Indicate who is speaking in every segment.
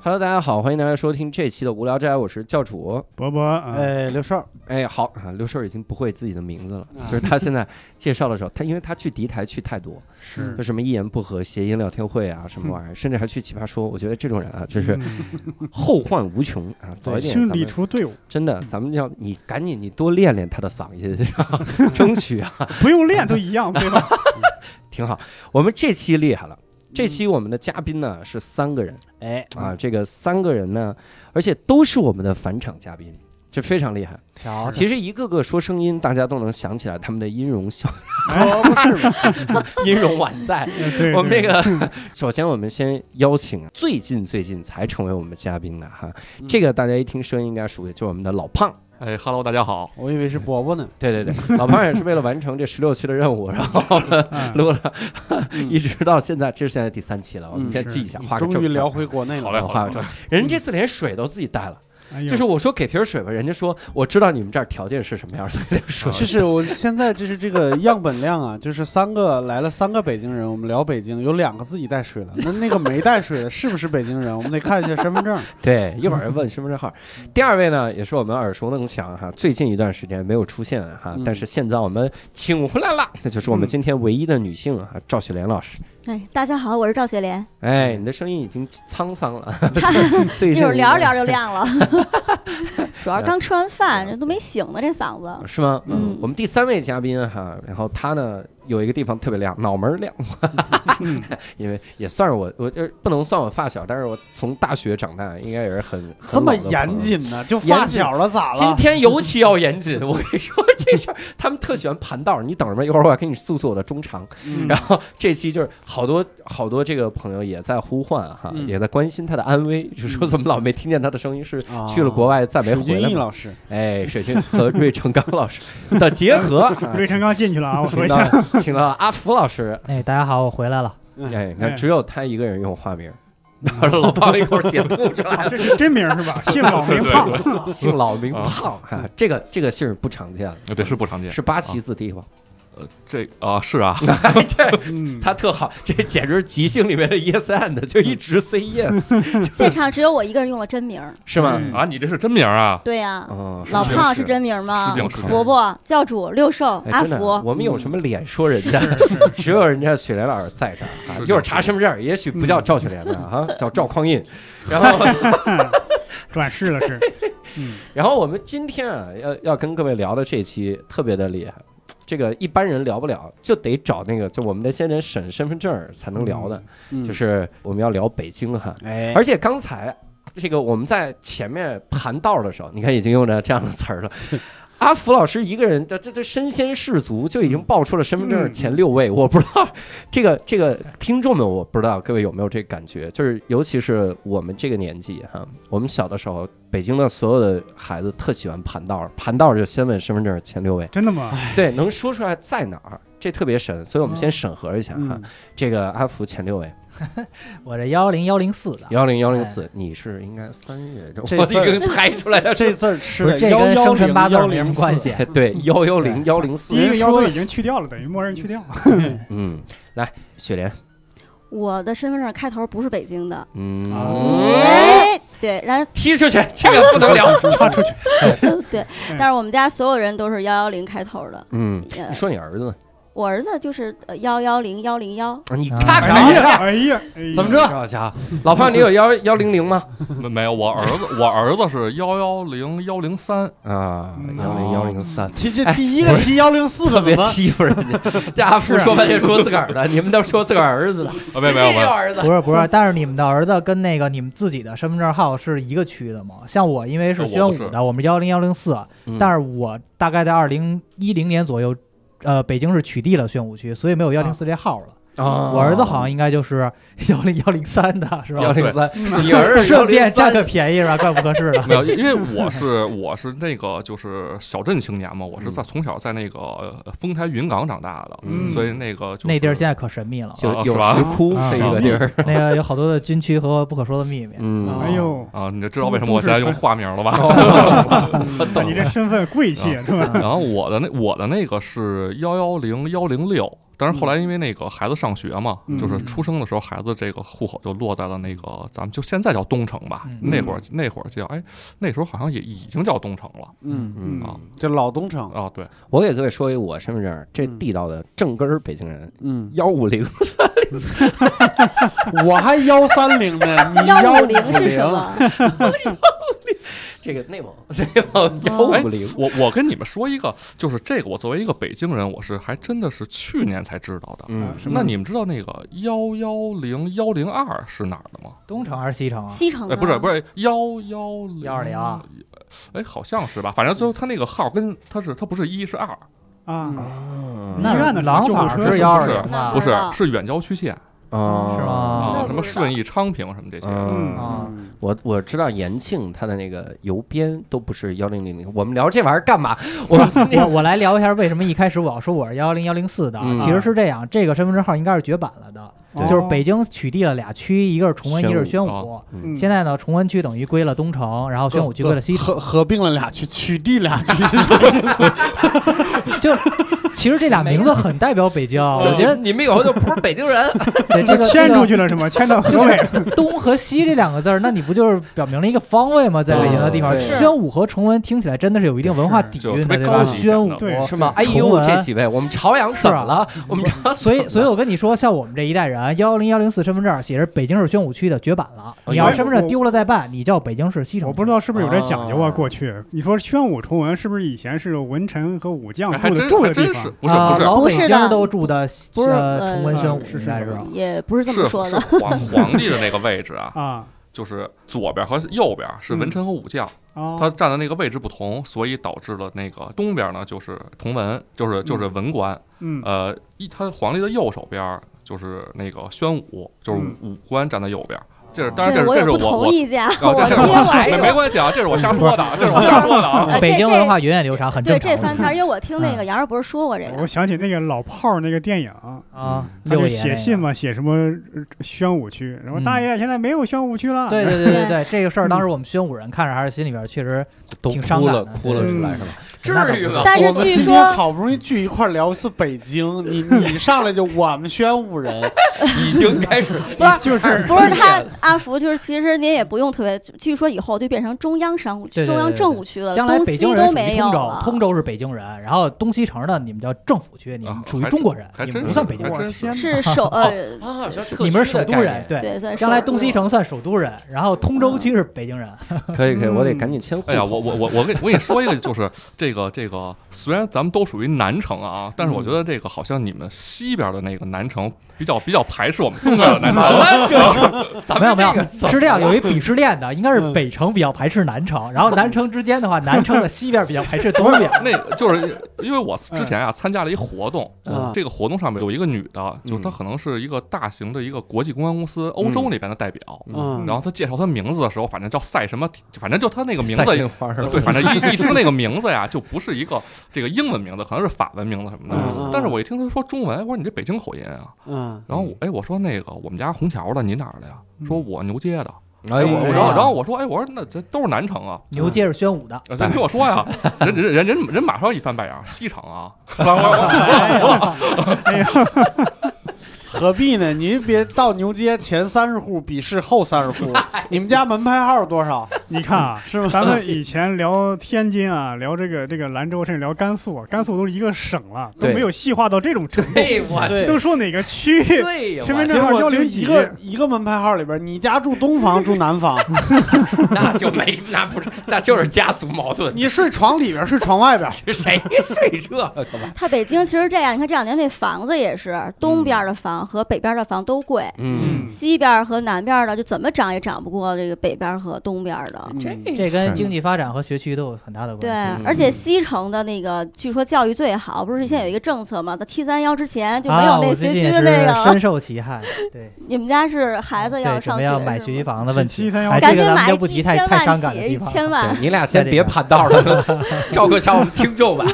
Speaker 1: Hello，大家好，欢迎大家收听这期的无聊斋，我是教主。
Speaker 2: 伯伯，呃，
Speaker 3: 哎，刘少，
Speaker 1: 哎，好啊，刘顺已经不会自己的名字了，
Speaker 2: 嗯
Speaker 1: 就是他现在介绍的时候，他因为他去敌台去太多，
Speaker 2: 是嗯
Speaker 1: 就什么一言不合谐音聊天会啊，什么玩意儿，甚至还去奇葩说。我觉得这种人啊，真是后患无穷啊！早一点
Speaker 2: 清
Speaker 1: 咱
Speaker 2: 嗯哎理
Speaker 1: 们
Speaker 2: 出嗯队伍，
Speaker 1: 真的，咱们要你赶紧你多练练他的嗓 音，争取啊，
Speaker 2: 不用练都一样，对吧？
Speaker 1: 挺好。我们这期厉害了，这期我们的嘉宾呢是三个人。
Speaker 3: 哎，
Speaker 1: 啊，这个三个人呢，而且都是我们的返场嘉宾，这非常厉害。
Speaker 3: 瞧
Speaker 1: 其实一个个说声音，大家都能想起来他们的音容 笑，
Speaker 3: 瞧，不是吗？
Speaker 1: 音容宛 在。
Speaker 2: 呃对，
Speaker 1: 我们
Speaker 2: 对
Speaker 1: 这个， 首先我们先邀请啊最近最近才成为我们嘉宾的哈，
Speaker 3: 嗯
Speaker 1: 这个大家一听声音应该熟悉，就是我们的老胖。
Speaker 4: 哎哈喽，大家好，
Speaker 3: 我以为是伯伯呢。
Speaker 1: 对对对， 老胖也是为了完成这十六期的任务，然后录了， 一直到现在，这是现在第三期了，我们
Speaker 3: 嗯
Speaker 1: 先
Speaker 2: 是
Speaker 1: 记一下，画个
Speaker 3: 终
Speaker 1: 正
Speaker 3: 于
Speaker 1: 字
Speaker 3: 聊。回国内
Speaker 4: 好
Speaker 3: 了。
Speaker 4: 嘞，
Speaker 1: 好嘞
Speaker 4: 好嘞，
Speaker 1: 人这次连水都自己带了。
Speaker 2: 哎
Speaker 5: 嗯
Speaker 2: 呦
Speaker 1: 就是我说给瓶水吧，人家说我知道你们这儿条件是什么样，所以得说。
Speaker 5: 啊
Speaker 3: 就是我现在就是这个样本量啊，就是三个来了三个北京人，我们聊北京，有两个自己带水了，那那个没带水的是不是北京人？我们得看一下身份证。
Speaker 1: 对，一会儿问身份证号。第二位呢，也是我们耳熟能详哈，最近一段时间没有出现哈，
Speaker 3: 嗯
Speaker 1: 但是现在我们请回来了，那就是我们今天唯一的女性啊，赵雪莲老师。
Speaker 5: 哎，大家好，我是赵雪莲，
Speaker 1: 哎，你的声音已经沧桑了， 最
Speaker 5: 嗯一
Speaker 1: 近
Speaker 5: 会儿聊着聊着就 亮了，主要是刚吃完饭，
Speaker 1: 嗯
Speaker 5: 这都没醒呢，这嗓子。
Speaker 1: 啊是吗？
Speaker 5: 嗯
Speaker 1: 我们第三位嘉宾哈，然后他呢有一个地方特别亮，脑门儿亮，因为也算是我我呃不能算我发小，但是我从大学长大，应该也是很很
Speaker 3: 这
Speaker 1: 老
Speaker 3: 么
Speaker 1: 的朋友
Speaker 3: 严谨啊呢、就发小 了咋
Speaker 1: 今
Speaker 3: 了？
Speaker 1: 天尤其要严谨，我跟你说这事儿，他们特喜欢盘道儿。你等着吧，一会儿我要给你诉诉我的衷肠。
Speaker 3: 嗯
Speaker 1: 然后这期就是好多好多这个朋友也在呼唤哈，
Speaker 3: 嗯
Speaker 1: 也在关心他的安危，就说怎么老没听见他的声音，
Speaker 3: 哦
Speaker 1: 是
Speaker 3: 嗯
Speaker 1: 去了国外再没
Speaker 3: 水
Speaker 1: 回
Speaker 3: 军
Speaker 1: 来
Speaker 3: 毅
Speaker 1: 吗？
Speaker 3: 老师，
Speaker 1: 哎，水军和芮成钢老师的结合，啊
Speaker 2: 瑞成刚进去 了啊，我
Speaker 1: 请
Speaker 2: 说一下，
Speaker 1: 到请到阿福老师，
Speaker 6: 哎，大家好，我回来了。
Speaker 1: 哎，你
Speaker 2: 哎
Speaker 1: 看只有他一个人用化 名。 老胖一口血吐出来
Speaker 2: 啊这是真名是吧？姓老名胖，
Speaker 1: 了，姓老名胖哈，这个这个姓儿不常见了，
Speaker 4: 对，是不常见，
Speaker 1: 是八旗子弟吧？
Speaker 4: 这啊是啊，
Speaker 1: 哎这
Speaker 3: 嗯，
Speaker 1: 他特好，这简直是即兴里面的 yes and，就一直 say yes，
Speaker 4: 嗯
Speaker 5: 现场只有我一个人用了真名儿，
Speaker 1: 是吗？
Speaker 4: 啊你这是真名啊，
Speaker 5: 对呀，
Speaker 1: 哦，
Speaker 5: 老
Speaker 4: 是
Speaker 5: 胖
Speaker 4: 是
Speaker 5: 是真名吗
Speaker 4: 失？敬失敬，
Speaker 5: 伯伯、教主、六兽、
Speaker 1: 哎
Speaker 5: 阿
Speaker 1: 真的啊，
Speaker 5: 福，
Speaker 1: 我们有什么脸说人家？只有人家雪莲老师在这儿啊
Speaker 4: 是，
Speaker 1: 一会儿查身份证，也许不叫赵雪莲的啊，叫赵匡胤。然后，
Speaker 2: 转世了 是，嗯，
Speaker 1: 然后我们今天啊，要要跟各位聊的这期特别的厉害。这个一般人聊不了，就得找那个，就我们得先得审身份证儿才能聊的，
Speaker 3: 嗯
Speaker 1: 就是我们要聊北京哈。
Speaker 3: 哎，
Speaker 1: 而且刚才这个我们在前面盘道的时候，你看已经用着这样的词儿了。阿福老师一个人，这这这身先士卒，就已经报出了身份证前六位。我不知道这个这个听众们，我不知道各位有没有这感觉，就是尤其是我们这个年纪哈，我们小的时候，北京的所有的孩子特喜欢盘道，盘道就先问身份证前六位，
Speaker 2: 真的吗？
Speaker 1: 对，能说出来在哪儿，这特别神。所以我们先审核一下哈
Speaker 3: 嗯，，
Speaker 1: 这个阿福前六位，
Speaker 6: 我这幺零幺零四的，
Speaker 1: 幺零幺零四，你是应该三月中，
Speaker 3: 这
Speaker 1: 我已
Speaker 3: 字儿
Speaker 1: 经猜出来了。
Speaker 3: 这字儿吃
Speaker 6: 不
Speaker 3: 的
Speaker 6: 是这
Speaker 3: 幺
Speaker 6: 跟
Speaker 3: 幺
Speaker 6: 生辰
Speaker 3: 零
Speaker 6: 八字
Speaker 3: 幺
Speaker 6: 儿没什
Speaker 3: 零
Speaker 6: 么
Speaker 3: 四，
Speaker 6: 关系。
Speaker 1: 对，幺幺零幺零四
Speaker 2: 第，一个
Speaker 3: 人
Speaker 2: 幺都
Speaker 3: 说
Speaker 2: 已经去掉了，等于默认去掉了。
Speaker 1: 嗯，来，雪莲，
Speaker 5: 我的身份证开头不是北京的。
Speaker 1: 嗯
Speaker 6: 哦，
Speaker 5: 哎，
Speaker 4: 嗯
Speaker 5: 对，然后
Speaker 1: 踢出去，这个不能聊。
Speaker 2: 插出去，
Speaker 5: 但是我们家所有人都是幺幺零开头的。
Speaker 1: 嗯，
Speaker 5: 呃
Speaker 1: 你，说你儿子呢？
Speaker 5: 我儿子就是呃幺幺零幺零幺，
Speaker 1: 啊你
Speaker 6: 啊
Speaker 1: 看看
Speaker 2: 哎
Speaker 1: 人
Speaker 2: 呀，
Speaker 1: 家。
Speaker 2: 哎呀，哎 呀
Speaker 1: 怎么着？家老胖，你有幺幺零零吗？
Speaker 4: 没没有，我儿子我儿子是幺幺零幺零三，
Speaker 1: 啊
Speaker 2: 嗯
Speaker 1: 幺零幺零三，
Speaker 3: 这这第一个提幺零四
Speaker 1: 特
Speaker 3: 的
Speaker 1: 别
Speaker 3: 怎么
Speaker 1: 欺负人家。这阿福
Speaker 2: 是啊
Speaker 1: 说半天说自个儿的，你们都说自个儿儿子的，
Speaker 4: 啊没有没有
Speaker 1: 这
Speaker 4: 没
Speaker 1: 叫
Speaker 4: 有，
Speaker 1: 儿子。
Speaker 6: 不是不是，但是你们的儿子跟那个你们自己的身份证号是一个区的吗？像我因为是宣
Speaker 4: 呃我
Speaker 6: 武
Speaker 4: 不
Speaker 6: 的，我们幺零幺零四，
Speaker 1: 嗯
Speaker 6: 但是我大概在二零一零年左右，呃，北京市取缔了宣武区，所以没有幺零四这号了。
Speaker 1: 啊
Speaker 6: 我儿子好像应该就是幺零幺零三的是
Speaker 1: 幺
Speaker 6: 吧？
Speaker 1: 零三，
Speaker 2: 嗯
Speaker 1: 你儿子幺
Speaker 6: 顺
Speaker 1: 零
Speaker 6: 便占
Speaker 1: 三
Speaker 6: 个便宜是吧？怪不合适的。
Speaker 4: 没有，因为我是我是那个就是小镇青年嘛，我是在从小在那个呃丰台云冈长大的，
Speaker 2: 嗯
Speaker 4: 所以那个就是
Speaker 6: 那地儿现在可神秘了，
Speaker 1: 就
Speaker 4: 啊
Speaker 1: 有
Speaker 4: 是吧
Speaker 1: 石窟
Speaker 6: 啊
Speaker 1: 这一个地儿，
Speaker 6: 那个有好多的军区和不可说的秘密。
Speaker 1: 嗯，
Speaker 2: 哎呦，
Speaker 4: 啊，你就知道为什么我现在用化名了吧？
Speaker 6: 哦
Speaker 3: 啊
Speaker 1: 嗯
Speaker 2: 那你这身份
Speaker 1: 啊
Speaker 2: 贵气啊是吧？
Speaker 4: 然后我的那我的那个是幺幺零幺零六，但是后来因为那个孩子上学嘛，
Speaker 2: 嗯
Speaker 4: 就是出生的时候孩子这个户口就落在了那个咱们就现在叫东城吧，
Speaker 6: 嗯
Speaker 4: 那会儿那会儿叫哎，那时候好像也已经叫东城了
Speaker 3: 嗯，
Speaker 1: 嗯
Speaker 4: 啊
Speaker 3: 就老东城，
Speaker 4: 啊，对，
Speaker 1: 我给各位说一我身份证，这
Speaker 3: 嗯
Speaker 1: 地道的正根儿北京人，
Speaker 3: 嗯，
Speaker 1: 幺五零，
Speaker 3: 我还幺三零 呢，你
Speaker 5: 幺
Speaker 3: 幺
Speaker 5: 五零是什？么？
Speaker 1: 这个内蒙，内蒙幺
Speaker 5: 哦
Speaker 1: 五零，
Speaker 4: 我我跟你们说一个，就是这个我作为一个北京人，我是还真的是去年才知道的。
Speaker 1: 嗯，
Speaker 2: 是
Speaker 4: 那你们知道那个幺幺零幺零二是哪儿的吗？
Speaker 6: 东城还是西城啊？
Speaker 5: 西城
Speaker 4: 哎，
Speaker 5: 的
Speaker 4: 不是不是幺幺
Speaker 6: 120，
Speaker 4: 哎，好像是吧？反正最后他那个号跟他是他不是一是二，
Speaker 2: 啊，
Speaker 1: 哦
Speaker 2: 那医院的
Speaker 6: 廊坊
Speaker 2: 救护车
Speaker 6: 是
Speaker 2: 是
Speaker 6: 幺
Speaker 4: 不是
Speaker 6: 二零吧？
Speaker 4: 不是
Speaker 5: 啊
Speaker 4: 是远郊区县
Speaker 1: 哦
Speaker 6: 是吗
Speaker 4: 啊
Speaker 5: 那，
Speaker 4: 什
Speaker 5: 不
Speaker 4: 么
Speaker 5: 知
Speaker 4: 顺
Speaker 5: 道
Speaker 4: 义、昌平什么这些。
Speaker 2: 嗯
Speaker 1: 嗯，
Speaker 6: 啊，
Speaker 1: 我我知道延庆它的那个邮编都不是幺零零零，我们聊这玩意儿干嘛？我们今
Speaker 6: 我
Speaker 1: 天
Speaker 6: 我来聊一下为什么一开始我要说我是幺零幺零四的啊，
Speaker 1: 嗯
Speaker 6: 其实是这样，这个身份证号应该是绝版了的，
Speaker 1: 对
Speaker 6: 就是
Speaker 2: 哦
Speaker 6: 北京取缔了俩区，一个是崇文，
Speaker 1: 宣
Speaker 6: 一
Speaker 1: 武
Speaker 6: 个是宣武
Speaker 4: 哦。
Speaker 2: 嗯
Speaker 6: 现在呢，崇文区等于归了东城，然后宣武区归了西城。
Speaker 3: 合合并了俩区，取缔俩 区，
Speaker 6: 就其实这俩名字很代表北 京，我觉得
Speaker 1: 你们以后就不是北京人，
Speaker 6: 对这个
Speaker 2: 迁出去了是吗？迁到河北了，
Speaker 6: 这个东和西这两个字儿，那你不就是表明了一个方位吗？在北京的地方，
Speaker 3: 对
Speaker 6: 宣武和崇文听起来真的是有一定文化底蕴
Speaker 4: 是就特
Speaker 6: 的，对
Speaker 4: 别
Speaker 6: 吧？
Speaker 4: 高级一些
Speaker 6: 宣武
Speaker 4: 的
Speaker 2: 对
Speaker 1: 是吗？哎
Speaker 6: 崇
Speaker 1: 呦，
Speaker 6: 哦文
Speaker 1: 这几位，我们朝阳怎么了？我们朝阳
Speaker 6: 所以，所以
Speaker 1: 以
Speaker 6: 我跟你说，像我们这一代人，幺零幺零四身份证写着北京市宣武区的，绝版了。
Speaker 1: 哎
Speaker 6: 你要
Speaker 1: 我
Speaker 6: 是身份证丢了再办，你叫北京市西城。
Speaker 2: 我不知道是不是有这讲究
Speaker 1: 啊
Speaker 4: 哦
Speaker 2: 啊？过去你说宣武崇文是不是以前是文臣和武将
Speaker 4: 哎还
Speaker 2: 住的
Speaker 4: 真
Speaker 2: 住
Speaker 4: 还
Speaker 2: 的地
Speaker 4: 真是
Speaker 2: 方？
Speaker 4: 不是
Speaker 6: 啊
Speaker 4: 不是嗯
Speaker 6: 老
Speaker 5: 不
Speaker 6: 北
Speaker 5: 是
Speaker 6: 京
Speaker 5: 的
Speaker 6: 都住的
Speaker 5: 不是
Speaker 6: 呃
Speaker 5: 呃
Speaker 6: 崇文宣武
Speaker 2: 呃是
Speaker 6: 应
Speaker 2: 是
Speaker 6: 该是
Speaker 2: 是
Speaker 6: 吧
Speaker 5: 也不是这
Speaker 4: 是
Speaker 5: 么说
Speaker 4: 是
Speaker 5: 的，
Speaker 4: 皇皇帝的那个位 置啊，
Speaker 2: 啊
Speaker 4: 就是左边和右边是文臣和武将，
Speaker 2: 啊，
Speaker 4: 他站的那个位置不同，所以导致了那个东边呢就是崇文，就是就是文官，
Speaker 2: 嗯
Speaker 4: 呃，一他皇帝的右手边儿就是那个宣武，就是
Speaker 2: 嗯
Speaker 4: 武官站在右边儿。这是当然，这
Speaker 5: 这
Speaker 4: 是这是
Speaker 5: 我也不
Speaker 4: 我
Speaker 5: 同
Speaker 4: 我
Speaker 5: 意见，
Speaker 4: 啊，
Speaker 5: 我
Speaker 4: 这
Speaker 5: 接
Speaker 4: 是我
Speaker 5: 来
Speaker 4: 没没关系啊，这是我瞎说的，这是我瞎说的 啊。
Speaker 5: 呃
Speaker 6: 北京
Speaker 5: 这
Speaker 6: 文化源远流长，很
Speaker 5: 对
Speaker 6: 正
Speaker 5: 这
Speaker 6: 常
Speaker 5: 翻篇儿，因为我听那个
Speaker 6: 嗯
Speaker 5: 杨二博士说过这
Speaker 2: 我
Speaker 5: 个，
Speaker 2: 想起那个老炮儿那个电影，嗯
Speaker 6: 啊。
Speaker 2: 他
Speaker 6: 六
Speaker 2: 就
Speaker 6: 爷那
Speaker 2: 写
Speaker 6: 个
Speaker 2: 信？嘛，写什么呃宣武区，然后
Speaker 6: 嗯
Speaker 2: 大爷现在没有宣武区了。
Speaker 6: 对对对对
Speaker 5: 对
Speaker 6: 对，这个事儿当时我们宣武人看着还是心里边确实
Speaker 1: 都
Speaker 6: 挺伤
Speaker 1: 哭
Speaker 6: 感
Speaker 1: 了，
Speaker 6: 的
Speaker 1: 哭了出来是吧？至
Speaker 6: 那倒
Speaker 1: 于
Speaker 6: 不
Speaker 1: 吗？
Speaker 5: 但
Speaker 3: 我
Speaker 5: 是
Speaker 3: 们
Speaker 5: 据
Speaker 3: 今天
Speaker 5: 说
Speaker 3: 好不容易聚一块儿聊一次北京，你你上来就我们宣武人，
Speaker 1: 已经开始
Speaker 5: 不是
Speaker 2: 就是
Speaker 5: 不是他阿福，就是其实您也不用特别，据说以后就变成中央商务
Speaker 6: 对
Speaker 5: 区、
Speaker 6: 对
Speaker 5: 中央
Speaker 6: 对对
Speaker 5: 政务区了，
Speaker 6: 将来
Speaker 5: 呃东
Speaker 6: 北
Speaker 5: 西
Speaker 6: 京人
Speaker 5: 都
Speaker 6: 属于
Speaker 5: 没
Speaker 6: 通
Speaker 5: 有
Speaker 6: 州
Speaker 5: 了，。
Speaker 6: 通州是北京人，然后东西城呢，你们叫政府区，你们
Speaker 4: 啊
Speaker 6: 属于
Speaker 4: 还
Speaker 6: 中国人，
Speaker 4: 还
Speaker 6: 你
Speaker 4: 真
Speaker 6: 们不
Speaker 4: 是
Speaker 6: 算北京
Speaker 4: 还
Speaker 6: 人，
Speaker 4: 真
Speaker 2: 我天
Speaker 4: 是。
Speaker 5: 是首呃，
Speaker 1: 啊，像特区
Speaker 6: 你们是首
Speaker 1: 的
Speaker 6: 都
Speaker 1: 概
Speaker 6: 人
Speaker 1: 念，
Speaker 6: 哦对。
Speaker 5: 对，算
Speaker 6: 将来
Speaker 5: 首嗯
Speaker 6: 东西城算首都人，然后通州区是北 京人。
Speaker 1: 可以可以，我得赶紧迁户口。
Speaker 4: 哎 呀，我我我我跟我跟你说一个，就是 这个这个，虽然咱们都属于南城啊，但是
Speaker 6: 嗯
Speaker 4: 我觉得这个好像你们西边的那个南城比较比较排斥我们东边的南城。
Speaker 1: 就是咱
Speaker 6: 没有
Speaker 1: 们
Speaker 6: 没
Speaker 1: 这
Speaker 6: 有
Speaker 1: 个，怎
Speaker 6: 是这样，
Speaker 1: 么了
Speaker 6: 有一鄙视链的，应该
Speaker 5: 嗯
Speaker 6: 是北城比较排斥南城，然后南城之间的话，南城的西边比较排斥东 边。
Speaker 4: 那个就是因为我之前
Speaker 6: 哎
Speaker 4: 啊参加了一活动
Speaker 3: 嗯，
Speaker 4: 这个活动上面有一个女的，就是
Speaker 6: 嗯
Speaker 4: 她可能是一个大型的一个国际公关公司欧洲那边的代表，
Speaker 3: 嗯，
Speaker 4: 然后她介绍她名字的时候，反正叫赛什么，反正就她那个名
Speaker 1: 赛
Speaker 4: 字
Speaker 1: 金花儿了
Speaker 4: 对，反正一一听那个名字呀，就不是一个这个英文名字，可能是法文名字什么
Speaker 3: 嗯
Speaker 4: 的。但是我一听他说中文，我说你这北京口音啊。
Speaker 3: 嗯，
Speaker 4: 然后我哎，我说那个我们家虹桥的，你哪儿的呀？说我牛街的。
Speaker 1: 哎
Speaker 4: 哎，
Speaker 1: 呦
Speaker 4: 我
Speaker 1: 我
Speaker 4: 然后
Speaker 1: 然
Speaker 4: 然后
Speaker 1: 后
Speaker 4: 我说哎，我说那这都是南城啊。
Speaker 6: 牛街是宣武的，
Speaker 4: 呃人听我说呀，人人人人人马上一翻白眼儿，西城啊。我说我
Speaker 3: 哎 何必呢？您别到牛街前三十户鄙视后三十 户，你们家门牌号多少？
Speaker 2: 你看 啊，
Speaker 3: 是吗
Speaker 2: 咱们以前聊天津啊，聊这个这个兰州，甚至聊甘肃啊，甘肃都是一个省了，都
Speaker 1: 对
Speaker 2: 没有细化到这种程度，
Speaker 1: 对哎我
Speaker 3: 对
Speaker 2: 都说哪个区？
Speaker 1: 对呀，
Speaker 2: 身份
Speaker 1: 我
Speaker 3: 结
Speaker 2: 证号
Speaker 3: 果就
Speaker 2: 109
Speaker 3: 一个一个门牌号里边，你家住东 房住南房，
Speaker 1: 那就没那不是那就是家族矛盾，
Speaker 3: 你睡床里边睡床外边，
Speaker 1: 这 谁睡这个吧？
Speaker 5: 它北京其实这样，你看这两年那房子也是，东边
Speaker 6: 嗯
Speaker 5: 的房和北边的房都贵，
Speaker 1: 嗯
Speaker 2: 嗯
Speaker 5: 西边和南边的就怎么涨也涨不过这个北边和东边的。
Speaker 3: 嗯
Speaker 5: 的。
Speaker 6: 这跟经济发展和学区都有很大的
Speaker 5: 对
Speaker 6: 关系。，
Speaker 5: 而且西城的那个据说教育最好，不是现在有一个政策吗？到七三幺之前就没有
Speaker 6: 啊，
Speaker 5: 那
Speaker 6: 我最
Speaker 5: 学
Speaker 6: 近
Speaker 5: 区
Speaker 6: 也是
Speaker 5: 那个了。
Speaker 6: 深受其害。对，
Speaker 5: 你们家是孩子要
Speaker 6: 嗯对，准
Speaker 5: 上
Speaker 6: 备
Speaker 5: 学，
Speaker 6: 要买
Speaker 5: 是
Speaker 6: 学区
Speaker 5: 吗
Speaker 6: 房的问
Speaker 2: 七
Speaker 6: 题，
Speaker 2: 三幺
Speaker 6: 哎
Speaker 5: 赶
Speaker 6: 这个
Speaker 5: 紧
Speaker 6: 咱们
Speaker 5: 买
Speaker 6: 就不
Speaker 5: 一
Speaker 6: 提太
Speaker 5: 千
Speaker 6: 太伤
Speaker 5: 万
Speaker 6: 感的
Speaker 5: 起，
Speaker 6: 地
Speaker 5: 一
Speaker 6: 方了。
Speaker 5: 千万。
Speaker 1: 你俩先别盘道了，照顾一下我们听众吧。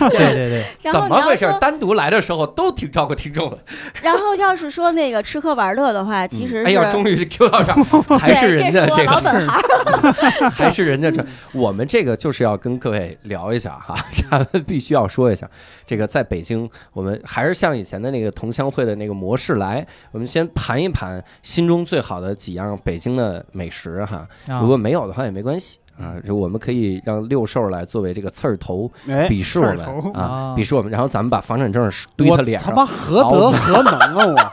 Speaker 6: 对对对，
Speaker 5: 然
Speaker 1: 怎
Speaker 5: 后你
Speaker 1: 么
Speaker 5: 要
Speaker 1: 回事？
Speaker 5: 说，
Speaker 1: 单独来的时候都挺照顾听众的。
Speaker 5: 然后要是说那个吃喝玩乐的话，
Speaker 6: 嗯
Speaker 5: 其实
Speaker 1: 哎呀，终于 Q 到这儿，还
Speaker 5: 对
Speaker 1: 是人家
Speaker 5: 这
Speaker 1: 这
Speaker 5: 说
Speaker 1: 个，
Speaker 5: 老本行儿，
Speaker 1: 还是人家这。我们这个就是要跟各位聊一下哈， 咱们必须要说一下，这个在北京，我们还是像以前的那个同乡会的那个模式来，我们先盘一盘心中最好的几样北京的美食哈。
Speaker 6: 啊
Speaker 1: 如果没有的话也没关系啊，就我们可以让六兽来作为这个刺儿头
Speaker 3: 哎，
Speaker 1: 鄙视我
Speaker 2: 刺儿头
Speaker 1: 们啊
Speaker 6: 啊，
Speaker 1: 鄙视我们，然后咱们把房产证堆他
Speaker 3: 我
Speaker 1: 脸
Speaker 3: 他
Speaker 1: 上，
Speaker 3: 妈何德何能啊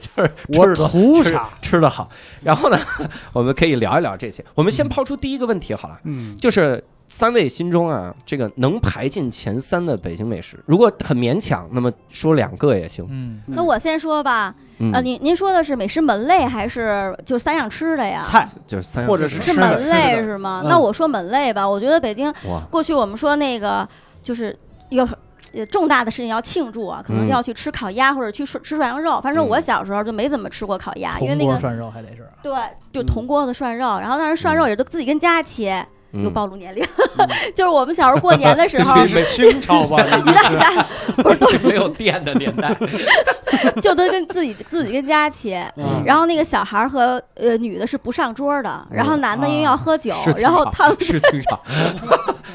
Speaker 1: 就是
Speaker 3: 我我
Speaker 1: 吃的
Speaker 3: 图
Speaker 1: 吃
Speaker 3: 啥？
Speaker 1: 吃的好。然后呢， 我们可以聊一聊这些。我们先抛出第一个问题好了，
Speaker 2: 嗯，
Speaker 1: 就是三位心中啊，这个能排进前三的北京美食，如果很勉强，那么说两个也行。
Speaker 6: 嗯，
Speaker 5: 那我先说吧，
Speaker 1: 嗯
Speaker 5: 呃，，您您说的是美食门类还是就是三样吃的呀？
Speaker 3: 菜
Speaker 1: 就是三样
Speaker 3: 或者
Speaker 1: 吃的
Speaker 3: 是
Speaker 5: 是
Speaker 3: 吃的
Speaker 5: 门类
Speaker 3: 吃的
Speaker 5: 是吗？
Speaker 3: 嗯
Speaker 5: 那我说门类吧，我觉得北京
Speaker 1: 哇，
Speaker 5: 过去我们说那个就是有呃重大的事情要庆祝啊，可
Speaker 6: 嗯
Speaker 5: 能就要去吃烤鸭或者去吃吃涮羊肉。反正我
Speaker 1: 嗯
Speaker 5: 小时候就没怎么吃过烤鸭，因为
Speaker 6: 铜
Speaker 5: 那
Speaker 6: 锅
Speaker 5: 个
Speaker 6: 涮肉还得是，
Speaker 5: 对，
Speaker 1: 嗯
Speaker 5: 就铜锅子涮肉，然后当时涮肉也都自己跟家切，又
Speaker 1: 嗯
Speaker 5: 暴露年龄， 就是我们小时候过年 的时候。
Speaker 3: 是清朝 吧？
Speaker 5: 一大家
Speaker 1: 没有电的年代，
Speaker 5: 就都跟自己自己跟家切，
Speaker 3: 嗯
Speaker 5: 然后那个小孩儿和呃女的是不上桌的，然后男的因为要喝
Speaker 1: 嗯
Speaker 5: 酒
Speaker 1: 啊是，清
Speaker 5: 然后
Speaker 1: 朝
Speaker 5: 他们
Speaker 1: 是清朝，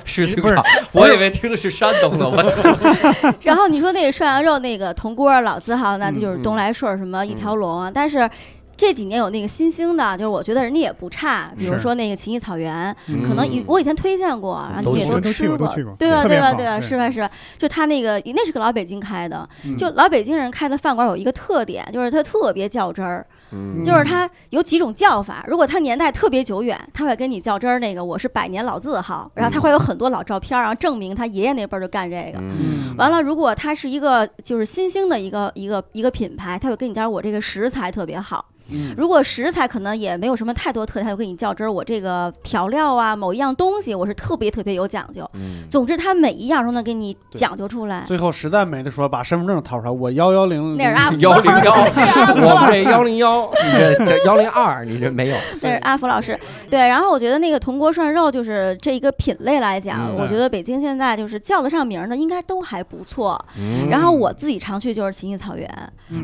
Speaker 1: 是清
Speaker 6: 不是
Speaker 1: 朝，我以为听的是山东的，我
Speaker 5: 然后你说那个涮羊肉那个铜锅老字号，那就是
Speaker 1: 嗯
Speaker 5: 东来顺儿什么一条龙啊。但是这几年有那个新兴的，就是我觉得人家也不差，比如
Speaker 6: 是
Speaker 5: 说那个秦艺草原，
Speaker 2: 嗯
Speaker 5: 可能以我以前推荐过，然后
Speaker 6: 都
Speaker 5: 你们也
Speaker 6: 去
Speaker 2: 过都去过
Speaker 5: 吃
Speaker 2: 都去过
Speaker 5: 对吧？
Speaker 2: 特
Speaker 5: 对
Speaker 2: 别
Speaker 5: 吧？
Speaker 2: 好
Speaker 5: 对吧？
Speaker 2: 对
Speaker 5: 是吧？是吧？就他那个那是个老北京开的，
Speaker 3: 嗯
Speaker 5: 就老北京人开的饭馆有一个特点，就是它特别较真儿，
Speaker 1: 嗯
Speaker 5: 就是它有几种叫法。如果它年代特别久远，他会跟你较真儿，那个我是百年老字号，然后他会有很多老照片儿，然后证明他爷爷那辈儿就干这个。
Speaker 3: 啊
Speaker 2: 嗯
Speaker 5: 完了，如果它是一个就是新兴的一个一个一个品牌，它会跟你讲我这个食材特别好。
Speaker 3: 嗯
Speaker 5: 如果食材可能也没有什么太多特点，它就跟你较真儿，我这个调料啊，某一样东西我是特别特别有讲究。
Speaker 1: 嗯
Speaker 5: 总之，它每一样都能给你
Speaker 3: 对
Speaker 5: 讲究出来。
Speaker 3: 最后实在没得说，把身份证掏出来，我幺幺零
Speaker 5: 那是阿福
Speaker 1: 幺
Speaker 5: 老
Speaker 1: 零
Speaker 5: 师，
Speaker 1: 幺，我们这幺零幺，你这这幺零二，你这没有，
Speaker 5: 那是阿福老师。对，然后我觉得那个铜锅涮肉就是这一个品类来讲，
Speaker 1: 嗯
Speaker 5: 我觉得北京现在就是叫得上名儿的应该都还不错。
Speaker 1: 嗯
Speaker 5: 然后我自己常去就是秦艺草原，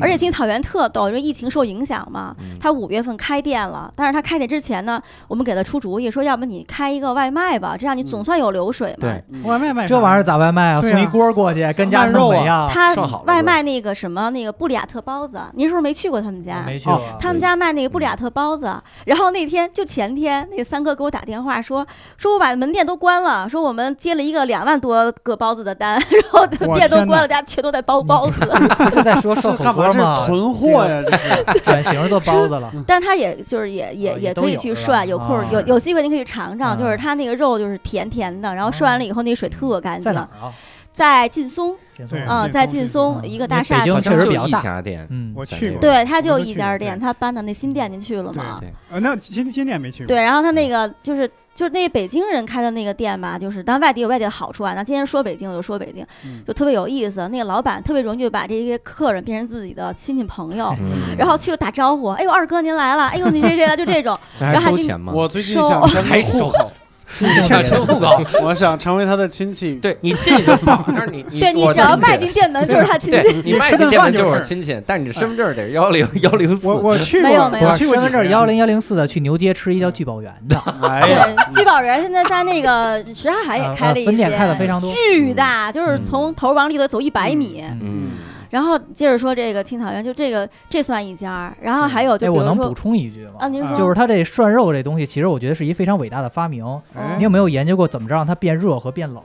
Speaker 5: 而
Speaker 2: 嗯
Speaker 5: 且秦艺草原特逗，因为疫情受影响嘛，它五月份开店了，但是它开店之前呢，我们给他出主意说，要不你开一个外卖吧，这样你总算有流水嘛。
Speaker 1: 对
Speaker 2: 外卖卖
Speaker 6: 这玩意儿咋外卖啊？
Speaker 2: 对
Speaker 6: 送一
Speaker 2: 啊
Speaker 6: 锅过去，跟家
Speaker 3: 卖
Speaker 6: 弄
Speaker 3: 肉
Speaker 6: 没
Speaker 3: 啊
Speaker 6: 啊？
Speaker 5: 他
Speaker 1: 上好了
Speaker 5: 外卖那个什么那个布里亚特包子，您是不是没去过他们
Speaker 6: 我
Speaker 5: 家？
Speaker 6: 啊
Speaker 5: 哦
Speaker 6: 没嗯去过。
Speaker 5: 他们家卖那个布里亚特包子，然后那天就前天，那个三哥给我打电话说，说我把门店都关了，说我们接了一个两万多个包子的单， 然后
Speaker 2: 我
Speaker 5: 店都
Speaker 2: 天哪
Speaker 5: 关了，大家全都在包包子。
Speaker 6: 不 是在说
Speaker 3: 这
Speaker 6: 涮火
Speaker 3: 干嘛？
Speaker 6: 锅
Speaker 3: 这
Speaker 6: 吗
Speaker 3: 是？囤货呀！这是
Speaker 6: 转型做包子
Speaker 2: 嗯
Speaker 6: 了，
Speaker 5: 但他也就是也也
Speaker 6: 哦也
Speaker 5: 也
Speaker 6: 都
Speaker 5: 可以
Speaker 6: 有
Speaker 5: 去
Speaker 6: 是吧
Speaker 5: 涮，有空儿
Speaker 6: 啊
Speaker 5: 有有机会您可以尝尝，就是
Speaker 6: 啊
Speaker 5: 它那个肉就是甜甜的，然后涮完了以后那水特干
Speaker 6: 在哪
Speaker 5: 净。
Speaker 6: 儿啊？
Speaker 5: 在劲松
Speaker 6: 挺
Speaker 2: 对
Speaker 6: 多
Speaker 5: 啊，
Speaker 2: 劲
Speaker 5: 在
Speaker 2: 松
Speaker 5: 劲
Speaker 2: 劲
Speaker 5: 松
Speaker 6: 松
Speaker 5: 一个
Speaker 6: 因
Speaker 5: 大
Speaker 6: 为
Speaker 5: 厦
Speaker 6: 北京
Speaker 5: 里
Speaker 1: 好
Speaker 6: 确
Speaker 1: 像
Speaker 6: 实
Speaker 1: 就
Speaker 6: 比较
Speaker 1: 一
Speaker 6: 大
Speaker 1: 家店，
Speaker 6: 嗯，
Speaker 2: 我去过，
Speaker 5: 对，它
Speaker 2: 我
Speaker 5: 就
Speaker 2: 都
Speaker 5: 一
Speaker 2: 去
Speaker 5: 家
Speaker 2: 过
Speaker 5: 店，
Speaker 2: 对
Speaker 5: 它搬到那新店，您去了吗？
Speaker 2: 呃，那新新店没去过，
Speaker 5: 对，然后它那个就是。就是那北京人开的那个店吧，就是当然外地有外地的好处啊。那今天说北京，我就说北京
Speaker 3: 嗯，
Speaker 5: 就特别有意思。那个老板特别容易就把这些客人变成自己的亲戚朋友，
Speaker 1: 嗯
Speaker 5: 然后去了打招呼，哎呦二哥您来了，哎呦你这这就这种，
Speaker 1: 那还收钱吗？
Speaker 3: 我最近想申
Speaker 1: 还
Speaker 3: 个
Speaker 1: 收
Speaker 3: 户口，
Speaker 1: 你想收户口？
Speaker 3: 我想成为他的亲戚。
Speaker 1: 对你进就好，但是你你
Speaker 5: 对你
Speaker 1: 我
Speaker 5: 只要
Speaker 1: 亲戚
Speaker 5: 迈进店门就是他亲戚。
Speaker 1: 对你
Speaker 2: 你
Speaker 1: 迈
Speaker 2: 吃
Speaker 1: 进
Speaker 2: 顿
Speaker 1: 店门
Speaker 2: 饭
Speaker 1: 就是
Speaker 2: 就
Speaker 1: 我
Speaker 2: 是
Speaker 1: 亲戚，但是你身份证得是幺零幺零四。
Speaker 2: 我我去过，
Speaker 5: 没有没有
Speaker 2: 我
Speaker 6: 啊我
Speaker 2: 去
Speaker 6: 身
Speaker 2: 过
Speaker 6: 份证
Speaker 2: 幺
Speaker 6: 幺零幺零四的，去牛街吃一叫聚宝园的，
Speaker 3: 哎呀，
Speaker 5: 对，聚宝园现在在那个什刹海也哎开了一些，
Speaker 6: 啊分店开的非常多。
Speaker 5: 巨大，就是从头往里头走一百米。
Speaker 6: 嗯
Speaker 1: 嗯，
Speaker 5: 然后接着说这个青草原，就这个这算一家儿，然后还有就
Speaker 6: 哎，
Speaker 5: 比
Speaker 6: 我
Speaker 5: 如
Speaker 6: 能补
Speaker 5: 说
Speaker 6: 充一句吗？
Speaker 5: 啊，您说
Speaker 6: 就是它这涮肉这东西，其实我觉得是一非常伟大的发明。
Speaker 2: 哎
Speaker 6: 你有没有研究过怎么着让它变热和变冷？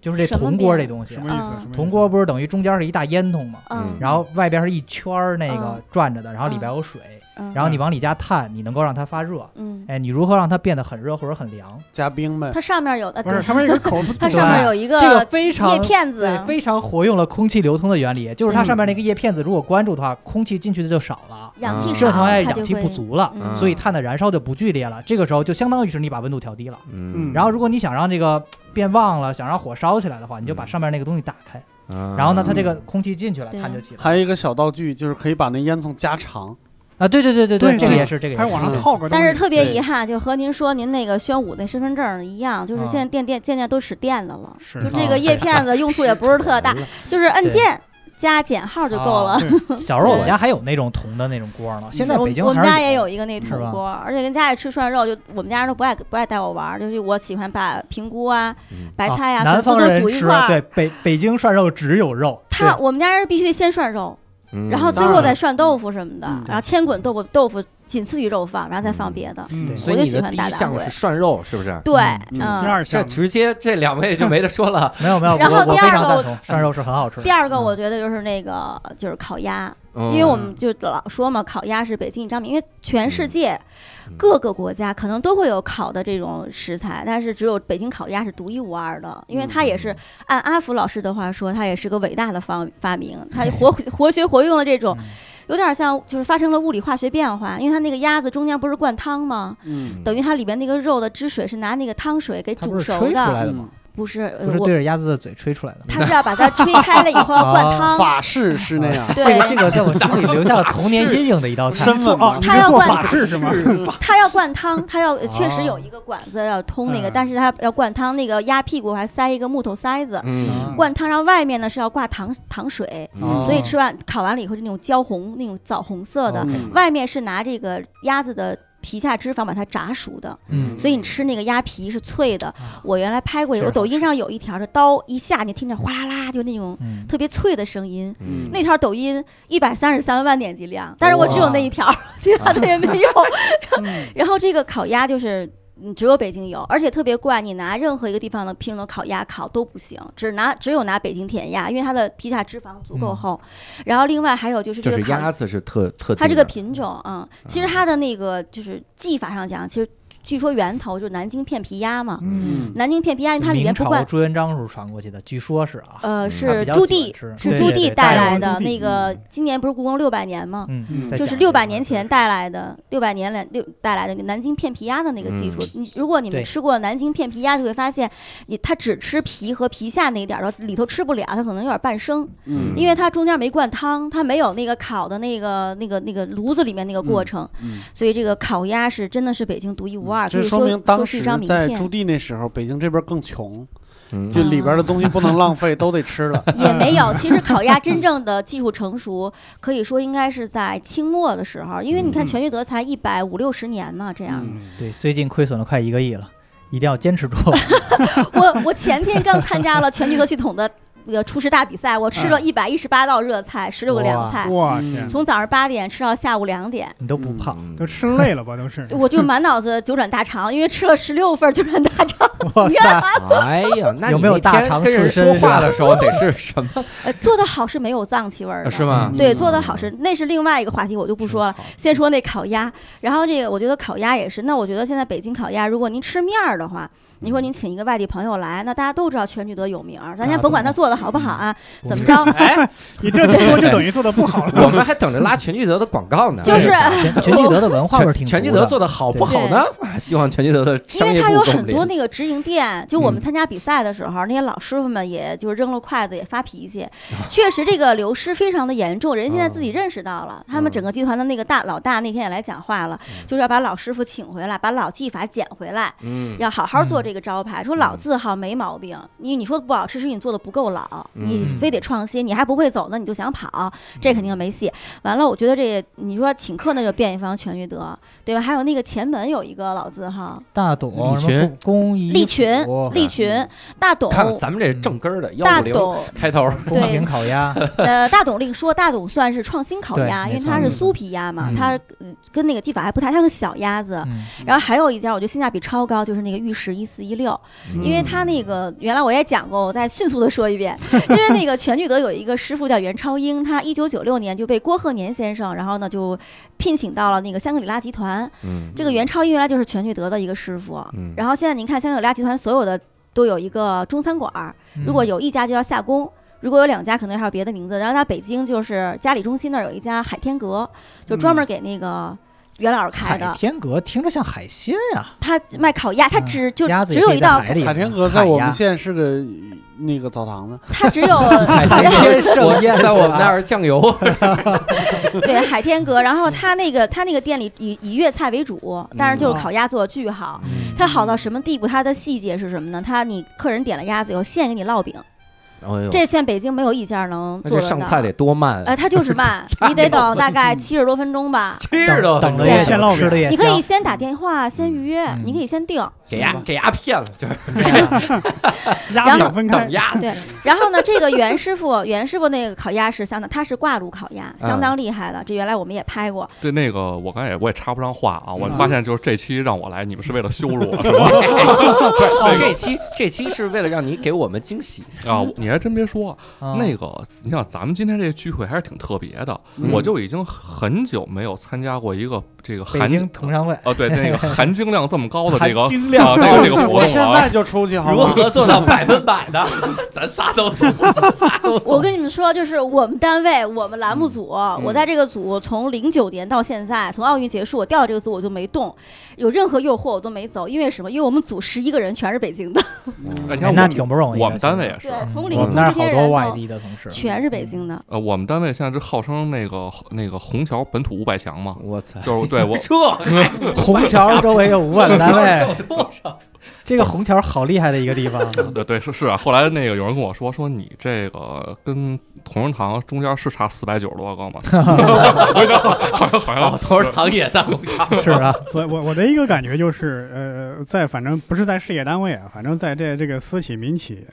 Speaker 6: 就是这
Speaker 5: 什么
Speaker 6: 铜锅
Speaker 5: 变
Speaker 6: 这东西
Speaker 2: 什，么意思？什
Speaker 5: 嗯
Speaker 2: 么意思
Speaker 6: 铜锅不是等于中间是一大烟囱吗？
Speaker 5: 嗯
Speaker 1: 嗯
Speaker 6: 然后外边是一圈儿那个
Speaker 5: 嗯
Speaker 6: 转着的，然后里
Speaker 5: 嗯
Speaker 6: 边有水，
Speaker 5: 嗯
Speaker 6: 然后你往里加碳，你能够让它发热。
Speaker 5: 嗯，
Speaker 6: 哎，你如何让它变得很热或者很凉？
Speaker 3: 加冰呗。
Speaker 5: 它上面有的，
Speaker 2: 不是，
Speaker 5: 对
Speaker 2: 他们有个口儿，
Speaker 5: 它
Speaker 6: 对
Speaker 5: 上面有一个
Speaker 6: 这个非常
Speaker 5: 叶片子，啊
Speaker 6: 对，非常活用了空气流通的原理，就是它
Speaker 2: 嗯
Speaker 6: 上面那个叶片子，如果关住的话，空气进去的就少了，
Speaker 5: 氧气
Speaker 1: 嗯
Speaker 5: 少，
Speaker 6: 正常哎
Speaker 5: 它
Speaker 6: 氧
Speaker 5: 就
Speaker 6: 气
Speaker 5: 会
Speaker 6: 不，足了，啊
Speaker 5: 嗯
Speaker 6: 所以碳的燃烧就不剧烈了。这个时候就相当于是你把温度调低了。
Speaker 1: 嗯
Speaker 2: 嗯
Speaker 6: 然后如果你想让这个变旺了，想让火烧起来的话，你就把
Speaker 1: 嗯
Speaker 6: 上面那个东西打开，
Speaker 1: 嗯，
Speaker 6: 然后呢，它
Speaker 1: 他
Speaker 6: 这个空气进去了，
Speaker 5: 对啊
Speaker 6: 碳就起来了。
Speaker 3: 还有一个小道具，就是可以把那烟囱加长。
Speaker 6: 啊，对对对对
Speaker 2: 对
Speaker 6: 这个
Speaker 2: 对
Speaker 6: 也是这个
Speaker 2: 还
Speaker 6: 也
Speaker 2: 往
Speaker 6: 是。
Speaker 2: 上套个东
Speaker 5: 但
Speaker 2: 西。
Speaker 5: 是特别
Speaker 3: 对
Speaker 5: 遗憾，就和您说您那个宣武那身份证一样，就是
Speaker 6: 嗯
Speaker 5: 现在电电渐渐都使电的了，
Speaker 2: 是
Speaker 5: 就
Speaker 2: 啊
Speaker 5: 这个叶片子用处也不是特 大，就是按键加减号就够
Speaker 6: 啊
Speaker 5: 了。
Speaker 6: 小时候我们家还有那种铜的那种锅呢，现在
Speaker 5: 我
Speaker 6: 北京
Speaker 5: 我们
Speaker 6: 还
Speaker 5: 家
Speaker 6: 是
Speaker 5: 也有一个那
Speaker 6: 是
Speaker 5: 铜
Speaker 6: 吧
Speaker 5: 锅，而且跟家里吃涮肉，就我们家人都不爱不爱带我玩儿，就是我喜欢把平菇啊、
Speaker 1: 嗯
Speaker 5: 白菜呀、
Speaker 6: 南
Speaker 5: 粉丝
Speaker 6: 方
Speaker 5: 都
Speaker 6: 人
Speaker 5: 煮一
Speaker 6: 吃
Speaker 5: 块儿。
Speaker 6: 对北北京涮肉只有肉，
Speaker 5: 他我们家人必须得先涮肉，
Speaker 1: 嗯
Speaker 5: 然后最
Speaker 3: 当
Speaker 5: 后
Speaker 3: 然
Speaker 5: 再
Speaker 3: 了
Speaker 5: 涮豆腐什么的
Speaker 3: 嗯，
Speaker 5: 然后千滚豆腐豆腐仅次于肉放，然后再放别的。
Speaker 2: 嗯，
Speaker 6: 对
Speaker 1: 所以
Speaker 5: 我就
Speaker 1: 你
Speaker 5: 喜
Speaker 1: 的
Speaker 5: 欢
Speaker 1: 第
Speaker 5: 大
Speaker 1: 一
Speaker 5: 杂
Speaker 1: 项
Speaker 5: 烩
Speaker 1: 是涮肉，是不是？
Speaker 5: 对，
Speaker 3: 嗯
Speaker 2: 第二
Speaker 1: 这
Speaker 2: 项
Speaker 1: 直接这两位就没得说 了。
Speaker 6: 没有没有，
Speaker 5: 然后
Speaker 6: 我
Speaker 5: 第
Speaker 6: 我非
Speaker 5: 二
Speaker 6: 常
Speaker 5: 个
Speaker 6: 赞
Speaker 5: 我
Speaker 6: 同，涮肉是很好吃的。
Speaker 5: 第二个
Speaker 6: 嗯
Speaker 5: 我觉得就是那个就是烤鸭，
Speaker 1: 因
Speaker 5: 因为我们就老说嘛，烤鸭是北京一张饼，因为全世界
Speaker 1: 嗯
Speaker 5: 各个国家可能都会有烤的这种食材，但是只有北京烤鸭是独一无二的，因为它也是
Speaker 6: 嗯
Speaker 5: 按阿福老师的话说，它也是个伟大的发发明， 它活活学活用的这种
Speaker 6: 嗯，
Speaker 5: 有点像就是发生了物理化学变化，因为它那个鸭子中间不是灌汤吗？
Speaker 3: 嗯，
Speaker 5: 等于它里边那个肉的汁水是拿那个汤水给
Speaker 6: 它不
Speaker 5: 煮
Speaker 6: 是
Speaker 5: 熟
Speaker 6: 吹出来
Speaker 5: 的，
Speaker 6: 的吗？
Speaker 5: 不是呃
Speaker 6: 不是
Speaker 5: 我
Speaker 6: 对着鸭子的嘴吹出来的吗？
Speaker 5: 它是要把它吹开了以后要灌
Speaker 6: 啊
Speaker 5: 汤，
Speaker 3: 法式是那样，
Speaker 5: 对，
Speaker 6: 这个 这个在我心里留下了童年阴影的一道菜。
Speaker 3: 身份嘛
Speaker 2: 啊，。你
Speaker 5: 他
Speaker 2: 是
Speaker 5: 要
Speaker 2: 做
Speaker 5: 灌
Speaker 2: 法式是吗？
Speaker 5: 他要灌 汤，他要呃确实
Speaker 6: 哦
Speaker 5: 有一个管子要通那个，
Speaker 2: 嗯
Speaker 5: 但是他要灌汤，那个鸭屁股还塞一个木头塞子，
Speaker 1: 嗯，
Speaker 5: 灌汤，然后外面呢是要挂糖糖水，
Speaker 6: 哦
Speaker 1: 嗯
Speaker 5: 所以吃完烤完了以后是那种焦红、那种枣红色
Speaker 6: 哦
Speaker 5: 的，
Speaker 3: 嗯
Speaker 5: 外面是拿这个鸭子的。皮下脂肪把它炸熟的，
Speaker 6: 嗯
Speaker 5: 所以你吃那个鸭皮是脆的。
Speaker 6: 啊
Speaker 5: 我原来拍过，
Speaker 6: 确实
Speaker 5: 我抖
Speaker 6: 好
Speaker 5: 音上有一条，这刀一下你听着哗啦啦，就那种
Speaker 6: 嗯，
Speaker 5: 特别脆的声音。
Speaker 1: 嗯
Speaker 5: 那条抖音一百三十三万点击量，但是我只有那一条， 其他的也没有。
Speaker 2: 嗯
Speaker 5: 然后这个烤鸭就是。嗯，只有北京有，而且特别怪，你拿任何一个地方的品种的烤鸭烤都不行，只拿只有拿北京甜鸭，因为它的皮下脂肪足够
Speaker 6: 嗯
Speaker 5: 厚。然后另外还有就是这
Speaker 1: 就
Speaker 5: 个
Speaker 1: 是
Speaker 5: 烤，
Speaker 1: 鸭子是特特定的，
Speaker 5: 它这个品种啊、嗯其实它的那个就是技法上讲，其实据说源头就是南京片皮鸭嘛，
Speaker 2: 嗯，
Speaker 3: 嗯
Speaker 5: 南京片皮鸭 因为它里面
Speaker 6: 明
Speaker 5: 不
Speaker 6: 朝
Speaker 5: 灌，
Speaker 6: 朱元璋时候传过去的，据说是啊，
Speaker 5: 呃，
Speaker 1: 嗯
Speaker 5: 是
Speaker 6: 它比较
Speaker 5: 朱
Speaker 6: 喜
Speaker 5: 棣
Speaker 6: 欢吃
Speaker 5: 是
Speaker 6: 对
Speaker 5: 朱
Speaker 6: 对对
Speaker 5: 棣
Speaker 6: 带
Speaker 5: 带
Speaker 6: 过
Speaker 5: 来
Speaker 2: 去
Speaker 5: 的
Speaker 2: 朱棣
Speaker 5: 那个
Speaker 2: 嗯，
Speaker 5: 今年不是故宫六百年吗？
Speaker 6: 嗯
Speaker 2: 嗯，
Speaker 6: 再
Speaker 5: 就
Speaker 6: 讲
Speaker 5: 是
Speaker 6: 一
Speaker 5: 六
Speaker 6: 个
Speaker 5: 百年前带来的，六百年来六带来的南京片皮鸭的那个技术。
Speaker 3: 嗯
Speaker 5: 你如果你们
Speaker 6: 对
Speaker 5: 吃过南京片皮鸭，就会发现，你它只吃皮和皮下那一点儿，然后里头吃不了，它可能有点半生，
Speaker 3: 嗯
Speaker 5: 因为它中间没灌汤，它没有那个烤的那个那个那个炉子里面那个过程，
Speaker 3: 嗯
Speaker 5: 所以这个烤鸭是真的是北京独一无二，嗯可
Speaker 3: 这
Speaker 5: 以
Speaker 3: 说
Speaker 5: 说
Speaker 3: 明当
Speaker 5: 说是
Speaker 3: 时
Speaker 5: 一张名
Speaker 3: 在朱
Speaker 5: 片。
Speaker 3: 棣那时候，北京这边更穷，
Speaker 1: 嗯
Speaker 3: 就里边的东西不能浪费，都得吃了。
Speaker 5: 也没 有，其实烤鸭真正的技术成熟，可以说应该是在清末的时候，因为你看
Speaker 2: 嗯
Speaker 5: 全聚德才一百五六十年嘛，这样。
Speaker 3: 嗯
Speaker 6: 对，最近亏损了快一个亿了，一定要坚 持住。
Speaker 5: 我我前天刚参加了全聚德系统的那个厨师大比赛，我吃了
Speaker 2: 嗯
Speaker 5: 一百一十八道热菜，十六个凉菜，
Speaker 2: 哇
Speaker 3: 嗯
Speaker 2: 天，
Speaker 5: 从早上八点吃到下午两点。
Speaker 6: 你都不
Speaker 1: 嗯
Speaker 6: 胖，
Speaker 2: 都吃累了吧？都是。
Speaker 5: 我就满脑子九转大肠，因为吃了十六份九转大肠，
Speaker 6: 哇塞，
Speaker 1: 哎呀，那你
Speaker 6: 有没有
Speaker 1: 那天
Speaker 6: 大肠
Speaker 1: 跟人
Speaker 6: 刺身
Speaker 1: 说
Speaker 6: 是吧
Speaker 1: 话的时候得是什么？嗯
Speaker 5: 呃，做的好是没有脏气味
Speaker 6: 啊
Speaker 5: 儿的，
Speaker 1: 啊是吗？
Speaker 5: 对，做的好是那是另外一个话题，我就不说了。先说那烤鸭，然后这个我觉得烤鸭也是。那我觉得现在北京烤鸭，如果您吃面儿的话，您说您请一个外地朋友来，那大家都知道全聚德有名儿，咱先甭管他做的好不好啊，怎么着，
Speaker 2: 你这么说就等于做的不好了。
Speaker 1: 我们还等着拉全聚德的广告呢。
Speaker 5: 就是
Speaker 6: 全全聚德的文化味儿挺
Speaker 1: 全全
Speaker 6: 足
Speaker 1: 聚德做的好不好呢？啊 希望全聚德的
Speaker 5: 因
Speaker 1: 商
Speaker 5: 为
Speaker 1: 业
Speaker 5: 它有
Speaker 1: 部跟我
Speaker 5: 很
Speaker 1: 们
Speaker 5: 多那
Speaker 1: 联系。
Speaker 5: 个直营店，就我们
Speaker 1: 嗯
Speaker 5: 参加比赛的时候，那些老师傅们也就是扔了筷子，也发脾气， 确实这个流失非常的严重。人现在自
Speaker 1: 嗯
Speaker 5: 己认识到了，他们整个集团的那个大老大那天也来讲话了，就是要把老师傅请回来，把老技法捡回来，
Speaker 1: 嗯，
Speaker 5: 要好好做这个招牌。说老字号没毛病，你你说的不好吃是你做的不够老，你
Speaker 6: 嗯
Speaker 5: 非得创新，你还不会走呢，你
Speaker 1: 嗯
Speaker 5: 就想跑，这肯定没戏。完了，我觉得这你说请客那就变一方全聚德，对吧？还有那个前门有一个老字号，
Speaker 6: 大董
Speaker 1: 利
Speaker 6: 什么
Speaker 1: 群
Speaker 6: 公公益
Speaker 5: 利群
Speaker 6: 府、
Speaker 5: 利群、
Speaker 6: 嗯
Speaker 5: 大董、
Speaker 1: 看看咱们这正根儿的幺
Speaker 5: 哦大
Speaker 1: 五零
Speaker 5: 董，
Speaker 1: 开头，
Speaker 6: 宫廷烤鸭，嗯
Speaker 5: 呃，大董另说，大董算是创新烤
Speaker 6: 对
Speaker 5: 鸭，因为
Speaker 6: 没错
Speaker 5: 它是
Speaker 6: 嗯
Speaker 5: 酥皮鸭嘛，
Speaker 6: 嗯
Speaker 5: 它嗯跟那个技法还不太，它是小鸭子。
Speaker 6: 嗯
Speaker 5: 然后还有一家，我觉得性价比超高，就是那个玉石一四一六，
Speaker 6: 嗯
Speaker 5: 因
Speaker 1: 嗯
Speaker 5: 为它那个原来我也讲过，我再迅速的说一遍，因为那个全聚德有一个师傅叫袁超英，他一九九六年就被郭鹤年先生，然后呢就聘请到了那个香格里拉集团。
Speaker 1: 嗯
Speaker 5: 这个袁超英原来就是全聚德的一个师傅，
Speaker 1: 嗯
Speaker 5: 然后现在您看香格里拉集团所有的都有一个中餐馆儿，
Speaker 6: 嗯
Speaker 5: 如果有一家就叫夏宫，如果有两家可能还有别的名字。然后在北京就是嘉里中心那儿有一家海天阁，就专门给那个袁老师开
Speaker 6: 海
Speaker 5: 的。
Speaker 6: 天阁听着像海鲜呀，
Speaker 5: 他卖烤鸭，他
Speaker 6: 嗯
Speaker 5: 只就
Speaker 6: 鸭子
Speaker 5: 只
Speaker 6: 也
Speaker 5: 有
Speaker 6: 可以
Speaker 5: 一
Speaker 6: 在
Speaker 5: 道，
Speaker 6: 海里
Speaker 3: 海天阁在我们县是个那个澡堂子，
Speaker 5: 他只 有
Speaker 6: 海天盛宴
Speaker 1: 在我们那儿酱油，啊
Speaker 5: 对海天阁。然后他那个
Speaker 6: 嗯
Speaker 5: 他那个店里以以粤菜为主，但是就是
Speaker 6: 哦
Speaker 5: 烤鸭做的巨好。
Speaker 1: 嗯
Speaker 5: 它好到什么地步？它的细节是什么呢？它你客人点了鸭子以后，现给你烙饼，
Speaker 1: 哎呦
Speaker 5: 这现在北京没有一家能
Speaker 1: 那
Speaker 5: 做
Speaker 1: 这
Speaker 5: 得
Speaker 1: 上
Speaker 5: 到
Speaker 1: 菜得多
Speaker 6: 嗯
Speaker 1: 慢
Speaker 5: 呃，
Speaker 1: 啊！
Speaker 5: 它就是 慢，你得等大概七十多分钟吧。
Speaker 1: 七
Speaker 6: 等
Speaker 1: 十多
Speaker 6: 等
Speaker 1: 分钟
Speaker 6: 了
Speaker 5: 对
Speaker 6: 也
Speaker 2: 先
Speaker 6: 久，
Speaker 2: 烙
Speaker 6: 吃的
Speaker 2: 饼
Speaker 6: 也
Speaker 5: 你可以
Speaker 6: 香。
Speaker 5: 先打电话，先预约，
Speaker 6: 嗯
Speaker 5: 你可以先定。
Speaker 1: 给
Speaker 3: 行
Speaker 1: 鸭
Speaker 3: 吧
Speaker 1: 给鸭骗了，就是
Speaker 2: 鸭
Speaker 5: 然
Speaker 2: 饼
Speaker 5: 后
Speaker 2: 分开
Speaker 1: 等，鸭
Speaker 5: 对，然后呢，这个袁师傅，袁师傅那个烤鸭是相当，他是挂炉烤鸭，
Speaker 6: 嗯
Speaker 5: 相当厉害的。这原来我们也拍过，
Speaker 4: 对那个我刚才也我也插不上话啊，我
Speaker 3: 嗯
Speaker 4: 发现就是这期让我来，你们是为了羞辱 我是吧？
Speaker 1: 哦这期这期是为了让你给我们惊喜，
Speaker 4: 啊，你还真别说，
Speaker 6: 嗯
Speaker 4: 那个，你想咱们今天这个聚会还是挺特别的，
Speaker 3: 嗯
Speaker 4: 我就已经很久没有参加过一个这个
Speaker 6: 北
Speaker 4: 含
Speaker 6: 京同商会，
Speaker 4: 哦，对，那个含金量这么高的这个
Speaker 1: 含金量
Speaker 4: 啊，这个这个活
Speaker 3: 我现
Speaker 4: 动啊
Speaker 3: 在，就出去好
Speaker 1: 如
Speaker 3: 吗？
Speaker 1: 何做到百分百的？咱仨都做，咱仨都
Speaker 5: 我
Speaker 1: 做。
Speaker 5: 跟你们说，就是我们单位，我们栏目
Speaker 6: 嗯
Speaker 5: 组，我在这个组从零九年到现在，从奥运结束，我调到这个组我就没动，有任何诱惑我都没走，因为什么？因为我们组十一个人全是北京的，
Speaker 4: 哎你
Speaker 6: 哎
Speaker 4: 看
Speaker 6: 那
Speaker 4: 我
Speaker 6: 挺不容易的。
Speaker 4: 我们单位也
Speaker 5: 对
Speaker 4: 是，，
Speaker 5: 从
Speaker 6: 嗯我
Speaker 5: 零
Speaker 6: 们
Speaker 5: 从
Speaker 6: 那儿
Speaker 5: 这
Speaker 6: 好
Speaker 5: 些
Speaker 6: 多
Speaker 5: 人
Speaker 6: 外
Speaker 5: 到
Speaker 6: 地的同事，嗯
Speaker 5: 全是北京的。
Speaker 4: 呃，我们单位现在是号称那个那个虹桥本土五百强 嘛，
Speaker 1: 我操！
Speaker 4: 就是对我
Speaker 1: 这还
Speaker 6: 虹桥周围有五百个单位，
Speaker 1: 有多少？
Speaker 6: 这个虹桥好厉害的一个地方。
Speaker 4: 对对是是啊，后来那个有人跟我说说你这个跟同仁堂中间是差四百九十多个吗？ 我想好像好
Speaker 1: 然后
Speaker 4: 像
Speaker 1: 同仁堂也在红桥，
Speaker 6: 是啊，
Speaker 2: 我我我的一个感觉就是，呃，在反正不是在事业单位啊，反正在这这个私企、民企，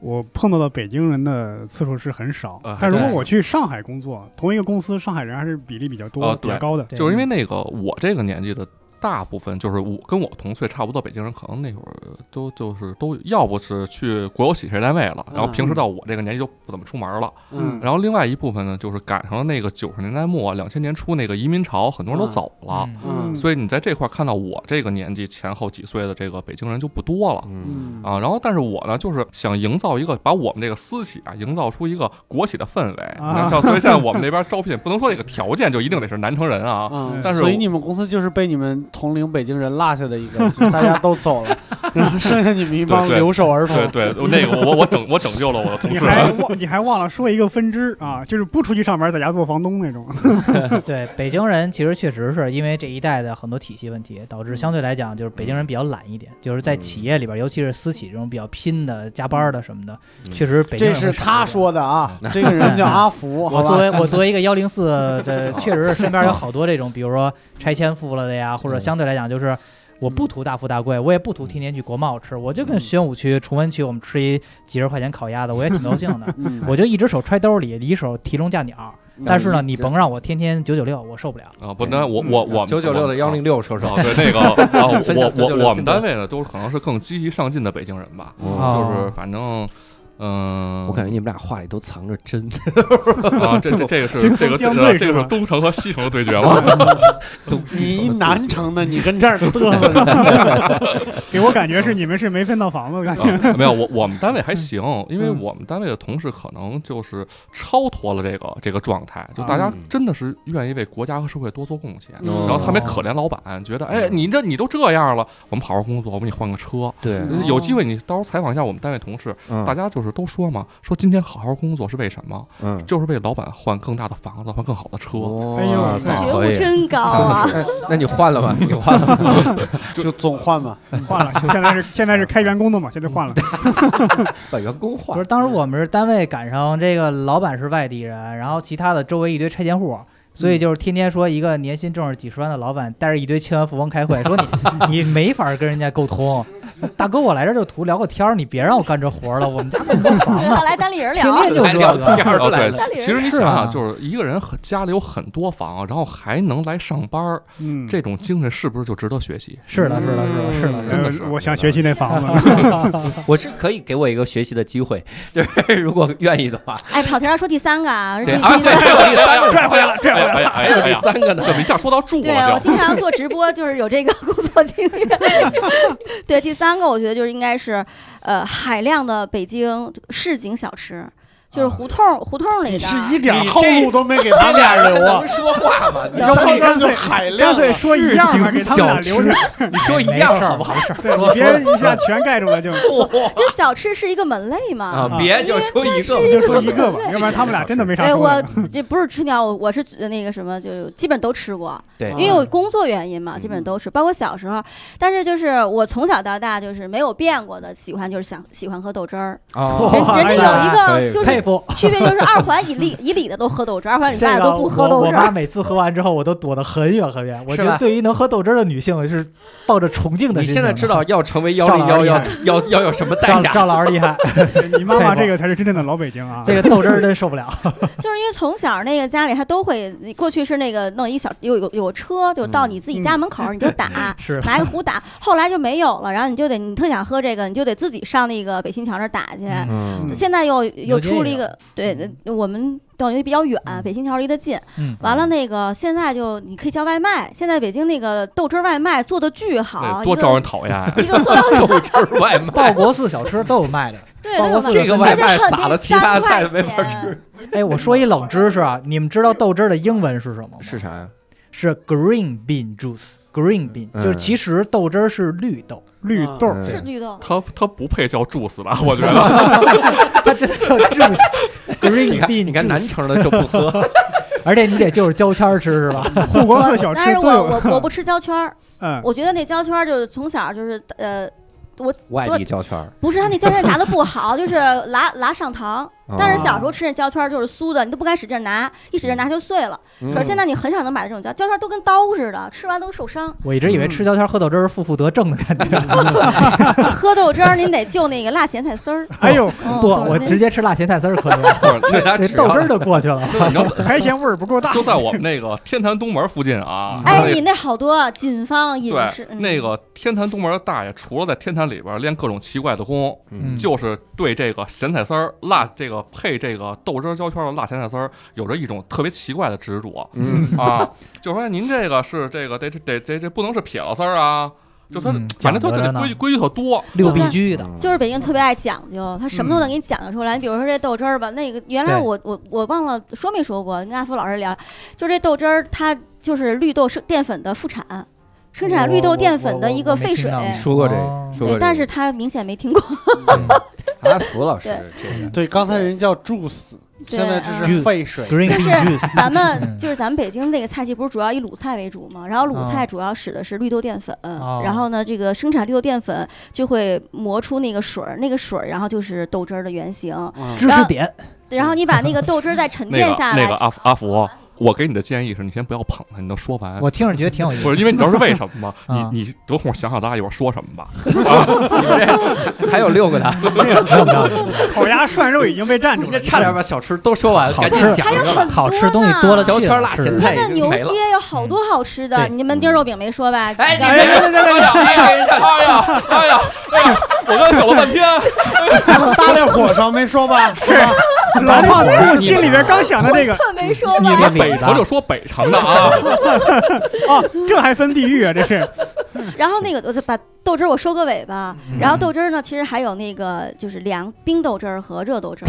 Speaker 2: 我碰到的北京人的次数是很少
Speaker 4: 呃。
Speaker 2: 但
Speaker 4: 还
Speaker 2: 如果
Speaker 4: 真是
Speaker 2: 我去上海工作，同一个公司，上海人还是比例比较多、
Speaker 4: 哦
Speaker 2: 比
Speaker 4: 对
Speaker 2: 较高的。
Speaker 6: 对
Speaker 4: 就是因为那个我这个年纪的大部分，就是我跟我同岁差不多，北京人可能那会儿都就是都要不是去国有企事业单位了，
Speaker 6: 嗯
Speaker 4: 然后平时到我这个年纪就不怎么出门了。
Speaker 3: 嗯，
Speaker 4: 然后另外一部分呢，就是赶上了那个九十年代末、两千年初那个移民潮，很多人都走了。
Speaker 6: 嗯
Speaker 3: 嗯
Speaker 4: 所以你在这块看到我这个年纪前后几岁的这个北京人就不多了，
Speaker 3: 嗯
Speaker 4: 啊，然后但是我呢，就是想营造一个把我们这个私企啊，营造出一个国企的氛围。
Speaker 2: 啊
Speaker 4: 你看像所以现在我们那边招聘，不能说这个条件就一定得是南城人 啊，
Speaker 3: 嗯，
Speaker 4: 但是
Speaker 3: 所以
Speaker 4: 我
Speaker 3: 你们公司就是被你们同龄北京人落下的一个，就是大家都走了，然后剩下你们一帮
Speaker 4: 对对
Speaker 3: 留守儿童。
Speaker 4: 对对，那个我我拯我拯救了我的同
Speaker 2: 哦你
Speaker 4: 事。啊
Speaker 2: 还忘你还忘了说一个分支啊，就是不出去上班，在家做房东那种。
Speaker 6: 嗯对，北京人其实确实是因为这一代的很多体系问题，导
Speaker 3: 嗯
Speaker 6: 致相对来讲就是北京人比较懒一点，就是在企业里边，尤其是私企这种比较拼的、加班的什么的，
Speaker 1: 嗯
Speaker 6: 确实北京
Speaker 3: 这
Speaker 6: 人会
Speaker 3: 是
Speaker 6: 少一
Speaker 3: 他
Speaker 6: 点。
Speaker 3: 说的啊，这个人叫阿 福，好
Speaker 6: 我作
Speaker 3: 吧？。
Speaker 6: 为我作为一个幺零四的，确实是身边有好多这种，比如说拆迁富了的呀，或者相对来讲就是。我不图大富大贵，我也不图天天去国贸吃，我就跟宣武区、崇文区我们吃一几十块钱烤鸭的，我也挺高兴的
Speaker 3: 嗯，
Speaker 6: 我就一只手揣兜里，一手提笼架鸟。但是呢，你
Speaker 3: 嗯
Speaker 6: 甭让我天天九九六，我受不了。
Speaker 4: 啊，不，那我我我
Speaker 1: 嗯
Speaker 4: 们
Speaker 1: 九九六的幺零六，说说
Speaker 4: 啊，对 那个啊，
Speaker 1: 分
Speaker 4: 我
Speaker 1: 享自救的
Speaker 4: 我我
Speaker 1: 心
Speaker 4: 们
Speaker 1: 得
Speaker 4: 单位呢，都可能是更积极上进的北京人吧，
Speaker 1: 哦
Speaker 4: 就是反正。嗯，
Speaker 1: 我感觉你们俩话里都藏着针，
Speaker 4: 啊，这这这个是
Speaker 2: 针锋
Speaker 4: 这个这
Speaker 2: 相
Speaker 4: 个
Speaker 2: 对
Speaker 4: 这
Speaker 2: 是
Speaker 4: 个
Speaker 2: 吧
Speaker 4: 是东城和西城的对决吗？
Speaker 3: 你一南城的，你跟这儿嘚瑟呢，
Speaker 2: 给我感觉
Speaker 4: 哦
Speaker 2: 是你们是没分到房子，感觉
Speaker 4: 啊没有，我我们单位还行，因为
Speaker 2: 嗯
Speaker 4: 我们单位的同事可能就是超脱了这个这个状态，就大家
Speaker 1: 嗯
Speaker 4: 真的是愿意为国家和社会多做贡献，
Speaker 1: 嗯
Speaker 4: 然后他们也可怜老板，觉得
Speaker 2: 嗯
Speaker 4: 哎，你这你都这样了，我们好好工作，我给你换个车。
Speaker 1: 对
Speaker 3: 嗯
Speaker 4: 有机会你到时候采访一下我们单位同事，大家就是都说嘛，说今天好好工作是为什么？
Speaker 1: 嗯，
Speaker 4: 就是为老板换更大的房子，换更好的车。
Speaker 1: 哇
Speaker 2: 哎呦
Speaker 5: 觉悟
Speaker 1: 可以。
Speaker 5: 真高 啊！
Speaker 1: 哎那你换了吧，你换了吧。
Speaker 3: 就总换吧。
Speaker 2: 换了，现在是现
Speaker 4: 哦
Speaker 2: 在是开员工的嘛，现在换了。
Speaker 1: 把员工
Speaker 6: 不
Speaker 1: 换
Speaker 6: 是，。
Speaker 5: 嗯
Speaker 6: 当时我们是单位赶上这个老板是外地人，然后其他的周围一堆拆迁户，所以就是天天说一个年薪挣着几十万的老板带着一堆千万富翁开 会，说你你没法跟人家沟通，大哥我来这儿就图聊个天儿，你别让我干这活儿了，我们家没房
Speaker 5: 我
Speaker 6: 嘛，
Speaker 5: 来单立人啊聊，
Speaker 6: 天天就
Speaker 1: 来
Speaker 6: 这
Speaker 1: 聊
Speaker 6: 个
Speaker 1: 天。 儿
Speaker 4: 哦，
Speaker 1: 来
Speaker 4: 对
Speaker 1: 了，
Speaker 5: 家里，人
Speaker 4: 其实你
Speaker 6: 是
Speaker 4: 想
Speaker 6: 啊
Speaker 4: 想，就是一个人很家里有很多房，然后还能来上班儿，
Speaker 2: 嗯，
Speaker 4: 这种精神是不是就值得学习？嗯
Speaker 6: 是的，是的，是的，是的，
Speaker 4: 真的
Speaker 2: 呃
Speaker 4: 是
Speaker 2: 我想学习那房子。
Speaker 1: 嗯我是可以给我一个学习的机会，就是 如果愿意的话。
Speaker 5: 哎，跑题了，说第三个啊，
Speaker 1: 对
Speaker 5: 这
Speaker 1: 啊，对，还有第三个，
Speaker 2: 拽回来了拽回来
Speaker 4: 哎呀哎
Speaker 1: 还
Speaker 4: 呀
Speaker 1: 有
Speaker 4: 哎
Speaker 1: 第
Speaker 4: 呀，
Speaker 1: 三个呢，
Speaker 4: 怎么一下说到住啊
Speaker 5: 对啊
Speaker 4: 了
Speaker 5: 我
Speaker 4: 就？
Speaker 5: 经常做直播，就是有这个工作经验。 对，第三个我觉得就是应该是，呃，海量的北京市井小吃，
Speaker 1: 啊
Speaker 5: 就是胡同胡同里
Speaker 3: 你
Speaker 5: 的。
Speaker 3: 是一点后路都没给他
Speaker 1: 他
Speaker 3: 们俩留啊
Speaker 1: 能！说话吗？ 你
Speaker 3: 要
Speaker 1: 说
Speaker 3: 不
Speaker 1: 你
Speaker 3: 然就海量
Speaker 2: 干脆
Speaker 3: 了
Speaker 2: 说一样吧，给他们俩留着，
Speaker 1: 你说一样好不好？
Speaker 2: 对，你别一下全盖住了就。
Speaker 5: 就小吃是一个门类嘛。
Speaker 1: 啊，别就说一个，
Speaker 2: 就说一个吧，要不然他们俩真的没啥
Speaker 5: 对
Speaker 2: 说
Speaker 5: 我
Speaker 2: 的。
Speaker 5: 这不是吃鸟，我我是指那个什么，就基本都吃过，
Speaker 1: 对
Speaker 5: 因为我工作原因嘛，基
Speaker 1: 嗯
Speaker 5: 本都吃，包括小时候。但是就是我从小到大就是没有变过的，喜欢就是想喜欢喝豆汁儿。人
Speaker 1: 啊，
Speaker 6: 哇
Speaker 5: 人家
Speaker 1: 哎
Speaker 5: 有一
Speaker 1: 呀
Speaker 5: 个就
Speaker 6: 佩
Speaker 5: 是
Speaker 6: 服。
Speaker 5: 区别就是二环以里以里的都喝豆汁儿，二环以
Speaker 6: 这
Speaker 5: 外的
Speaker 6: 个
Speaker 5: 都不喝豆
Speaker 6: 我我
Speaker 5: 汁
Speaker 6: 妈
Speaker 5: 儿。
Speaker 6: 每次喝完之后，我都躲得很远很远。我
Speaker 1: 是
Speaker 6: 觉
Speaker 1: 吧
Speaker 6: 得对于能喝豆汁儿的女性是抱着崇敬的
Speaker 1: 你
Speaker 6: 心
Speaker 1: 现
Speaker 6: 情的。
Speaker 1: 在知道要成为幺零幺幺要要有什么代
Speaker 6: 赵
Speaker 1: 价？
Speaker 6: 赵老师厉害，
Speaker 2: 你妈妈这个才是真正的老北京啊！
Speaker 6: 这个豆汁儿真受不了。
Speaker 5: 就是因为从小那个家里还都会，过去是那个弄一小有有有车，就到
Speaker 1: 嗯
Speaker 5: 你自己家门口 你就打，
Speaker 6: 是
Speaker 5: 拿一个壶打。后来就没有了，然后你就得你特想喝这个，你就得自己上那个北新桥那儿打去。
Speaker 6: 嗯
Speaker 4: 嗯，
Speaker 5: 现在又又
Speaker 6: 有这
Speaker 5: 出了一
Speaker 6: 个
Speaker 5: 个，对，
Speaker 1: 嗯
Speaker 5: 我们等于比较远，北新桥离得近。
Speaker 6: 嗯
Speaker 5: 完 了，那个现在就你可以叫外卖，现在北京那个豆汁儿外卖做的巨好，
Speaker 4: 那
Speaker 5: 一
Speaker 4: 多
Speaker 5: 个
Speaker 4: 招人讨厌啊！
Speaker 5: 一个塑料
Speaker 1: 豆汁儿外卖，
Speaker 6: 报国寺小吃都有卖的。
Speaker 5: 对，
Speaker 6: 包
Speaker 5: 都
Speaker 6: 括
Speaker 5: 有卖
Speaker 6: 四
Speaker 1: 哦这个外卖撒了其他菜没法吃。
Speaker 5: 吃。
Speaker 6: 哎，我说一冷知识啊，你们知道豆汁儿的英文是什么吗？
Speaker 1: 是啥呀？
Speaker 6: 是 green bean juice。Green bean
Speaker 1: 嗯
Speaker 6: 就是其实豆汁儿是绿豆，
Speaker 2: 绿
Speaker 5: 嗯
Speaker 2: 豆儿，
Speaker 5: 是绿豆，
Speaker 4: 他他不配叫住死吧？我觉得
Speaker 6: 它真的叫 juice。
Speaker 1: 你
Speaker 6: Green
Speaker 1: 看，
Speaker 6: bean
Speaker 1: 你看
Speaker 6: juice，
Speaker 1: 南城的就不喝，
Speaker 6: 而且你得就是胶签儿吃是吧？
Speaker 2: 护国寺小
Speaker 5: 但
Speaker 2: 吃
Speaker 5: 是
Speaker 2: 都
Speaker 5: 我我我
Speaker 2: 有。
Speaker 5: 不吃胶 圈儿，
Speaker 2: 嗯，
Speaker 5: 我觉得那胶圈儿就是从小就是呃，
Speaker 1: 外地胶圈儿。
Speaker 5: 不是它那胶圈儿炸的不好，就是拉拉上膛。
Speaker 4: 哦
Speaker 5: 但
Speaker 1: 啊
Speaker 5: 是小时候吃那胶圈儿就是酥的，你都不敢使劲拿，一使
Speaker 4: 嗯
Speaker 5: 劲拿就碎了。
Speaker 1: 嗯
Speaker 5: 可 是现在你很少能买这种胶胶圈儿都跟刀似的，吃完都受伤。
Speaker 6: 我一直
Speaker 1: 嗯
Speaker 6: 以为吃胶签儿喝豆汁儿是负负得正的感觉，
Speaker 5: 喝豆汁儿您得就那个辣咸菜丝儿。
Speaker 2: 哎呦，
Speaker 5: 嗯
Speaker 6: 不，
Speaker 5: 豆汁儿
Speaker 6: 我
Speaker 5: 那
Speaker 6: 直接吃辣咸菜丝儿可以了，
Speaker 4: 不是那
Speaker 1: 他
Speaker 6: 这豆汁儿就过去了。
Speaker 4: 你知道，
Speaker 2: 还嫌味儿不够大。
Speaker 4: 就在我们那个天坛东门附近啊，
Speaker 5: 哎，
Speaker 4: 那
Speaker 5: 你那好多锦芳饮食
Speaker 4: 对，
Speaker 5: 嗯
Speaker 4: 那个天坛东门的大爷，除了在天坛里边练各种奇怪的功，
Speaker 6: 嗯
Speaker 4: 就是对这个咸菜丝儿、辣这个配这个豆汁儿胶圈的辣咸菜丝儿，有着一种特别奇怪的执 着
Speaker 1: 嗯，
Speaker 4: 啊！就说您这个是这个得得得这不能是撇了丝儿啊，就他
Speaker 6: 嗯
Speaker 4: 反正他
Speaker 6: 讲究着
Speaker 4: 这
Speaker 6: 呢
Speaker 4: 规矩规矩特多，
Speaker 5: 嗯
Speaker 6: 六必居
Speaker 1: 嗯
Speaker 6: 的，
Speaker 5: 就是北京特别爱讲究，他什么都能给你讲究出来。你比如说这豆汁儿吧，那个原来
Speaker 6: 对
Speaker 5: 我我我忘了说没说过，跟阿福老师聊，就这豆汁儿，它就是绿豆生淀粉的副产，生产绿豆淀粉的一个废水。哎
Speaker 6: 我我我我没听到
Speaker 1: 说过这个
Speaker 6: 哦
Speaker 1: 说过
Speaker 5: 对，但是他明显没听过。
Speaker 1: 阿福老师
Speaker 5: 对
Speaker 1: 这个
Speaker 3: 对，刚才人叫注死，
Speaker 5: 对啊
Speaker 3: 现在这
Speaker 6: 嗯
Speaker 3: 是废水。
Speaker 6: green
Speaker 5: 但是
Speaker 6: bean juice，
Speaker 5: 咱们
Speaker 6: 嗯
Speaker 5: 就是咱们北京那个菜系，不是主要以鲁菜为主嘛？然后鲁
Speaker 6: 哦
Speaker 5: 菜主要使的是绿豆淀粉，
Speaker 6: 哦
Speaker 5: 然后呢，这个生产绿豆淀粉就会磨出那个水儿，那个水儿然后就是豆汁儿的原型。
Speaker 3: 嗯
Speaker 6: 知识点，
Speaker 5: 然后你把那个豆汁儿再沉
Speaker 4: 那
Speaker 5: 淀
Speaker 4: 个
Speaker 5: 下来，
Speaker 4: 那个阿福阿福，我给你的建议是你先不要捧他，你都说完。
Speaker 6: 我听着觉得挺有意
Speaker 4: 不
Speaker 6: 思。
Speaker 4: 是因为你知道是为什 么
Speaker 6: 啊
Speaker 4: 吗？你你得空想想咱俩一会儿说什么吧。
Speaker 1: 还有六个呢，
Speaker 2: 烤鸭涮肉已经被占住
Speaker 1: 你
Speaker 2: 了
Speaker 1: 这，差点把小吃都说完，
Speaker 6: 好
Speaker 1: 赶紧
Speaker 6: 吃
Speaker 1: 想
Speaker 5: 还有
Speaker 1: 一个
Speaker 5: 很
Speaker 1: 吧。
Speaker 6: 好吃东西多了去
Speaker 1: 胶
Speaker 6: 哎了，
Speaker 1: 圈儿辣咸
Speaker 6: 是
Speaker 1: 菜
Speaker 5: 那
Speaker 1: 已经
Speaker 5: 牛
Speaker 1: 没了。
Speaker 5: 街有好多好吃的，
Speaker 6: 嗯
Speaker 5: 你们丁肉饼没说吧？
Speaker 1: 哎，你
Speaker 2: 哎呀
Speaker 1: 别别别哎呀哎呀哎呀！
Speaker 4: 我刚才想了半 天，
Speaker 3: 大烈火烧没说吧？是吧？
Speaker 2: 老胖子心里边刚想的这个，
Speaker 5: 特没说
Speaker 6: 你
Speaker 5: 吧？
Speaker 6: 们
Speaker 4: 北城就说北城 的啊，
Speaker 2: 哦，这还分地域啊，这是。
Speaker 5: 然后那个我就把豆汁儿我收个尾巴，
Speaker 1: 嗯
Speaker 5: 然后豆汁儿呢，其实还有那个就是凉冰豆汁儿和热豆汁儿，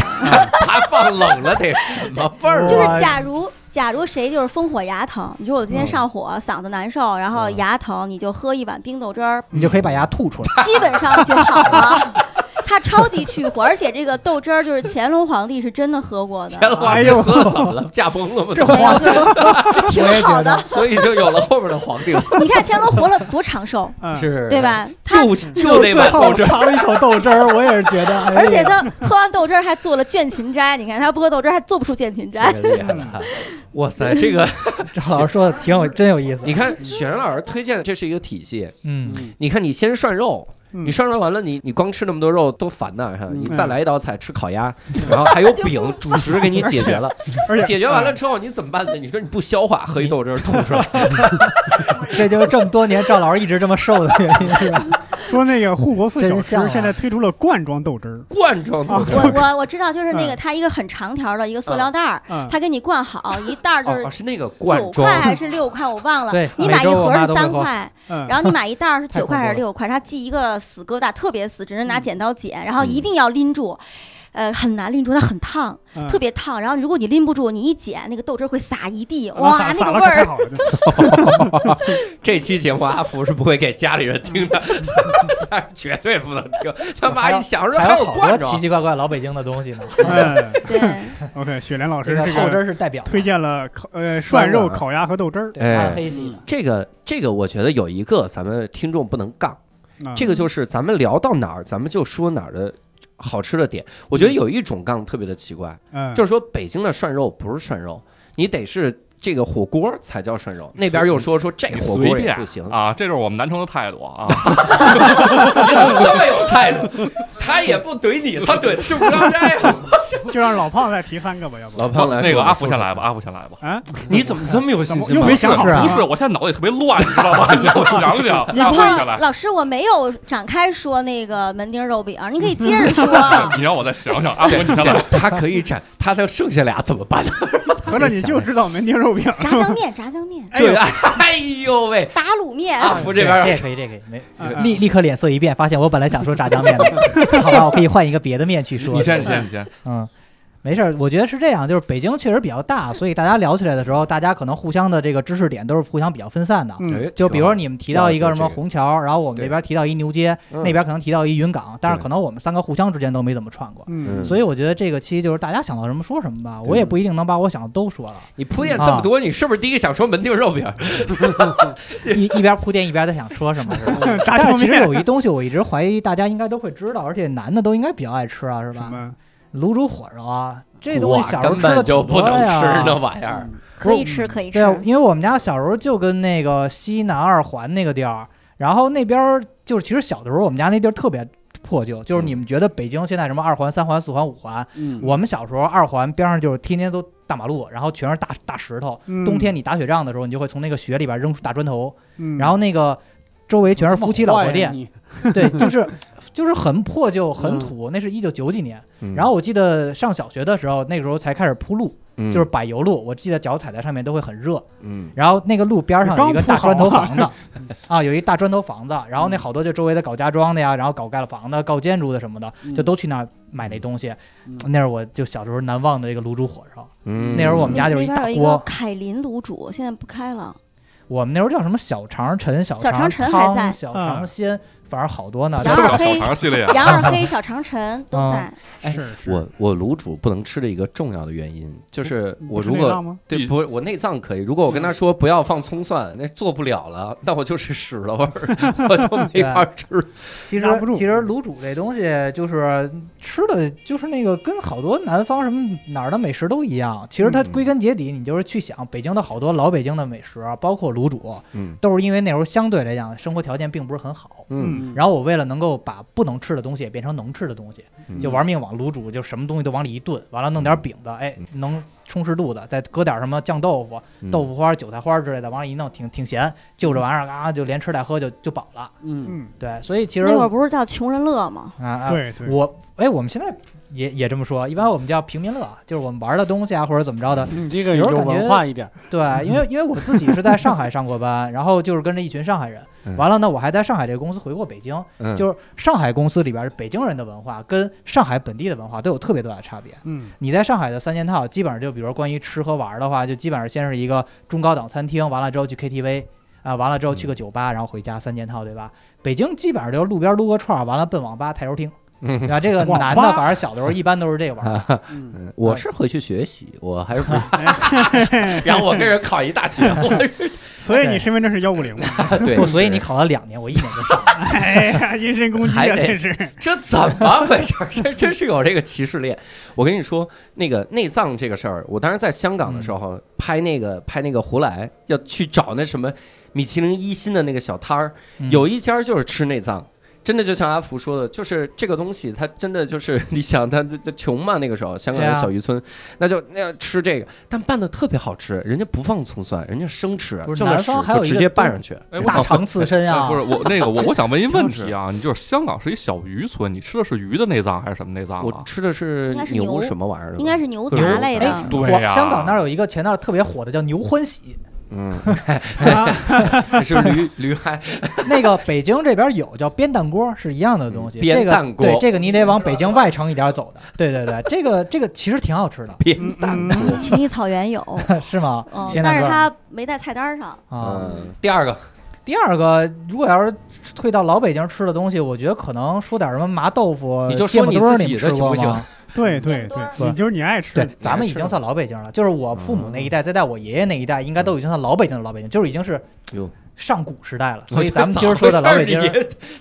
Speaker 1: 他放冷了得什么味儿？啊
Speaker 5: 就是假如。假如谁就是烽火牙疼，你说我
Speaker 1: 嗯
Speaker 5: 今天上火，嗓子难受，然后牙疼，你就喝一碗冰豆汁儿，
Speaker 6: 你就可以把牙吐出来。
Speaker 5: 基本上就好了。它超级去火，而且这个豆汁儿就是乾隆皇帝是真的喝过的，
Speaker 1: 乾隆皇
Speaker 2: 哎
Speaker 1: 帝
Speaker 2: 呦
Speaker 1: 喝怎么了？驾崩了吗？
Speaker 2: 这
Speaker 5: 没有就是挺好的。
Speaker 1: 所以就有了后面的皇帝了，
Speaker 5: 你看乾隆活了多长寿，
Speaker 2: 嗯，
Speaker 1: 是
Speaker 5: 对？ 吧？他
Speaker 1: 就就
Speaker 2: 最
Speaker 1: 得碗
Speaker 2: 后
Speaker 1: 豆汁儿，
Speaker 2: 尝了一口豆汁儿，我也是觉得，哎呀
Speaker 5: 而且他喝完豆汁儿还做了卷琴斋，你看他不喝豆汁儿还做不出卷琴斋。
Speaker 1: 这个厉害了啊！ 哇塞，这个
Speaker 6: 这老师说的挺有，真有意思。
Speaker 1: 你看雪人老师推荐的这是一个体系。
Speaker 6: 嗯，
Speaker 1: 你看，你先涮肉，
Speaker 2: 嗯
Speaker 1: 你涮肉完了，你你光吃那么多肉多烦呐！哈，
Speaker 3: 嗯
Speaker 1: 你再来一道菜，吃烤鸭，然后还 有饼主食给你解决了，
Speaker 2: 而且
Speaker 1: 解决完了之后你怎么办呢？你说你不消化，喝一豆汁儿吐出来，
Speaker 6: 这就是这么多年赵老师一直这么瘦的原因，是吧？
Speaker 2: 说那个护国寺小
Speaker 6: 真像啊
Speaker 2: 吃现在推出了罐装豆汁儿，啊
Speaker 1: 灌装豆汁
Speaker 5: 我
Speaker 1: 儿。
Speaker 5: 我我知道，就是那个
Speaker 2: 嗯
Speaker 5: 它一个很长条的一个塑料袋儿，
Speaker 2: 啊，
Speaker 5: 它给你灌好，一袋儿就
Speaker 1: 哦
Speaker 5: 是
Speaker 1: 哦，是那个
Speaker 5: 九
Speaker 1: 罐装
Speaker 5: 块还是六块，我忘了。
Speaker 6: 对，
Speaker 5: 你
Speaker 6: 每
Speaker 5: 买一
Speaker 6: 周我
Speaker 5: 盒
Speaker 6: 妈
Speaker 5: 是
Speaker 6: 都会
Speaker 5: 三
Speaker 6: 喝。
Speaker 5: 块，
Speaker 2: 嗯，
Speaker 5: 然后你买一袋儿是九块还
Speaker 6: 太恐
Speaker 5: 是
Speaker 6: 怖
Speaker 5: 六块？它系一个死疙瘩，特别死，只能拿剪刀剪，然后一定要拎住，呃，很难拎住，它很烫，
Speaker 2: 嗯
Speaker 5: 特别烫。然后如果你拎不住，你一剪，那个豆汁儿会洒一地，
Speaker 2: 然后
Speaker 5: 哇
Speaker 2: 撒，
Speaker 5: 那
Speaker 2: 撒嗯
Speaker 5: 个
Speaker 2: 了
Speaker 5: 味
Speaker 2: 可太
Speaker 5: 儿。
Speaker 2: 好了，
Speaker 1: 这期节目阿福是不会给家里人听的， 但是绝对不能听。他妈一想说
Speaker 6: 还有
Speaker 1: 有
Speaker 6: 好多
Speaker 1: 罐
Speaker 6: 奇
Speaker 1: 装，
Speaker 6: 奇怪怪老北京的东西呢。
Speaker 2: 嗯
Speaker 5: 对，
Speaker 2: ，OK，雪 莲老
Speaker 6: 这
Speaker 2: 师
Speaker 6: 个
Speaker 2: 这
Speaker 6: 豆汁
Speaker 2: 个
Speaker 6: 儿是代表，
Speaker 2: 推荐了烤呃
Speaker 1: 酸
Speaker 2: 涮肉、
Speaker 1: 了
Speaker 2: 烤鸭和豆汁儿，
Speaker 6: 啊对，
Speaker 1: 哎
Speaker 6: 暗黑系的。
Speaker 1: 这个这个，我觉得有一个咱们听众不能杠，
Speaker 2: 啊
Speaker 1: 这个就是咱们聊到哪儿，咱们就说哪儿的好吃的点。我觉得有一种杠特别的奇怪，
Speaker 2: 嗯
Speaker 1: 就是说北京的涮肉不是涮肉，你得是这个火锅才叫涮肉。那边又说说这
Speaker 4: 你
Speaker 1: 火
Speaker 4: 随
Speaker 1: 锅也
Speaker 4: 便
Speaker 1: 不行，
Speaker 4: 啊，这就是我们南城的态度啊。
Speaker 1: 这么有态度， 他也不怼你，他怼的是吴刚斋啊。
Speaker 2: 就让老胖再提三个吧，要 不
Speaker 1: 老胖来，
Speaker 4: 那个阿福先来吧，，阿福先来吧。
Speaker 2: 啊，
Speaker 1: 你怎么这么有信心
Speaker 2: 又
Speaker 1: 吗？
Speaker 2: 没想好
Speaker 6: 是啊
Speaker 4: 不是，我现在脑袋也特别乱，你知道吗？你让我想想，
Speaker 5: 老
Speaker 4: 让我想
Speaker 5: 胖
Speaker 4: 来，。
Speaker 5: 老师，我没有展开说那个门钉肉饼，你可以接 着说
Speaker 4: 你让我再想想。阿福，你先来。
Speaker 1: 对他可以斩，他的剩下俩怎么办呢？
Speaker 2: 合着你就知道门钉肉饼，
Speaker 5: 炸酱面，炸酱面，
Speaker 2: 哎呦
Speaker 1: 就 哎呦喂，
Speaker 5: 打卤面，
Speaker 6: 啊
Speaker 1: 阿福这边
Speaker 6: 这可以，这可以，没
Speaker 2: 嗯 嗯
Speaker 6: 立立刻脸色一变，发现我本来想说炸酱面的，好吧，我可以换一个别的面去说。
Speaker 4: 你先，你先，你先。
Speaker 6: 嗯，没事儿，我觉得是这样，就是北京确实比较大，所以大家聊起来的时候，大家可能互相的这个知识点都是互相比较分散的。
Speaker 1: 哎
Speaker 2: 嗯，
Speaker 6: 就比如说你们提到一个什么虹桥，然后我们
Speaker 1: 对
Speaker 6: 这边提到一牛街，那
Speaker 1: 那
Speaker 6: 边可能提到一云冈，但是
Speaker 1: 对
Speaker 6: 可能我们三个互相之间都没怎么串过。
Speaker 2: 嗯
Speaker 1: 嗯
Speaker 6: 所以我觉得这个期就是大家想到什么说什么吧，我也不一定能把我想的都说了，
Speaker 1: 你铺垫这么
Speaker 6: 啊
Speaker 1: 多，你是不是第一个想说门钉肉饼？
Speaker 6: 一一边铺垫一边在想说什么，是吧？
Speaker 2: 炸
Speaker 6: 但
Speaker 2: 酱
Speaker 6: 是其实
Speaker 2: 面
Speaker 6: 有一东西，我一直怀疑大家应该都会知道，而且男的都应该比较爱吃啊，是
Speaker 2: 什
Speaker 6: 吧？
Speaker 2: 么
Speaker 6: 卤煮火烧啊，这东
Speaker 1: 我
Speaker 6: 西小时候
Speaker 1: 根
Speaker 6: 吃的
Speaker 1: 本就
Speaker 6: 挺
Speaker 1: 不
Speaker 6: 多
Speaker 1: 能
Speaker 6: 的
Speaker 1: 吃那
Speaker 6: 呀。
Speaker 1: 玩意儿。
Speaker 5: 可以吃，可以吃
Speaker 6: 对。啊，因为我们家小时候就跟那个西南二环那个地儿，然后那边儿就是其实小的时候我们家那地儿特别破旧，就是你们觉得北京现在什么二环、三环、四环、五环，
Speaker 3: 嗯
Speaker 6: 我们小时候二环边上就是天天都大马路，然后全是大大石头，
Speaker 2: 嗯
Speaker 6: 冬天你打雪仗的时候，你就会从那个雪里边扔出大砖头，
Speaker 2: 嗯
Speaker 6: 然后那个周围 全是夫妻老婆店，
Speaker 3: 店，
Speaker 6: 对，就是就是很破旧、很
Speaker 3: 嗯
Speaker 6: 土，那是一九九几年。
Speaker 1: 嗯
Speaker 6: 然后我记得上小学的时候，那个时候才开始铺路，就是柏油路，我记得脚踩在上面都会很热。
Speaker 1: 嗯，
Speaker 6: 然后那个路边上有一
Speaker 2: 刚铺
Speaker 6: 个大
Speaker 2: 好啊嗯
Speaker 6: 砖头房子，啊，有一大砖头房子，然后那好多就周围的搞家装的呀，然后搞盖了房的、搞建筑的什么的，
Speaker 2: 嗯
Speaker 6: 就都去那儿买那东西。
Speaker 3: 嗯
Speaker 6: 那是我就小时候难忘的这个卤煮火烧。
Speaker 1: 那
Speaker 6: 那时候我们家
Speaker 5: 那
Speaker 6: 就是一
Speaker 5: 边
Speaker 6: 大
Speaker 5: 有一个
Speaker 6: 锅，
Speaker 5: 凯林卤煮，现在不开了。
Speaker 6: 我们那时候叫什么小肠陈、小
Speaker 5: 小肠
Speaker 6: 肠
Speaker 5: 陈还
Speaker 6: 汤、
Speaker 5: 在
Speaker 6: 小
Speaker 2: 嗯
Speaker 6: 肠鲜，反正好多呢。
Speaker 5: 然
Speaker 4: 小
Speaker 5: 后
Speaker 4: 小
Speaker 5: 黑
Speaker 4: 肠系列，
Speaker 5: 杨二黑、小长城都
Speaker 6: 啊
Speaker 5: 在。
Speaker 1: 哎
Speaker 2: 是是，
Speaker 1: 我我卤煮不能吃的一个重要的原因，就是我
Speaker 2: 不是
Speaker 1: 如
Speaker 2: 内脏
Speaker 1: 果
Speaker 2: 吗
Speaker 1: 对不我内脏可以，如果我跟
Speaker 6: 嗯
Speaker 1: 他说不要放葱蒜，那做不了了，那我就是屎了味儿，我 就没法吃。
Speaker 6: 其实
Speaker 2: 压不住嗯
Speaker 6: 其实卤煮这东西就是吃的，就是那个跟好多南方什么哪儿的美食都一样。其实它
Speaker 1: 嗯
Speaker 6: 归根结底，你就是去想北京的好多老北京的美食，包括卤煮，
Speaker 1: 嗯
Speaker 6: 都是因为那时候相对来讲生活条件并不是很好。
Speaker 1: 嗯，
Speaker 6: 然后我为了能够把不能吃的东西也变成能吃的东西，
Speaker 1: 嗯
Speaker 6: 就玩命往卤煮，就什么东西都往里一炖，完了弄点
Speaker 2: 嗯
Speaker 6: 饼子，哎，能充实肚子，再搁点什么酱豆腐、
Speaker 1: 嗯
Speaker 6: 豆腐花、韭菜花之类的，往里一弄，挺挺咸，就这玩意儿啊，就连吃带喝就就饱了。
Speaker 3: 嗯，
Speaker 2: 嗯，
Speaker 6: 对，所以其实
Speaker 5: 那会儿不是叫穷人乐吗？
Speaker 6: 啊啊，
Speaker 2: 对对，
Speaker 6: 我哎，我们现在也也这么说，一般我们叫平民乐，就是我们玩的东西啊，或者怎么着的。
Speaker 3: 嗯你这个
Speaker 6: 有
Speaker 3: 有
Speaker 6: 时候感觉
Speaker 3: 文化一点，
Speaker 6: 对，因为因为我自己是在上海上过班，然后就是跟着一群上海人，
Speaker 1: 嗯
Speaker 6: 完了呢，我还在上海这个公司回过北京，
Speaker 1: 嗯
Speaker 6: 就是上海公司里边北京人的文化跟上海本地的文化都有特别多的差别。
Speaker 2: 嗯
Speaker 6: 你在上海的三件套，基本上就比如关于吃喝玩的话，就基本上先是一个中高档餐厅，完了之后去 KTV。啊，完了之后去个酒吧，然后回家三件套，对吧？北京基本上就是路边撸个串儿，完了奔网吧、台球厅，
Speaker 1: 嗯
Speaker 6: 然后这个
Speaker 2: 网
Speaker 6: 男的
Speaker 2: 吧
Speaker 6: 反正小的 时候一般都是这个玩儿，
Speaker 3: 嗯
Speaker 1: 嗯我是回去学习，我还是不， 然后我跟人考一大学， 我
Speaker 2: 所以你身份证是幺五 零吗？
Speaker 1: 啊对
Speaker 6: 不，所以你考了两年，我一年就 上了。
Speaker 2: 哎呀，人身攻击啊，
Speaker 1: 还得
Speaker 2: 这是。
Speaker 1: 这怎么回事？这真是有这个歧视链。我跟你说，那个内脏这个事儿，我当时在香港的时候、
Speaker 6: 嗯
Speaker 1: 拍那个拍那个胡来，要去找那什么米其林一星的那个小摊儿，
Speaker 6: 嗯
Speaker 1: 有一家就是吃内脏。真的就像阿福说的，就是这个东西，它真的就是你想，它它穷嘛，那个时候香港的
Speaker 6: 对啊
Speaker 1: 小渔村，那就那样吃这个，但拌的特别好吃，人家不放葱蒜，人家生吃，
Speaker 6: 不是
Speaker 1: 就那
Speaker 6: 南
Speaker 1: 屎
Speaker 6: 方还有
Speaker 1: 就
Speaker 6: 一
Speaker 1: 直
Speaker 6: 个
Speaker 1: 接
Speaker 6: 东啊
Speaker 1: 拌上去。
Speaker 4: 哎，我
Speaker 6: 大
Speaker 4: 想
Speaker 6: 肠刺身
Speaker 4: 哎
Speaker 2: 哦
Speaker 6: 啊，
Speaker 4: 不是我那个我我想问一
Speaker 2: 挺好
Speaker 4: 问
Speaker 2: 吃
Speaker 4: 题啊，你就是香港是一小渔村，你吃的是鱼的内脏还是什么内脏
Speaker 1: 我
Speaker 4: 啊？
Speaker 1: 吃的是
Speaker 5: 应该是
Speaker 1: 牛
Speaker 5: 牛
Speaker 1: 什么玩意儿的吧？
Speaker 5: 应该是牛
Speaker 1: 牛
Speaker 5: 杂类
Speaker 6: 哎
Speaker 5: 的。
Speaker 4: 对
Speaker 6: 我
Speaker 4: 呀
Speaker 6: 香港那儿有一个前段儿特别火的叫牛欢喜，
Speaker 1: 嗯， 是驴驴嗨，
Speaker 6: 那个北京这边有叫边蛋锅，是一样的东
Speaker 1: 嗯
Speaker 6: 西。
Speaker 1: 边蛋锅
Speaker 6: 这个对这个你得往北京外城一点走的。对对对，这个这个其实挺好吃的，
Speaker 1: 扁担。
Speaker 2: 嗯
Speaker 5: 秦意草 原有，
Speaker 6: 是吗？
Speaker 5: 嗯，
Speaker 6: 边
Speaker 5: 但
Speaker 6: 蛋
Speaker 5: 是
Speaker 6: 锅
Speaker 5: 它没在菜单上。
Speaker 6: 啊。
Speaker 1: 嗯，第二个，
Speaker 6: 第二个，如果要是退到老北京吃的东西，我觉得可能说点什么麻豆腐、
Speaker 1: 你就说你
Speaker 6: 芥末墩儿
Speaker 1: 自
Speaker 6: 你
Speaker 1: 己
Speaker 6: 们
Speaker 1: 的
Speaker 6: 吃过
Speaker 1: 行不
Speaker 6: 吗
Speaker 1: 行？
Speaker 2: 对对
Speaker 5: 多
Speaker 2: 对
Speaker 5: 儿，
Speaker 2: 你就是你爱吃。
Speaker 6: 对，咱们已经算老北京了，就是我父
Speaker 1: 嗯
Speaker 6: 母那一代，再带我爷爷那一代，应该都已经算老北京的老北京，就是已经是
Speaker 1: 哟
Speaker 6: 上古时代了。所以咱们今儿说的老北京，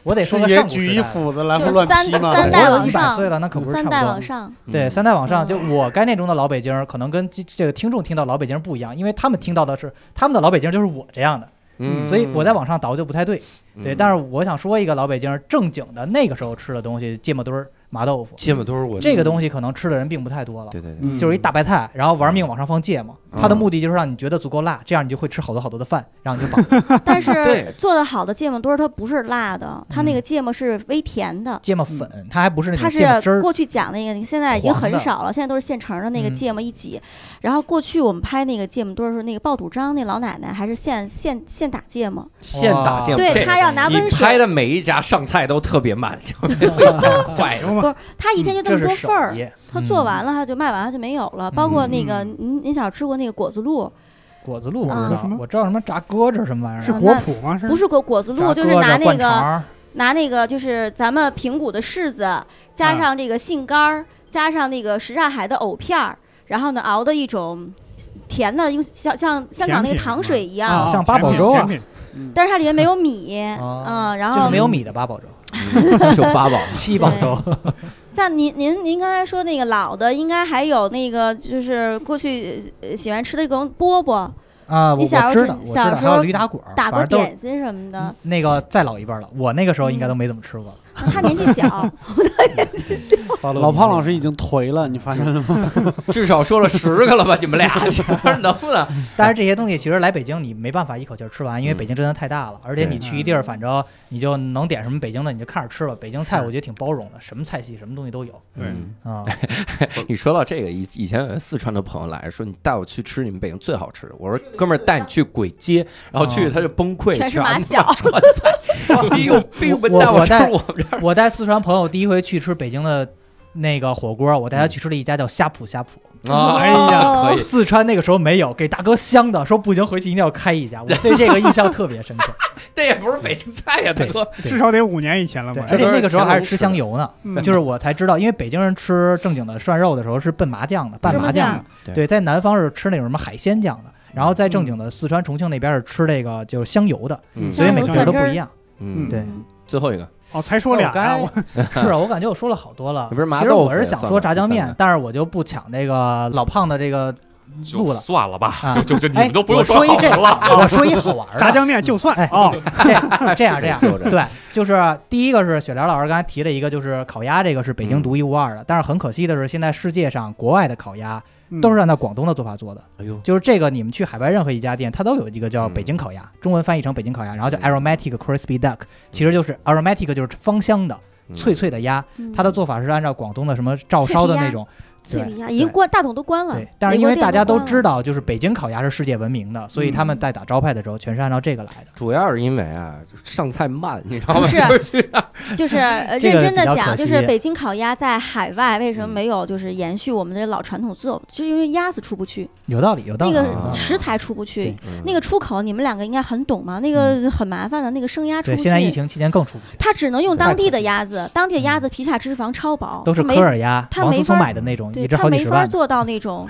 Speaker 6: 我得说
Speaker 3: 是
Speaker 6: 个
Speaker 3: 也
Speaker 6: 上古
Speaker 3: 举
Speaker 6: 时
Speaker 3: 一
Speaker 6: 代了。
Speaker 3: 斧子来回
Speaker 5: 就是
Speaker 3: 乱
Speaker 5: 三
Speaker 3: 劈吗？
Speaker 5: 三代
Speaker 6: 活
Speaker 5: 往
Speaker 6: 了一百
Speaker 5: 上
Speaker 6: 岁了，那可不是
Speaker 5: 三
Speaker 6: 差不
Speaker 5: 代
Speaker 6: 多
Speaker 5: 往 上，
Speaker 6: 对，三代往上，
Speaker 5: 嗯
Speaker 6: 就我概念中的老北京儿，可能跟这这个听众听到老北京儿不一样，因为他们听到的是他们的老北京儿就是我这样的，
Speaker 1: 嗯，
Speaker 6: 所以我再往上倒就不太对。对，但是我想说一个老北京儿正经的那个时候吃的东西，芥末墩儿、麻豆腐，
Speaker 1: 芥末墩儿，我
Speaker 6: 这个东西可能吃的人并不太多了。
Speaker 1: 对对对，
Speaker 3: 嗯
Speaker 6: 就是一大白菜，然后玩命往上放芥末，
Speaker 1: 嗯
Speaker 6: 它的目的就是让你觉得足够辣，这样你就会吃好多好多的饭，然后你就饱。
Speaker 1: 对
Speaker 5: 但是做的好的芥末墩儿它不是辣的，它
Speaker 6: 嗯
Speaker 5: 那个芥末是微甜的。
Speaker 6: 芥末
Speaker 1: 嗯
Speaker 6: 粉，它还不是那
Speaker 5: 它
Speaker 6: 种芥末汁
Speaker 5: 是
Speaker 6: 儿，
Speaker 5: 过去讲那个，你现在已经
Speaker 6: 黄的
Speaker 5: 很少了，现在都是现成的那个
Speaker 6: 嗯
Speaker 5: 芥末一挤。然后过去我们拍那个芥末墩儿的时候，那个爆肚张那老奶奶还是现现现打芥末，
Speaker 1: 现打芥末，
Speaker 5: 对
Speaker 1: 这
Speaker 5: 她要
Speaker 6: 嗯
Speaker 5: 拿温
Speaker 1: 你拍
Speaker 5: 水，
Speaker 1: 的每一家上菜都特别慢， 快
Speaker 2: 讲究嘛
Speaker 5: 不是她一天就这
Speaker 6: 嗯这
Speaker 5: 么
Speaker 6: 是
Speaker 5: 多
Speaker 6: 手
Speaker 5: 份儿，
Speaker 6: 艺。
Speaker 5: 她
Speaker 6: 嗯
Speaker 5: 做完了她就卖完了就没有了。包括那个您您小时候吃过那个果子露，
Speaker 6: 果子露我
Speaker 5: 啊
Speaker 6: 不知
Speaker 2: 什
Speaker 6: 道
Speaker 2: 么，
Speaker 6: 嗯我知道什么炸鸽子什么玩意儿的，
Speaker 2: 是
Speaker 5: 啊
Speaker 2: 果
Speaker 5: 那
Speaker 2: 脯吗？是
Speaker 5: 不是果果子
Speaker 6: 炸
Speaker 5: 露，就是
Speaker 6: 鸽子
Speaker 5: 拿那
Speaker 6: 灌肠
Speaker 5: 个
Speaker 6: 儿
Speaker 5: 拿那个就是咱们平谷的柿子，
Speaker 6: 嗯
Speaker 5: 加上这个杏干儿，加上那个什刹海的藕片儿，然后呢熬的一种甜的，用像像香港那
Speaker 2: 甜
Speaker 5: 个
Speaker 2: 品
Speaker 5: 糖水一样，
Speaker 6: 啊
Speaker 2: 啊，
Speaker 6: 像八宝粥啊
Speaker 2: 甜品，
Speaker 3: 嗯
Speaker 5: 但是它里面没有米，
Speaker 6: 啊
Speaker 5: 嗯，然
Speaker 6: 就是
Speaker 5: 后
Speaker 6: 没有米的八宝粥、
Speaker 1: 哦嗯就 八宝，
Speaker 6: 七宝粥，
Speaker 5: 像您您您刚才说那个老的，应该还有那个就是过去呃喜欢吃的一种饽饽，
Speaker 6: 啊，我
Speaker 5: 你小
Speaker 6: 我
Speaker 5: 时候
Speaker 6: 知道，我知
Speaker 5: 小
Speaker 6: 道，
Speaker 5: 时
Speaker 6: 还有
Speaker 5: 候
Speaker 6: 驴打滚儿，
Speaker 5: 打过
Speaker 6: 反正都是
Speaker 5: 点嗯心什么的。
Speaker 6: 那个再老一辈儿了，我那个时候应该都没怎么吃过。
Speaker 5: 那 他年纪 小，
Speaker 6: 暴露
Speaker 3: 老
Speaker 6: 年
Speaker 3: 胖
Speaker 6: 龄
Speaker 3: 老师已经颓了，你发现了吗？
Speaker 1: 至少说了十个了吧？你们 俩能不能？
Speaker 6: 但是这些东西其实来北京你没办法一口气儿吃完，因为
Speaker 1: 嗯
Speaker 6: 北京真的太大了，而且你去一地儿，反正你就能点什么北京的，你就看着吃吧。北京菜我觉得挺包容的，什么菜系什么东西都有
Speaker 2: 对
Speaker 1: 嗯
Speaker 6: 啊。
Speaker 1: 你说到这个，以以前有个四川的朋友来说，你带我去吃你们北京最好吃的，我说哥们儿带你去簋街，然后去他就崩溃，
Speaker 5: 全是
Speaker 1: 麻
Speaker 5: 马
Speaker 1: 将
Speaker 5: 小
Speaker 1: 川 菜，你有病吧？
Speaker 6: 哦我
Speaker 1: 带
Speaker 6: 我
Speaker 1: 吃
Speaker 6: 带
Speaker 1: 我 们这儿
Speaker 6: 我带四川朋友第一回去吃北京的那个火锅，我带他去吃了一家叫呷哺呷哺。
Speaker 1: 啊
Speaker 2: 哎
Speaker 5: 哦
Speaker 2: 呀
Speaker 1: 可以，
Speaker 6: 四川那个时候没有，给大哥香的，说不行，回去一定要开一家。我对这个印象特别深刻。
Speaker 1: 这也不是北京菜呀，大哥。
Speaker 6: 对
Speaker 2: 至少得五年以前了
Speaker 6: 对，
Speaker 2: 吧？
Speaker 6: 而且那个时候还是吃香油呢，
Speaker 2: 嗯
Speaker 6: 就是我才知道，因为北京人吃正经的涮肉的时候是拌麻酱的，拌麻酱
Speaker 5: 芝麻
Speaker 6: 的。
Speaker 1: 酱
Speaker 6: 对，在南方是吃那种什么海鲜酱的，然后在正经的四川、重庆那边是吃那个就是香油的，
Speaker 1: 嗯
Speaker 6: 所以每个人都不一样。
Speaker 1: 嗯，
Speaker 6: 对，
Speaker 1: 最后一个，
Speaker 2: 哦，才说俩
Speaker 6: 我该
Speaker 2: 啊，我
Speaker 6: 是 啊，我感觉我说了好多了。
Speaker 1: 你不是麻
Speaker 6: 其实
Speaker 1: 豆腐
Speaker 6: 我是
Speaker 1: 也
Speaker 6: 想
Speaker 1: 算
Speaker 6: 说
Speaker 1: 吧
Speaker 6: 炸酱
Speaker 1: 第三
Speaker 6: 面
Speaker 1: 个，
Speaker 6: 但是我就不抢这 个老胖的这个路
Speaker 4: 就
Speaker 6: 了。
Speaker 4: 算了吧，
Speaker 6: 啊
Speaker 4: 就就就你
Speaker 6: 哎
Speaker 4: 们，都不
Speaker 6: 我
Speaker 4: 用
Speaker 6: 说一
Speaker 4: 好
Speaker 6: 这，
Speaker 4: 了。
Speaker 1: 啊
Speaker 6: 我说一好 玩儿
Speaker 2: 炸
Speaker 6: 的。
Speaker 2: 酱面就算
Speaker 6: 哎
Speaker 2: 哦，
Speaker 6: 这样这样这样，
Speaker 1: 就这
Speaker 6: 对，就是第一个是雪莲老师刚才提了一个，就是烤鸭这个是
Speaker 1: 嗯
Speaker 6: 北京独一无二的，但是很可惜的是，现在世界上国外的烤鸭
Speaker 2: 嗯
Speaker 6: 都是按照广东的做法做的，
Speaker 1: 哎呦，
Speaker 6: 就是这个你们去海外任何一家店，它都有一个叫
Speaker 1: 嗯
Speaker 6: 北京烤鸭，中文翻译成北京烤鸭，然后叫
Speaker 1: 嗯
Speaker 6: aromatic crispy duck，其实就是
Speaker 1: 嗯
Speaker 6: aromatic 就是芳香的、脆脆的鸭，它的做法是按照广东的什么照烧的那种。
Speaker 5: 嗯脆
Speaker 6: 对
Speaker 5: 皮鸭已经关，大董都关了
Speaker 6: 对，。但是因为大家都知
Speaker 5: 道，
Speaker 6: 道，就是北京烤鸭是世界闻名的，所以他
Speaker 5: 嗯
Speaker 6: 们在打招牌的时候，全是按照这个来的。
Speaker 1: 主要是因为啊，上菜慢，你知道
Speaker 5: 不
Speaker 1: 吗？
Speaker 5: 是， 就是呃
Speaker 6: 这
Speaker 5: 认
Speaker 6: 个
Speaker 5: 真的
Speaker 6: 比较
Speaker 5: 讲，
Speaker 6: 可
Speaker 5: 就是
Speaker 6: 惜
Speaker 5: 北京烤鸭在海外为什么
Speaker 1: 嗯
Speaker 5: 没有就是延续我们的老传统做，就是因为鸭子出不去，
Speaker 6: 有道理，有道
Speaker 5: 那
Speaker 6: 理。嗯
Speaker 5: 个
Speaker 1: 啊
Speaker 5: 食材出不去
Speaker 6: 对，
Speaker 5: 那个出口你们两个应该很懂嘛，那个很麻烦的，那个生鸭出
Speaker 6: 嗯对，
Speaker 5: 不去。
Speaker 6: 现在疫情期间更出不去，
Speaker 5: 他只能用
Speaker 6: 对
Speaker 5: 当地的鸭子，当地的鸭子皮下脂肪超薄，
Speaker 6: 都是
Speaker 5: 它没
Speaker 6: 科尔鸭，
Speaker 5: 他
Speaker 6: 王
Speaker 5: 没
Speaker 6: 思聪
Speaker 5: 法
Speaker 6: 买的那种，
Speaker 5: 对
Speaker 6: 一只
Speaker 5: 他
Speaker 6: 好几
Speaker 5: 没
Speaker 6: 十
Speaker 5: 法
Speaker 6: 万。嗯
Speaker 5: 做到那 种，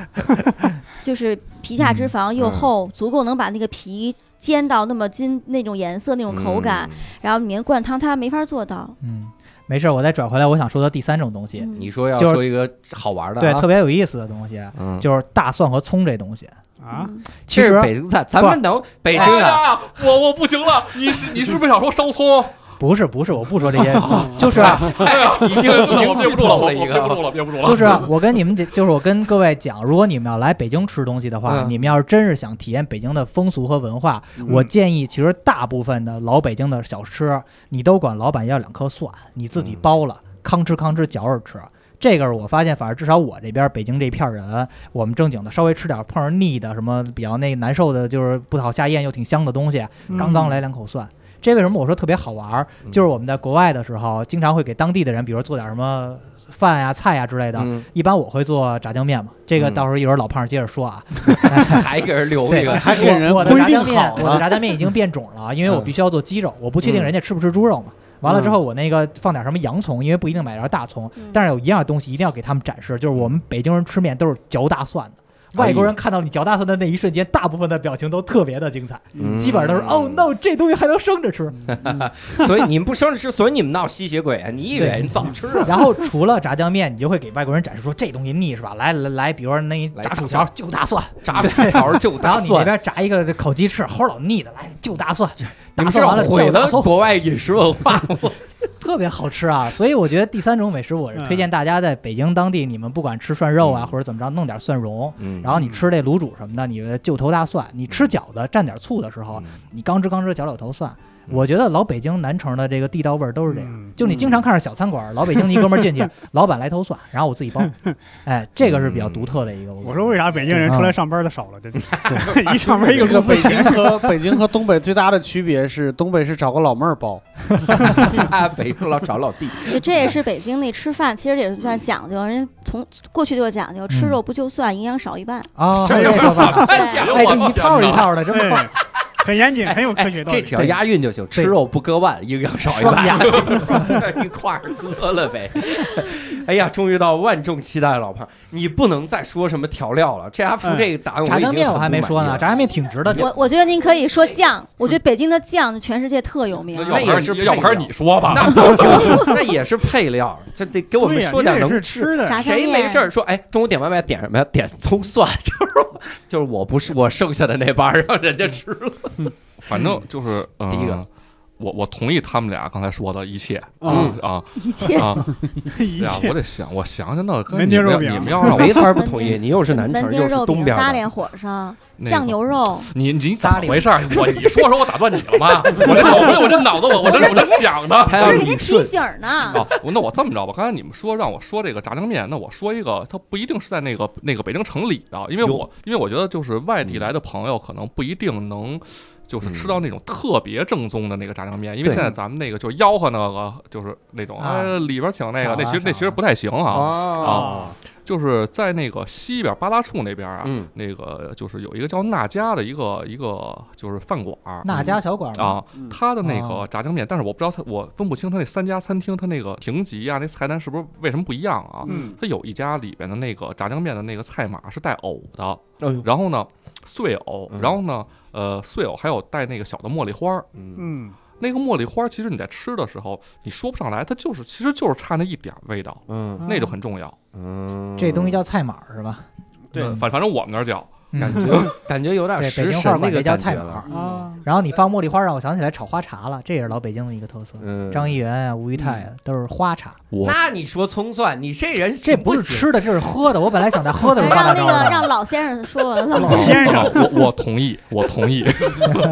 Speaker 5: 就是皮下脂肪又厚，足够能把那个皮煎到那么金那种颜色那种口感，然后里面灌汤，他没法做到。
Speaker 6: 嗯，没事，我再转回来，我想说的第三种东西，
Speaker 1: 嗯。
Speaker 5: 嗯
Speaker 1: 你说要
Speaker 6: 就是
Speaker 1: 说一个好玩的、啊，
Speaker 6: 对，特别有意思的东西，啊
Speaker 1: 嗯，
Speaker 6: 就是大蒜和葱这东西。
Speaker 2: 啊，，
Speaker 5: 嗯
Speaker 1: 这
Speaker 6: 其实
Speaker 1: 是北京菜，咱们能北京
Speaker 4: 哎
Speaker 1: 啊，
Speaker 4: 呀，我我不行了，你是你是不是想说烧葱？
Speaker 6: 不是不是，我不说这些，就是
Speaker 4: 哎呀，已经
Speaker 1: 已经
Speaker 4: 憋
Speaker 1: 剧
Speaker 4: 不住了，
Speaker 1: 透
Speaker 4: 我
Speaker 1: 了
Speaker 4: 我
Speaker 1: 一个
Speaker 4: 憋不住了，憋不住了。
Speaker 6: 就是我跟你们这，就是我跟各位讲，如果你们要来北京吃东西的话，
Speaker 1: 嗯
Speaker 6: 你们要是真是想体验北京的风俗和文化，
Speaker 3: 嗯
Speaker 6: 我建议其实大部分的老北京的小吃，你都管老板要两颗蒜，你自己剥了，吭哧吭哧嚼着吃。这个是我发现，反正至少我这边北京这片儿人，我们正经的稍微吃点碰上腻的什么比较那难受的，就是不讨下咽又挺香的东西，刚刚来两口蒜。这为什么我说特别好玩儿？
Speaker 1: 嗯
Speaker 6: 就是我们在国外的时候，经常会给当地的人，比如说做点什么饭呀、菜呀之类的。
Speaker 1: 嗯
Speaker 6: 一般我会做呃炸酱面嘛，这个
Speaker 1: 嗯
Speaker 6: 到时候一会儿老胖接着说啊。
Speaker 1: 还给人留
Speaker 6: 对
Speaker 1: 这个，
Speaker 3: 还给人
Speaker 6: 我我的
Speaker 3: 规
Speaker 6: 炸
Speaker 3: 定
Speaker 6: 酱面，
Speaker 3: 好
Speaker 6: 我的
Speaker 3: 了，
Speaker 6: 炸酱面已经变种了，因为我
Speaker 1: 嗯
Speaker 6: 必 须要做鸡肉，我不确定
Speaker 1: 嗯
Speaker 6: 人家吃不吃猪肉嘛。完了之
Speaker 3: 嗯
Speaker 6: 后，我那个放点什么洋葱，因为不一定买着大葱，
Speaker 5: 嗯
Speaker 6: 但是有一样东西一定要给他们展示，就是我们北京人吃面都是嚼大蒜的。
Speaker 1: 哎
Speaker 6: 外国人看到你嚼大蒜的那一瞬间，大部分的表情都特别的精彩，
Speaker 1: 嗯
Speaker 6: 基本上都是哦 no，这东西还能生着
Speaker 3: 嗯
Speaker 6: 吃。 嗯
Speaker 1: 所以你们不生着吃，所以你们闹吸血鬼 啊！你以为
Speaker 6: 对
Speaker 1: 你早吃啊？
Speaker 6: 然后除了炸酱面，你就会给外国人展示说这东西腻是吧？来来来，比如说那一
Speaker 1: 来
Speaker 6: 炸
Speaker 1: 大
Speaker 6: 薯条
Speaker 1: 蒜
Speaker 6: 就大蒜，
Speaker 1: 炸薯条就
Speaker 6: 然
Speaker 1: 大
Speaker 6: 后你那
Speaker 1: 蒜，
Speaker 6: 边炸一个烤鸡翅，齁老腻的，来就大蒜，
Speaker 1: 你
Speaker 6: 大
Speaker 1: 们是
Speaker 6: 蒜
Speaker 1: 要
Speaker 6: 完了
Speaker 1: 毁
Speaker 6: 就大
Speaker 1: 了
Speaker 6: 蒜，
Speaker 1: 国外饮食文 化。
Speaker 6: 特别好吃啊！所以我觉得第三种美食，我是推荐大家在北京当地，你们不管吃涮肉啊
Speaker 1: 嗯
Speaker 6: 或者怎么着，弄点蒜蓉。
Speaker 1: 嗯
Speaker 6: 然后你吃这卤煮什么的，你就头大蒜。你吃饺子蘸点醋的时
Speaker 1: 嗯
Speaker 6: 候，你刚吱刚吱嚼两头蒜。我觉得老北京南城的这个地道味儿都是这样。
Speaker 2: 嗯
Speaker 6: 就你经常看着小餐馆儿，老北京的一哥们儿进去，老板来头蒜，然后我自己包，哎，这个是比较独特的一个。
Speaker 2: 我说为啥北京人出来上班的少了？这 一上班一
Speaker 3: 这
Speaker 2: 个
Speaker 3: 个
Speaker 2: 不
Speaker 3: 北
Speaker 2: 付钱
Speaker 3: 京和北京和东北最大的区别是，东北是找个老妹儿包，
Speaker 1: 啊，北京老找老 弟，
Speaker 5: 对这也是北京那吃饭，其实也算讲究，人家从过去就有讲究，吃
Speaker 6: 嗯
Speaker 5: 肉不就蒜，营养少一半。
Speaker 6: 啊，
Speaker 4: 哎
Speaker 6: 这
Speaker 4: 呦
Speaker 6: 说法，
Speaker 4: 哎
Speaker 5: 对
Speaker 4: 呦
Speaker 6: 哎，
Speaker 4: 我
Speaker 6: 这
Speaker 4: 的
Speaker 6: 一
Speaker 4: 天
Speaker 6: 套一
Speaker 4: 哪
Speaker 6: 套的，真棒。
Speaker 2: 对，哎很严谨，很有科学道
Speaker 1: 哎这
Speaker 2: 理。
Speaker 1: 只要押韵就行，吃肉不割腕，营养少一
Speaker 6: 双
Speaker 1: 半，这一块儿割了呗。 哎呀，终于到万众期待的老胖，你不能再说什么调料了，这家付这个答案我
Speaker 6: 哎炸
Speaker 1: 已经
Speaker 6: 酱面我
Speaker 1: 很
Speaker 6: 还
Speaker 1: 不
Speaker 6: 没
Speaker 1: 满
Speaker 6: 说
Speaker 1: 意
Speaker 6: 呢，
Speaker 1: 了
Speaker 6: 炸酱面挺值的。
Speaker 5: 我我觉得您可以说酱，我觉得北京的酱全世界特有名
Speaker 1: 那
Speaker 4: 那。要不
Speaker 1: 也
Speaker 4: 然
Speaker 1: 是
Speaker 4: 你要不然你说 吧，
Speaker 1: 那不行， 那也是配料，这得给我们
Speaker 2: 对呀
Speaker 1: 说
Speaker 2: 你
Speaker 1: 点
Speaker 2: 得
Speaker 1: 能
Speaker 2: 是
Speaker 1: 吃
Speaker 2: 吃的，
Speaker 5: 炸酱
Speaker 1: 谁
Speaker 5: 面
Speaker 1: 没事儿说，哎，中午点外卖点什么呀？点葱蒜， 就是我就是我不是我剩下的那半儿让人家 吃了。
Speaker 4: 反正就是
Speaker 1: 第一，个
Speaker 4: 呃我我同意他们俩刚才说的一切
Speaker 1: 嗯
Speaker 4: 啊
Speaker 5: 一切
Speaker 4: 啊！
Speaker 2: 一
Speaker 4: 对啊，
Speaker 2: 切
Speaker 4: 我得想，我想想那跟
Speaker 2: 门
Speaker 4: 你
Speaker 2: 钉
Speaker 4: 们要
Speaker 2: 肉饼
Speaker 4: 你们要让我
Speaker 1: 没法不同 意，你又是南城
Speaker 5: 门钉
Speaker 1: 又是
Speaker 5: 肉
Speaker 1: 东
Speaker 5: 饼、
Speaker 1: 边
Speaker 5: 大
Speaker 1: 的，
Speaker 5: 连火烧、
Speaker 4: 那
Speaker 5: 酱
Speaker 4: 个
Speaker 5: 牛肉，
Speaker 4: 你你怎
Speaker 6: 搭
Speaker 4: 么
Speaker 6: 理
Speaker 4: 回事儿？我你说说，我打断你了吗？我这好不容易，我这脑子我我这我这想的。
Speaker 1: 他
Speaker 5: 不
Speaker 1: 要
Speaker 5: 是给您
Speaker 1: 理
Speaker 5: 提
Speaker 1: 顺。
Speaker 5: 醒儿呢。
Speaker 4: 哦，那我这么着吧，刚才你们说让我说这个炸酱面，那我说一个，它不一定是在那个那个北京城里的，因为我因为我觉得就是外地来的朋友可能不一定能。就是吃到那种特别正宗的那个炸酱面，因为
Speaker 1: 对
Speaker 4: 现在咱们那个就吆喝那个就是那种
Speaker 6: 啊
Speaker 4: 呃里边请那
Speaker 6: 少
Speaker 4: 个，
Speaker 6: 啊
Speaker 4: 那其实那
Speaker 6: 少啊
Speaker 4: 其实不太行啊。
Speaker 1: 哦，
Speaker 4: 就是在那个西边八大处那边啊
Speaker 1: 嗯，
Speaker 4: 那个就是有一个叫那家的一个一个就是饭馆儿
Speaker 6: 那家小馆儿嘛
Speaker 4: 啊，
Speaker 3: 嗯
Speaker 4: 他的那个
Speaker 6: 哦
Speaker 4: 炸酱面，但是我不知道他，我分不清他那三家餐厅他那个评级啊，那菜单是不是为什么不一样啊？
Speaker 3: 嗯
Speaker 4: 他有一家里边的那个炸酱面的那个菜码是带藕的，
Speaker 1: 哎呦，
Speaker 4: 然后呢碎藕，
Speaker 1: 嗯
Speaker 4: 然后呢呃碎藕还有带那个小的茉莉花儿。
Speaker 1: 嗯
Speaker 2: 嗯，
Speaker 4: 那个茉莉花儿其实你在吃的时候你说不上来，它就是其实就是差那一点儿味道，
Speaker 1: 嗯
Speaker 4: 那就很重要。
Speaker 1: 嗯，
Speaker 6: 这东西叫菜码儿是吧？
Speaker 3: 对
Speaker 4: 呃反反正我们那儿叫
Speaker 1: 感
Speaker 6: 嗯
Speaker 1: 觉感觉有点
Speaker 6: 对北
Speaker 1: 食
Speaker 6: 京
Speaker 1: 神
Speaker 6: 话
Speaker 1: 那
Speaker 6: 管
Speaker 1: 个
Speaker 6: 这叫
Speaker 1: 感
Speaker 6: 菜
Speaker 1: 觉
Speaker 6: 板
Speaker 1: 了
Speaker 6: 儿。
Speaker 2: 啊，
Speaker 6: 然后你放茉莉花，让我想起来炒花茶了，这也是老北京的一个特色。
Speaker 1: 嗯，
Speaker 6: 张一元啊，吴裕泰啊，
Speaker 4: 嗯
Speaker 6: 都是花茶，
Speaker 4: 我
Speaker 1: 那你说葱蒜，你这人
Speaker 6: 这
Speaker 1: 行
Speaker 6: 不是
Speaker 1: 行
Speaker 6: 吃的，这是喝的。我本来想在喝的时候放大
Speaker 5: 让那
Speaker 6: 招
Speaker 5: 个
Speaker 6: 的，
Speaker 5: 让老先生说完了。
Speaker 1: 哦
Speaker 2: 老先生，
Speaker 4: 啊我我同意，我同意，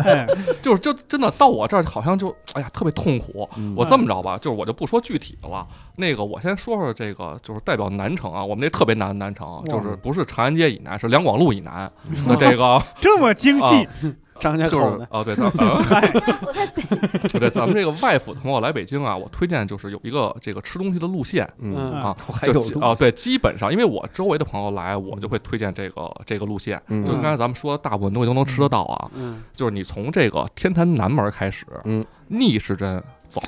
Speaker 2: 哎
Speaker 4: 就是就真的到我这儿好像就哎呀特别痛苦。
Speaker 1: 嗯
Speaker 4: 我这么着吧，就是我就不说具体的了，那个我先说说这个，就是代表南城啊，我们这特别南的南城啊，就是不是长安街以南，是两广路以南的这个，
Speaker 2: 这么精细，
Speaker 3: 张家
Speaker 4: 就
Speaker 3: 口
Speaker 4: 是
Speaker 3: 的，
Speaker 4: 哦对，咱们
Speaker 5: 我在北，
Speaker 4: 对咱们这个外府的朋友来北京啊，我推荐就是有一个这个吃东西的路线，
Speaker 1: 嗯，
Speaker 4: 啊，
Speaker 1: 还
Speaker 4: 就
Speaker 1: 有
Speaker 4: 基
Speaker 1: 路
Speaker 4: 啊，对，基本上因为我周围的朋友来，我就会推荐这个这个路线。就
Speaker 1: 嗯
Speaker 4: 刚才咱们说的，大部分东西都能吃得到啊。
Speaker 3: 嗯，
Speaker 4: 就是你从这个天坛南门开始，
Speaker 1: 嗯，
Speaker 4: 逆时针 走，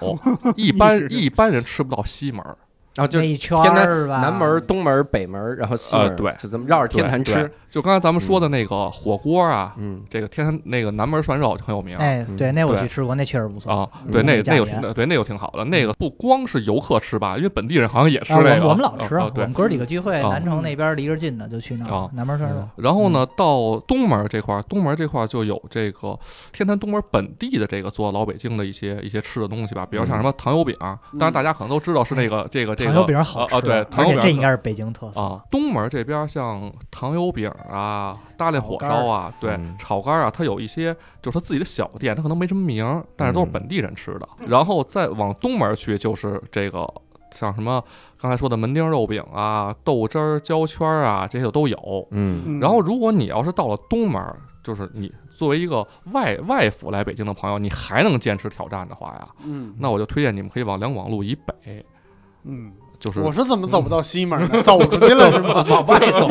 Speaker 4: 一
Speaker 2: 逆
Speaker 4: 般
Speaker 2: 时针
Speaker 4: 一般人吃不到西门儿，
Speaker 1: 然后
Speaker 6: 那
Speaker 1: 就
Speaker 6: 一圈
Speaker 1: 天南
Speaker 6: 儿吧，
Speaker 1: 南门、东门、北门，然后西
Speaker 4: 呃
Speaker 1: 门，
Speaker 4: 对
Speaker 1: 就这么绕着天坛
Speaker 4: 对
Speaker 1: 吃
Speaker 4: 对。就刚才咱们说的那个火锅啊，
Speaker 1: 嗯，
Speaker 4: 这个天坛那个南门涮肉就很有名。
Speaker 6: 哎，对，
Speaker 1: 嗯
Speaker 6: 那我
Speaker 4: 对
Speaker 6: 去吃过，那确实不错。
Speaker 4: 啊，
Speaker 1: 嗯
Speaker 4: 对，那
Speaker 6: 物美
Speaker 4: 那
Speaker 6: 价
Speaker 4: 个
Speaker 6: 廉
Speaker 4: 挺对，那个挺好的。那个不光是游客吃吧，因为本地人好像也吃
Speaker 6: 嗯啊，我
Speaker 4: 那
Speaker 6: 们
Speaker 4: 个。
Speaker 6: 我们老吃
Speaker 4: 啊，
Speaker 6: 啊
Speaker 4: 啊，
Speaker 6: 我
Speaker 4: 对
Speaker 6: 们。哥儿几个聚会，
Speaker 4: 啊
Speaker 6: 南城那边离着近的就去那
Speaker 4: 啊
Speaker 6: 儿，南门涮肉。
Speaker 4: 然后
Speaker 6: 嗯
Speaker 4: 呢，到东门这块儿，东门这块儿就有这个天坛东门本地的这个做老北京的一些一些吃的东西吧，比如像什么糖油饼，当然大家可能都知道是那个这个这个
Speaker 6: 嗯哎糖油饼好
Speaker 4: 啊
Speaker 6: 吃，
Speaker 4: 啊，对，
Speaker 6: 而
Speaker 4: 糖油
Speaker 6: 且
Speaker 4: 饼
Speaker 6: 这应该是北京特色。
Speaker 4: 啊，东门这边像糖油饼啊、大连火烧啊，对
Speaker 1: 嗯，
Speaker 4: 炒肝啊，它有一些就是它自己的小店，它可能没什么名儿，但是都是
Speaker 1: 嗯
Speaker 4: 本地人吃的。然后再往东门去，就是这个像什么刚才说的门钉肉饼啊、豆汁儿、焦圈儿啊，这些都有。
Speaker 1: 嗯
Speaker 2: 嗯
Speaker 4: 然后，如果你要是到了东门，就是你作为一个外外府来北京的朋友，你还能坚持挑战的话呀，
Speaker 3: 嗯，
Speaker 4: 那我就推荐你们可以往两广路以北，
Speaker 2: 嗯，
Speaker 4: 就是
Speaker 3: 我说怎么走不到西门 呢？ 走出去了是吗？
Speaker 1: 往外走，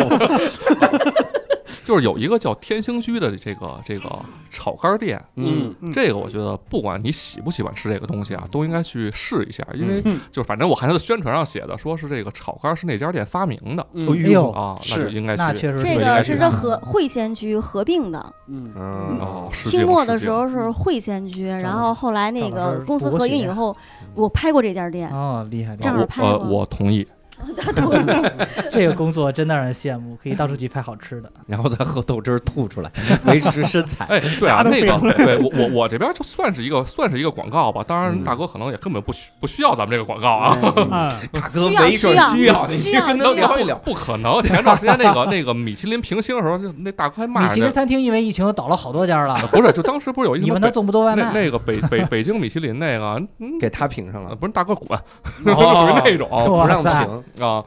Speaker 4: 就是有一个叫天兴居的这个这个炒肝店，
Speaker 1: 嗯，
Speaker 2: 嗯
Speaker 4: 这个我觉得不管你喜不喜欢吃这个东西啊，都应该去试一下，因为
Speaker 3: 嗯
Speaker 4: 就是反正我看它的宣传上写的，说是这个炒肝是那家店发明的
Speaker 3: 嗯
Speaker 6: 哎呦，
Speaker 4: 啊，那
Speaker 3: 是
Speaker 4: 就应该
Speaker 6: 那
Speaker 4: 去。
Speaker 6: 确实
Speaker 5: 这
Speaker 4: 应该
Speaker 5: 个
Speaker 4: 是
Speaker 5: 是这和会仙居合并的，
Speaker 3: 嗯
Speaker 1: 嗯
Speaker 4: 哦，失
Speaker 5: 清
Speaker 4: 敬
Speaker 5: 末
Speaker 4: 失
Speaker 5: 的
Speaker 4: 敬
Speaker 5: 时候是会仙居，然后后来那
Speaker 6: 赵老
Speaker 5: 个
Speaker 6: 师
Speaker 5: 公司合营以后，我拍过这家店。
Speaker 1: 啊
Speaker 6: 哦，厉害！厉
Speaker 5: 正
Speaker 6: 害
Speaker 5: 好
Speaker 4: 我
Speaker 5: 拍
Speaker 4: 呃，
Speaker 5: 过
Speaker 4: 我同意。
Speaker 6: 这个工作真的让人羡慕，可以到处去拍好吃的。
Speaker 1: 然后再喝豆汁儿吐出来，维持身材。
Speaker 4: 哎，对啊，
Speaker 2: 都
Speaker 4: 那
Speaker 2: 背出
Speaker 4: 个，对我我我这边就算是一个算是一个广告吧，当
Speaker 1: 嗯
Speaker 4: 然大哥可能也根本不需不需要咱们这个广告
Speaker 6: 嗯
Speaker 4: 啊。
Speaker 2: 啊，
Speaker 1: 大哥
Speaker 5: 需要
Speaker 1: 没准儿需
Speaker 5: 需
Speaker 1: 要，
Speaker 5: 要
Speaker 1: 你
Speaker 5: 需
Speaker 1: 去
Speaker 5: 要
Speaker 1: 跟他
Speaker 5: 需要
Speaker 1: 聊一聊。
Speaker 4: 不可能！前段时间那个那个米其林评星的时候，就那大哥还
Speaker 6: 米
Speaker 4: 骂
Speaker 6: 其
Speaker 4: 人
Speaker 6: 林
Speaker 4: 家，
Speaker 6: 餐厅因为疫情都倒了好多家了，
Speaker 4: 不是，就当时不是有一
Speaker 6: 你
Speaker 4: 什么
Speaker 6: 们都
Speaker 4: 北
Speaker 6: 做不做外
Speaker 4: 那
Speaker 6: 卖？
Speaker 4: 那个北北北京米其林那个，嗯，
Speaker 1: 给他评上了，
Speaker 4: 不是大哥
Speaker 6: 哦
Speaker 4: 滚， 就属于那种
Speaker 1: 哦，不让
Speaker 6: 哇塞
Speaker 1: 评。
Speaker 4: 啊，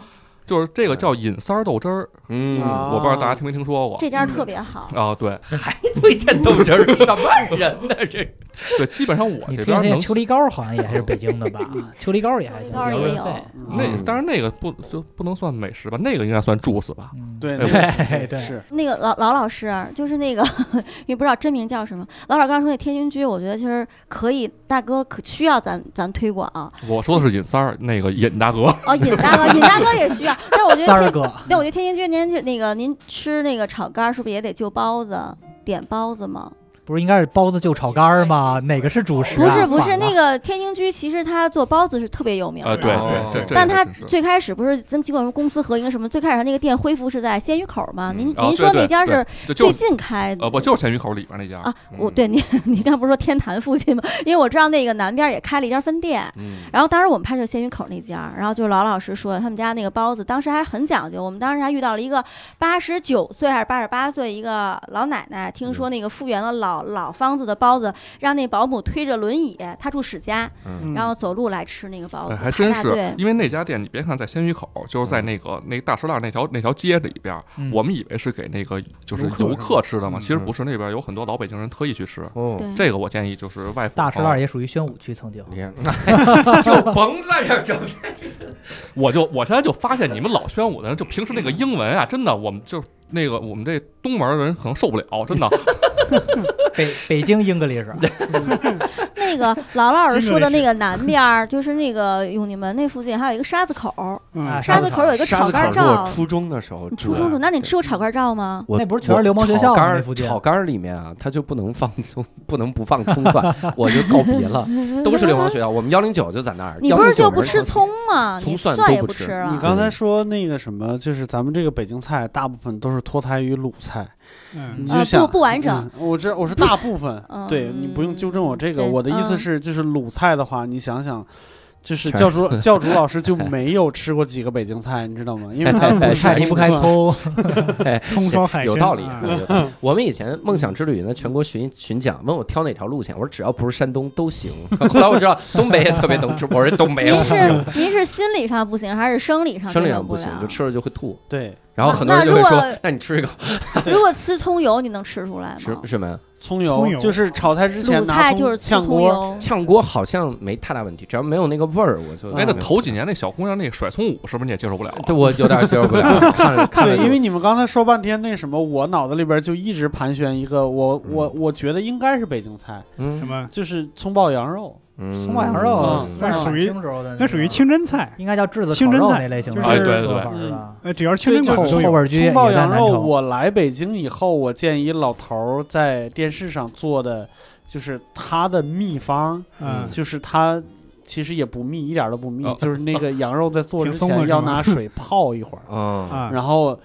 Speaker 4: 就是这个叫尹三儿豆汁儿，
Speaker 1: 嗯，
Speaker 3: 啊
Speaker 4: 我不知道
Speaker 6: 哦
Speaker 4: 大家听没听说过
Speaker 5: 这家特别好，
Speaker 4: 啊？对
Speaker 1: 还推荐豆汁儿，什么人呢？这
Speaker 4: 对，基本上我
Speaker 6: 你
Speaker 4: 这
Speaker 6: 推
Speaker 4: 边
Speaker 6: 荐那
Speaker 4: 能
Speaker 6: 个秋梨膏好像也是北京的 吧？秋梨膏也还行，
Speaker 5: 秋梨膏也有
Speaker 6: 免费
Speaker 4: 那
Speaker 1: 嗯
Speaker 4: 当然那个不就不能算美食吧，那个应该算 juice 吧？
Speaker 6: 嗯，
Speaker 3: 对
Speaker 6: 对对
Speaker 3: 是
Speaker 5: 那个老老老师就是那个也不知道真名叫什么，老老刚才说那天津居，我觉得其实可以，大哥可需要咱咱推广啊，
Speaker 4: 我说的是尹三儿，那个尹 大哥，
Speaker 5: 哦，尹大哥，尹大哥也需要，但是我觉
Speaker 6: 三
Speaker 5: 得天，
Speaker 6: 儿哥，
Speaker 5: 但我觉得天津居您就那个您吃那个炒肝儿是不是也得就包子？点包子吗？
Speaker 6: 不是应该是包子就炒肝儿吗？哪个是主食啊？
Speaker 5: 不是不是，
Speaker 6: 反了
Speaker 5: 那个天津居其实它做包子是特别有名的，
Speaker 4: 啊，对
Speaker 1: 哦
Speaker 4: 对，这这
Speaker 5: 但
Speaker 4: 个
Speaker 5: 他
Speaker 4: 真是
Speaker 5: 最开始不是咱尽管说公司合营什么，最开始他那个店恢复是在鲜鱼口嘛？您
Speaker 4: 哦
Speaker 5: 您
Speaker 4: 对
Speaker 5: 说
Speaker 4: 对
Speaker 5: 那家
Speaker 4: 对
Speaker 5: 是
Speaker 4: 就
Speaker 5: 最
Speaker 4: 就
Speaker 5: 近开的
Speaker 4: 呃不就是钱鱼口里边那家嗯哎
Speaker 5: 啊？我对 您您刚不是说天坛附近吗？因为我知道那个南边也开了一家分店。
Speaker 1: 嗯，
Speaker 5: 然后当时我们拍就是鲜鱼口那家，然后就是老老实说他们家那个包子，当时还很讲究。我们当时还遇到了一个八十九岁还是八十八岁一个老奶奶，听说那个复原了老老方子的包子，让那保姆推着轮椅，她住史家，
Speaker 1: 嗯
Speaker 5: 然后走路来吃那个包
Speaker 4: 哎
Speaker 5: 子，
Speaker 4: 还真
Speaker 5: 排大队
Speaker 4: 是，因为那家店你别看在鲜鱼口，就是在那个那大石栏那条那条街里边，
Speaker 6: 嗯
Speaker 4: 我们以为是给那个就是
Speaker 2: 游客
Speaker 4: 游客吃的嘛，
Speaker 2: 嗯
Speaker 4: 其实不是，那边有很多老北京人特意去吃。
Speaker 1: 哦，
Speaker 5: 对
Speaker 4: 这个我建议就是外府
Speaker 6: 大石
Speaker 4: 朋友
Speaker 6: 栏也属于宣武区，曾经
Speaker 1: 你看，就 甭在这儿整。
Speaker 4: 哦 我就我现在就发现你们老宣武的人，就平时那个英文啊，真的，我们就是那个我们这东门的人可能受不了，真的。
Speaker 6: 北北京 English
Speaker 5: 那个老老师说的那个南边儿，就是那个永定门那附近，还有一个沙子口儿。
Speaker 2: 嗯，
Speaker 5: 沙子口有一个
Speaker 1: 沙
Speaker 5: 炒
Speaker 1: 子
Speaker 5: 肝
Speaker 1: 口
Speaker 5: 儿
Speaker 1: 是我
Speaker 5: 罩，
Speaker 1: 初中的时候住
Speaker 5: 初中
Speaker 1: 的
Speaker 5: 住。那你吃过炒肝罩吗？
Speaker 1: 我
Speaker 6: 那不是全是流氓学校
Speaker 1: 我炒
Speaker 6: 吗
Speaker 1: 肝儿
Speaker 6: 那附近
Speaker 1: 炒肝儿里面啊，它就不能放葱，不能不放葱蒜，我就告别了。都是流氓学校，我们幺零九就在那儿。
Speaker 5: 你不是就
Speaker 1: 109
Speaker 5: 不吃葱吗？
Speaker 1: 葱
Speaker 5: 你
Speaker 1: 蒜
Speaker 5: 蒜
Speaker 1: 都
Speaker 5: 也
Speaker 1: 不吃
Speaker 5: 吃啊
Speaker 3: 你
Speaker 5: 了。
Speaker 3: 刚才说那个什么，就是咱们这个北京菜大部分都是脱胎于鲁菜，
Speaker 2: 嗯
Speaker 3: 你
Speaker 5: 呃
Speaker 3: 就想
Speaker 5: 不不完整。
Speaker 3: 嗯我这我是大部分，
Speaker 5: 嗯
Speaker 3: 对你不用纠正我这个。
Speaker 5: 对嗯
Speaker 3: 我的意思是，就是鲁菜的话，你想想。就是教主教主老师就没有吃过几个北京菜，你知道吗？因为他不
Speaker 6: 菜离不开
Speaker 2: 哎
Speaker 6: 葱，
Speaker 2: 葱烧海参
Speaker 1: 有道理嗯
Speaker 2: 啊。
Speaker 1: 有道理我们以前梦想之旅呢，全国巡巡讲，问我挑哪条路线，我说只要不是山东都行。 后来我知道东北也特别能吃，我说东北
Speaker 5: 您
Speaker 1: 我
Speaker 5: 是您是心理上不行，还是生理上
Speaker 1: 生理
Speaker 5: 接
Speaker 1: 上
Speaker 5: 受
Speaker 1: 不
Speaker 5: 不
Speaker 1: 行，
Speaker 5: 了
Speaker 1: 就吃了就会吐。
Speaker 3: 对
Speaker 1: 然后很多人就会
Speaker 5: 啊那
Speaker 1: 说
Speaker 5: 如果：“啊
Speaker 1: 那你吃一个
Speaker 3: 对
Speaker 5: 如果吃葱油，你能吃出来
Speaker 1: 吃
Speaker 5: 吗？
Speaker 1: 什么？”
Speaker 3: 葱
Speaker 2: 葱
Speaker 3: 油，
Speaker 2: 油
Speaker 3: 就是炒菜之前
Speaker 5: 鲁
Speaker 3: 拿
Speaker 5: 菜就
Speaker 3: 葱
Speaker 5: 是吃
Speaker 3: 炝
Speaker 5: 葱
Speaker 3: 锅，
Speaker 5: 油，
Speaker 1: 炝锅好像没太大问题，只要没有那个味儿，我
Speaker 5: 啊
Speaker 1: 就
Speaker 4: 哎，那头几年那小姑娘那甩葱舞是不是你也接受不了啊？
Speaker 1: 对我有点接受不 了，看着看着
Speaker 3: 对，
Speaker 1: 就
Speaker 3: 因为你们刚才说半天那什么，我脑子里边就一直盘旋一个，我我我觉得应该是北京菜，
Speaker 2: 什
Speaker 1: 嗯
Speaker 2: 么？
Speaker 3: 就是葱爆羊肉。
Speaker 1: 嗯
Speaker 6: 葱爆羊肉
Speaker 3: 嗯，
Speaker 6: 那
Speaker 2: 那属于
Speaker 6: 清时候的个，
Speaker 2: 那属于清真菜。
Speaker 6: 应该叫炙子
Speaker 2: 清
Speaker 6: 烤
Speaker 2: 真
Speaker 6: 肉
Speaker 2: 菜
Speaker 6: 那类型的，
Speaker 2: 就是哎
Speaker 4: 对对
Speaker 6: 做法
Speaker 3: 对
Speaker 6: 是吧？
Speaker 2: 呃，只要是清真口
Speaker 3: 对
Speaker 2: 的都
Speaker 3: 就
Speaker 6: 后
Speaker 2: 有。
Speaker 6: 味居也
Speaker 3: 葱
Speaker 6: 在
Speaker 3: 爆羊
Speaker 6: 南
Speaker 3: 肉，
Speaker 6: 城，
Speaker 3: 我来北京以后，我建议老头儿在电视上做的，就是他的秘方，
Speaker 2: 嗯，
Speaker 3: 就是他其实也不密，一点儿都不密，
Speaker 4: 哦
Speaker 3: 就是那个羊肉在做之
Speaker 2: 挺松的
Speaker 3: 前
Speaker 2: 是
Speaker 3: 要
Speaker 2: 吗
Speaker 3: 拿水泡一会儿，
Speaker 1: 嗯
Speaker 2: 啊，
Speaker 3: 然后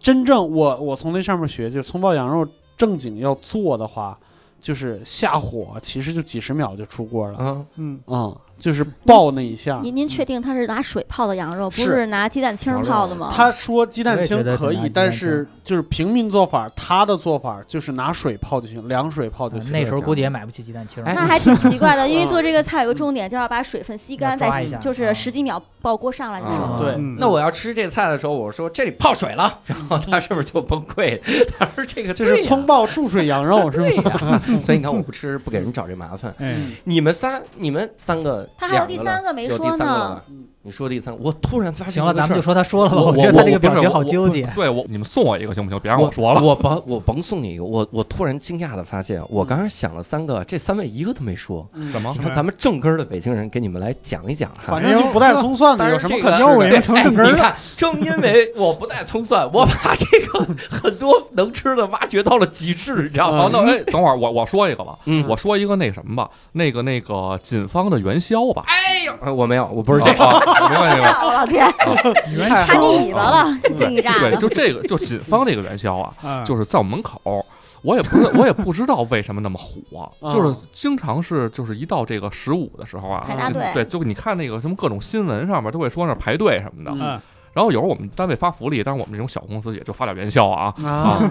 Speaker 3: 真正我我从那上面学，就是葱爆羊肉正经要做的话，就是下火其实就几十秒就出锅了，
Speaker 1: 嗯
Speaker 2: 嗯，
Speaker 3: 嗯，就是爆那一下。
Speaker 5: 您您确定它是拿水泡的羊肉，不
Speaker 3: 是
Speaker 5: 是拿鸡蛋清儿泡的吗？
Speaker 3: 他说鸡蛋
Speaker 6: 我
Speaker 3: 清
Speaker 6: 也觉得
Speaker 3: 可
Speaker 6: 挺
Speaker 3: 以，但
Speaker 6: 难鸡蛋清
Speaker 3: 是就是平民做法，他的做法就是拿水泡就行，凉水泡就
Speaker 6: 嗯
Speaker 3: 行。
Speaker 6: 那时候估计也买不起鸡蛋清儿。
Speaker 1: 哎
Speaker 5: 那还挺奇怪的， 因为
Speaker 3: 嗯
Speaker 5: 做这个菜有个重点，就要把水分吸干，
Speaker 6: 要抓
Speaker 5: 再
Speaker 6: 一下啊
Speaker 5: 就是十几秒爆锅上来的时候。
Speaker 1: 啊
Speaker 3: 对
Speaker 2: 嗯
Speaker 1: 那我要吃这菜的时候，我说这里泡水了，然后他是不是就崩溃？ 他说这个
Speaker 3: 这
Speaker 1: 对
Speaker 3: 是
Speaker 1: 呀
Speaker 3: 葱爆注水羊肉是吗
Speaker 1: 对？呀，所以你看我不吃不给人找这麻烦。
Speaker 2: 哎，
Speaker 1: 你们仨，你们三个，
Speaker 5: 他还有
Speaker 1: 两个
Speaker 5: 第
Speaker 1: 了
Speaker 5: 三个没
Speaker 1: 有
Speaker 5: 说
Speaker 1: 第三个了
Speaker 5: 呢
Speaker 1: 吧，你说第三个，我突然发现
Speaker 6: 行了，
Speaker 1: 一个
Speaker 6: 咱们就
Speaker 1: 事
Speaker 6: 说他说了吧。
Speaker 4: 我
Speaker 6: 觉得
Speaker 4: 我
Speaker 6: 他这
Speaker 4: 我
Speaker 6: 个
Speaker 4: 不
Speaker 6: 表
Speaker 4: 是
Speaker 6: 情
Speaker 4: 我
Speaker 6: 好
Speaker 4: 我
Speaker 6: 纠结。
Speaker 4: 对我，你们送我一个行不行？别
Speaker 1: 儿
Speaker 4: 让我说了。
Speaker 1: 我甭我甭送你一个，我我突然惊讶的发现，我刚刚想了三个，这三位一个都没说。
Speaker 4: 什么
Speaker 1: 你？看咱们正根儿的北京人给你们来讲一讲哈，
Speaker 3: 反正就不带葱蒜
Speaker 1: 当然
Speaker 3: 的，有什么
Speaker 1: 这
Speaker 3: 可
Speaker 1: 个
Speaker 3: 吃
Speaker 2: 要我
Speaker 3: 的？
Speaker 2: 也能成正根
Speaker 1: 哎。
Speaker 2: 儿
Speaker 1: 你
Speaker 2: 了。
Speaker 1: 看，正因为我不带葱蒜，我把这个很多能吃的挖掘到了极致，你知道
Speaker 4: 好，
Speaker 1: 吗？
Speaker 4: 那哎，等会儿我我说一个吧，
Speaker 1: 嗯
Speaker 4: 我说一个那什么吧，那个那个锦芳的元宵吧，
Speaker 1: 哎呦，呃我没有，我不是这个。
Speaker 4: 啊，啊
Speaker 1: 哎
Speaker 4: 明白明白。
Speaker 5: 我 老天，
Speaker 3: 太
Speaker 5: 看
Speaker 3: 好了
Speaker 5: 腻尾巴了， 这一炸
Speaker 4: 对，
Speaker 5: 的。
Speaker 4: 就这个，就锦芳这个元宵啊，
Speaker 2: 啊，
Speaker 4: 就是在我们门口，我也不是，我也不知道为什么那么火，
Speaker 3: 啊
Speaker 4: 就是经常是就是一到这个十五的时候啊
Speaker 5: 排大，
Speaker 4: 就
Speaker 5: 队
Speaker 4: 对，就你看那个什么各种新闻上面都会说那儿排队什么的。
Speaker 3: 嗯
Speaker 2: 嗯
Speaker 4: 然后有时候我们单位发福利，但是我们这种小公司也就发点元宵啊。
Speaker 3: 啊，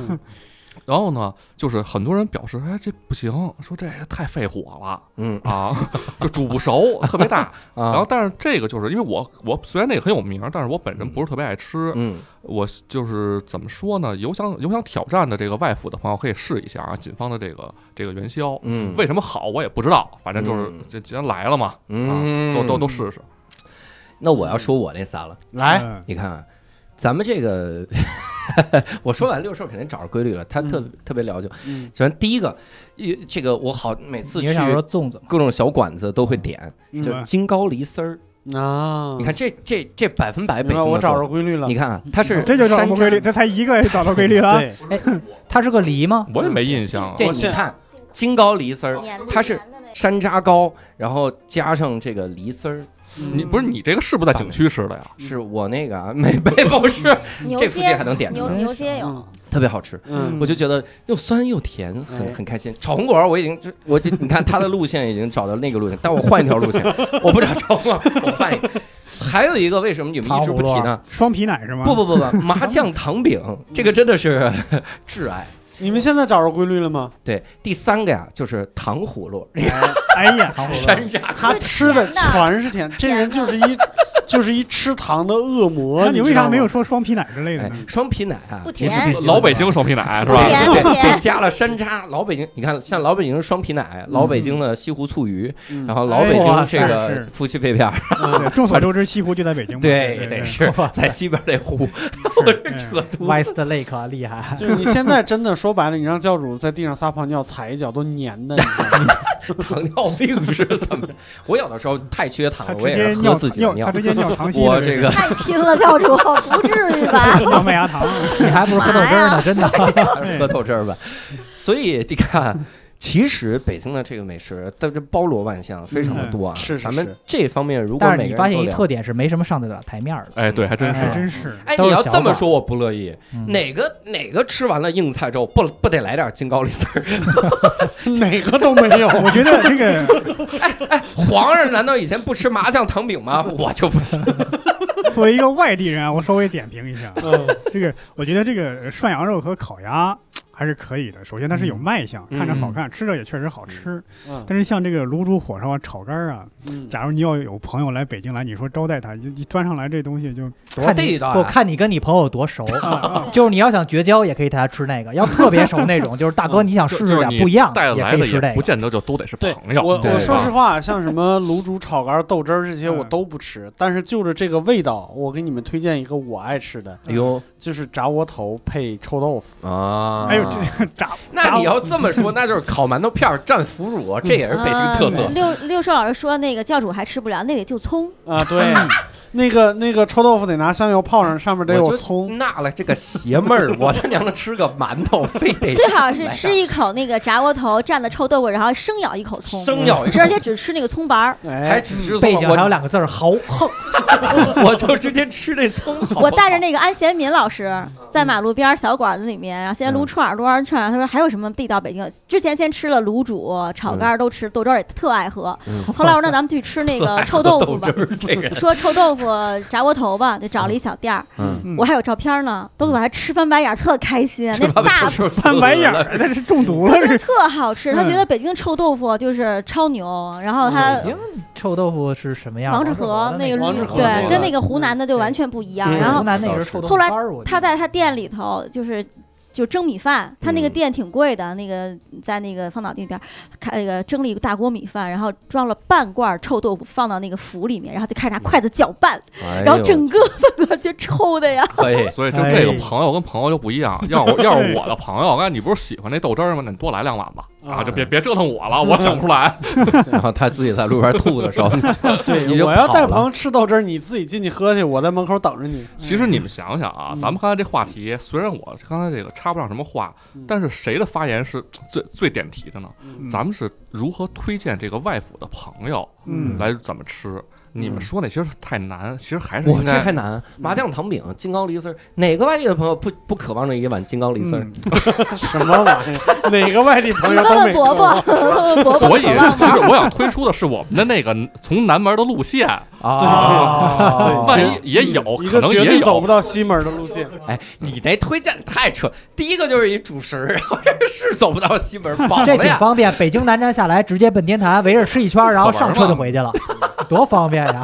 Speaker 4: 然后呢，就是很多人表示，哎，这不行，说这个太费火了
Speaker 1: 嗯
Speaker 4: 啊， 就煮 不熟，特别大。
Speaker 1: 啊，
Speaker 4: 然后但是这个就是因为我我虽然那个很有名，但是我本人不是特别爱吃，
Speaker 1: 嗯
Speaker 4: 我就是怎么说呢？有想有想挑战的这个外府的朋友可以试一下啊，锦芳的这个这个元宵，
Speaker 1: 嗯，
Speaker 4: 为什么好我也不知道，反正就是
Speaker 1: 嗯
Speaker 4: 这既然来了嘛，
Speaker 1: 嗯
Speaker 4: 啊都都都试试。
Speaker 1: 那我要说我那仨了，
Speaker 6: 哎
Speaker 3: 来，
Speaker 2: 嗯
Speaker 1: 你看啊，咱们这个， 我说完六兽肯定找着规律了，他特、特别了解。
Speaker 3: 嗯
Speaker 1: 首先第一个，一这个我好每次
Speaker 6: 你
Speaker 1: 去
Speaker 6: 是想说粽子吗？
Speaker 1: 各种小馆子都会点，
Speaker 3: 嗯
Speaker 1: 就是金糕梨丝儿。
Speaker 3: 啊，
Speaker 1: 你看这这这百分百
Speaker 3: 明
Speaker 1: 北
Speaker 3: 白
Speaker 1: 京
Speaker 3: 我
Speaker 1: 的
Speaker 3: 找
Speaker 1: 做
Speaker 3: 着
Speaker 1: 法。
Speaker 3: 规律了
Speaker 1: 你。看啊，它是
Speaker 2: 这就找
Speaker 1: 山
Speaker 2: 到规律，
Speaker 1: 楂
Speaker 2: 这才一个也找到规律了。啊
Speaker 3: 对，
Speaker 6: 它是个 梨吗？
Speaker 4: 我也没印象，
Speaker 1: 对，
Speaker 3: 啊我
Speaker 1: 你
Speaker 3: 现
Speaker 1: 看金糕梨丝儿，
Speaker 5: 黏的
Speaker 1: 它是山楂糕，然后加上这个梨丝儿，
Speaker 4: 你
Speaker 3: 嗯
Speaker 4: 不是你这个是不是在景区吃的呀？
Speaker 1: 是我那个啊，没没不是，
Speaker 5: 牛
Speaker 1: 这附近还
Speaker 5: 街，
Speaker 1: 能点出
Speaker 5: 牛
Speaker 1: 来，
Speaker 5: 牛街有，
Speaker 3: 嗯
Speaker 1: 特别好吃。
Speaker 3: 嗯
Speaker 1: 我就觉得又酸又甜，
Speaker 3: 哎
Speaker 1: 很很开心。炒红果儿我已经，我就你看他的路线已经找到那个路线，但我换一条路线，我不找炒红果儿，我换一个。还有一个为什么你们一直不提呢？
Speaker 2: 双皮奶是吗？
Speaker 1: 不不不不，麻酱糖饼这个真的是 挚爱。
Speaker 3: 你们现在找着规律了吗？
Speaker 1: 对，第三个呀就是糖葫芦，
Speaker 2: 哎 呀，
Speaker 6: 糖葫芦
Speaker 1: 山楂。
Speaker 3: 他吃的全是甜，这人就是一就是一吃糖的恶魔。
Speaker 2: 那你为
Speaker 3: 知道
Speaker 2: 啥
Speaker 3: 吗
Speaker 2: 没有？说双皮奶之类的
Speaker 1: 哎
Speaker 2: 呢？，
Speaker 3: 嗯
Speaker 1: 双皮奶啊，
Speaker 5: 不
Speaker 1: 也是
Speaker 5: 甜
Speaker 1: 必须的
Speaker 4: 老北京双皮奶是
Speaker 5: 不
Speaker 4: 吧？
Speaker 5: 甜
Speaker 1: 对
Speaker 5: 不
Speaker 1: 对，
Speaker 5: 甜，
Speaker 1: 加了山楂，老北京，你看，像老北京是双皮奶，老北京的西湖醋鱼，
Speaker 3: 嗯
Speaker 1: 然后老北
Speaker 2: 哎哇
Speaker 1: 京这
Speaker 2: 是
Speaker 1: 个
Speaker 2: 是
Speaker 1: 夫妻肺片儿，
Speaker 2: 对，众所周知，西湖就在北京嘛。
Speaker 1: 对，
Speaker 2: 对哎
Speaker 1: 得是在西边那湖，我是扯犊子。
Speaker 6: ，West Lake 啊厉害。
Speaker 3: 就是你现在真的说白了，你让教主在地上撒泡尿，踩一脚都粘的，你知道吗
Speaker 1: 糖尿病是怎么的？我有的时候太缺糖
Speaker 2: 他
Speaker 1: 了，
Speaker 2: 直
Speaker 1: 我也
Speaker 2: 接
Speaker 1: 是喝
Speaker 2: 尿
Speaker 1: 自己的
Speaker 2: 尿，
Speaker 1: 尿
Speaker 2: 他。直接 尿糖稀了。
Speaker 1: 我这个
Speaker 5: 太拼了，教主，不至于 吧？
Speaker 2: 当麦芽糖，
Speaker 6: 你还不如喝豆汁儿呢，真的。
Speaker 1: 喝豆汁儿吧。所以你看，其实北京的这个美食，它这包罗万象，非常的多啊。
Speaker 3: 嗯是是
Speaker 1: 咱们
Speaker 3: 是
Speaker 1: 这方面如果
Speaker 6: 但是
Speaker 1: 每
Speaker 6: 你
Speaker 1: 个
Speaker 6: 发
Speaker 1: 人
Speaker 6: 现
Speaker 1: 都
Speaker 6: 一
Speaker 1: 聊，
Speaker 6: 特点是没什么上得了台面 儿的。
Speaker 4: 哎，对，还真
Speaker 2: 还
Speaker 4: 是。
Speaker 2: 真是，
Speaker 1: 哎，
Speaker 6: 都
Speaker 1: 你
Speaker 6: 是
Speaker 1: 要
Speaker 6: 小
Speaker 1: 这么
Speaker 6: 馆
Speaker 1: 说，我不乐意。
Speaker 6: 嗯
Speaker 1: 哪个哪个吃完了硬菜之后，不不得来点金高丽丝儿？
Speaker 3: 哪个都没有。
Speaker 2: 我觉得这个
Speaker 1: 皇上难道以前不吃麻酱糖饼吗？ 我就不 信。
Speaker 2: 作为一个外地人啊，我稍微点评一下，
Speaker 1: 嗯
Speaker 2: 这个我觉得这个涮羊肉和烤鸭还是可以的。首先它是有卖相，
Speaker 1: 嗯
Speaker 2: 看着好看，吃着也确实好吃。
Speaker 3: 嗯
Speaker 2: 但是像这个卤煮火烧啊、炒肝儿啊，
Speaker 3: 嗯
Speaker 2: 假如你要有朋友来北京来，你说招待他，一一端上来这东西就
Speaker 1: 多
Speaker 6: 看
Speaker 1: 地
Speaker 6: 你，
Speaker 1: 道啊
Speaker 6: 我看你跟你朋友有 多熟，
Speaker 2: 啊
Speaker 6: 就是你要想绝交也可以带他吃那个，要特别熟那 种，就是大哥你想
Speaker 4: 嗯就
Speaker 6: 试
Speaker 4: 就
Speaker 6: 试
Speaker 4: 是
Speaker 6: 点
Speaker 4: 你
Speaker 6: 不一样
Speaker 4: 带
Speaker 6: 的，也
Speaker 4: 来
Speaker 6: 可
Speaker 4: 的
Speaker 6: 以吃
Speaker 4: 也
Speaker 6: 这
Speaker 4: 不
Speaker 6: 个。
Speaker 4: 见得就都得是
Speaker 3: 对
Speaker 4: 朋友。
Speaker 3: 我
Speaker 1: 对
Speaker 3: 我说
Speaker 4: 吧
Speaker 3: 实话，像什么卤煮、炒肝、豆汁儿这些
Speaker 2: 嗯
Speaker 3: 我都不吃，但是就是这个味道，我给你们推荐一个我爱吃的，
Speaker 1: 哎
Speaker 6: 嗯
Speaker 1: 呦
Speaker 3: 就是炸窝头配臭豆腐。
Speaker 1: 啊！
Speaker 2: 啊，哎呦，这这 炸
Speaker 1: 那你要这么说，那就是烤馒头片儿蘸腐
Speaker 6: 嗯
Speaker 1: 乳，这也是北京特色
Speaker 3: 嗯
Speaker 5: 啊。六六兽老师说那个教主还吃不了，那得就葱。
Speaker 3: 啊，对，那个那个臭豆腐得拿香油泡上，上面得
Speaker 1: 我
Speaker 3: 有
Speaker 1: 就
Speaker 3: 葱。
Speaker 1: 纳了这个邪闷儿，我他娘的吃个馒头，非得
Speaker 5: 最好是吃一口那个炸窝头蘸的臭豆腐，然后生咬一口葱，
Speaker 1: 生咬一口
Speaker 5: 只，而且只吃那个葱白儿。
Speaker 1: 嗯还
Speaker 3: 哎，
Speaker 1: 只是
Speaker 6: 背景还有
Speaker 1: 我
Speaker 6: 两个字 儿豪横，
Speaker 1: 我就直接吃这葱好不好。嗯
Speaker 5: 我带着那个安贤民老师在马路边儿小馆子里面，然后先撸串儿、撸完串儿，他说还有什么地道北京？之前先吃了卤煮、炒肝儿都吃，豆汁儿也特爱喝。
Speaker 1: 嗯
Speaker 5: 后来我说那咱们去吃 那个臭豆腐吧
Speaker 1: 豆，汁儿这个，
Speaker 5: 说臭豆腐炸窝头吧，就找了一小店儿。
Speaker 1: 嗯，
Speaker 2: 嗯
Speaker 5: 我还有照片呢，都给我还吃翻白眼儿，特开心。那大
Speaker 2: 翻白眼儿，那是中毒了
Speaker 5: 他觉
Speaker 2: 这。
Speaker 5: 得特好吃，他
Speaker 2: 嗯
Speaker 5: 觉得北京臭豆腐就是超牛，然后他
Speaker 6: 北京臭豆腐是什么样？
Speaker 5: 王致
Speaker 6: 和
Speaker 5: 和那个
Speaker 3: 王致和那
Speaker 5: 对，
Speaker 3: 个
Speaker 5: 跟那个湖南的就完全不一样。
Speaker 1: 嗯
Speaker 5: 然后
Speaker 6: 湖南那个是臭豆腐
Speaker 5: 后来
Speaker 6: 干
Speaker 2: 嗯
Speaker 6: 儿我记得
Speaker 5: 他在他店里头就是就蒸米饭，他
Speaker 2: 嗯
Speaker 5: 那个店挺贵的，那个在那个芳岛那边开那个蒸了一个大锅米饭，然后装了半罐臭豆腐放到那个釜里面，然后就开始拿筷子搅拌，
Speaker 2: 嗯
Speaker 5: 然后整个饭馆就臭的呀。
Speaker 1: 哎可以，
Speaker 4: 所以就这个
Speaker 2: 哎
Speaker 4: 朋友跟朋友就不一样。要我要是我的朋友，我哎看你不是喜欢那豆汁儿吗？那你多来两碗吧。啊，
Speaker 3: 啊
Speaker 4: 就别别折腾我了，我想不出来。
Speaker 1: 然后他自己在路边吐的时候，你
Speaker 3: 对，
Speaker 1: 就
Speaker 3: 我要
Speaker 1: 跑
Speaker 3: 带
Speaker 1: 了
Speaker 3: 朋友吃豆汁儿，你自己进去喝去，我在门口等着你。
Speaker 4: 其实你们想想啊，
Speaker 3: 嗯
Speaker 4: 咱们刚才这话题，虽然我刚才这个插不上什么话
Speaker 3: 嗯，
Speaker 4: 但是谁的发言是最最点题的呢？
Speaker 3: 嗯
Speaker 4: 咱们是如何推荐这个外府的朋友
Speaker 2: 嗯
Speaker 4: 来怎么吃？你们说那些太难，其实还是
Speaker 1: 我
Speaker 4: 应
Speaker 1: 这
Speaker 4: 该
Speaker 1: 还难，麻酱糖饼、金刚梨丝儿，哪个外地的朋友不不渴望着一碗金刚梨丝儿？
Speaker 2: 嗯
Speaker 3: 什么玩 意儿？哪个外地朋 友
Speaker 5: 问
Speaker 3: 都没
Speaker 5: 问
Speaker 3: 喝
Speaker 5: 伯伯
Speaker 3: 过？，
Speaker 5: 问问伯 伯
Speaker 4: 所以，其实我想推出的是我们的那个从南门的路线，
Speaker 3: 哦
Speaker 1: 啊，
Speaker 4: 万一也有，
Speaker 3: 一
Speaker 4: 可
Speaker 3: 个
Speaker 4: 能
Speaker 3: 绝
Speaker 4: 也
Speaker 3: 对走不
Speaker 4: 有。
Speaker 3: 到西门的路线。
Speaker 1: 哎，你那推荐太扯，第一个就是一主食，然后这是走不到西门，饱
Speaker 6: 这
Speaker 1: 了
Speaker 6: 挺
Speaker 1: 呀。
Speaker 6: 方便，北京南站下来直接奔天坛，围着吃一圈儿，然后上车就回去了，多方便 呀！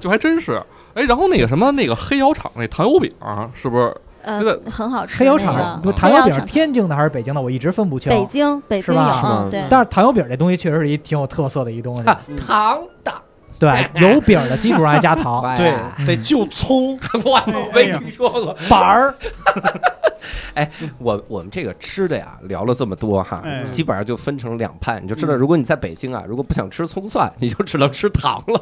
Speaker 4: 就还真是。哎，然后那个什么，那个黑窑厂那糖油饼、啊是不是？
Speaker 5: 嗯，很好吃
Speaker 6: 黑
Speaker 5: 那
Speaker 6: 油
Speaker 5: 个。
Speaker 6: 厂不
Speaker 5: 嗯黑
Speaker 6: 是糖油饼
Speaker 5: 窑
Speaker 6: 是
Speaker 5: 厂
Speaker 6: 天津的还是北京的，我一直分不清。
Speaker 5: 北京北
Speaker 6: 是
Speaker 5: 京有，
Speaker 6: 吧
Speaker 5: 嗯，对。
Speaker 6: 但是糖油饼这东西确实是一挺有特色的一东西，
Speaker 1: 啊糖的，
Speaker 6: 对，有饼的基础上还 加糖，
Speaker 1: 对
Speaker 3: 对，得就葱
Speaker 1: 我怎么没听说过？
Speaker 3: 板儿。
Speaker 1: 我我们这个吃的呀，聊了这么多哈，
Speaker 2: 哎
Speaker 1: 基本上就分成两派，你就知
Speaker 3: 嗯
Speaker 1: 道，如果你在北京啊，如果不想吃葱蒜，你就只能吃糖了。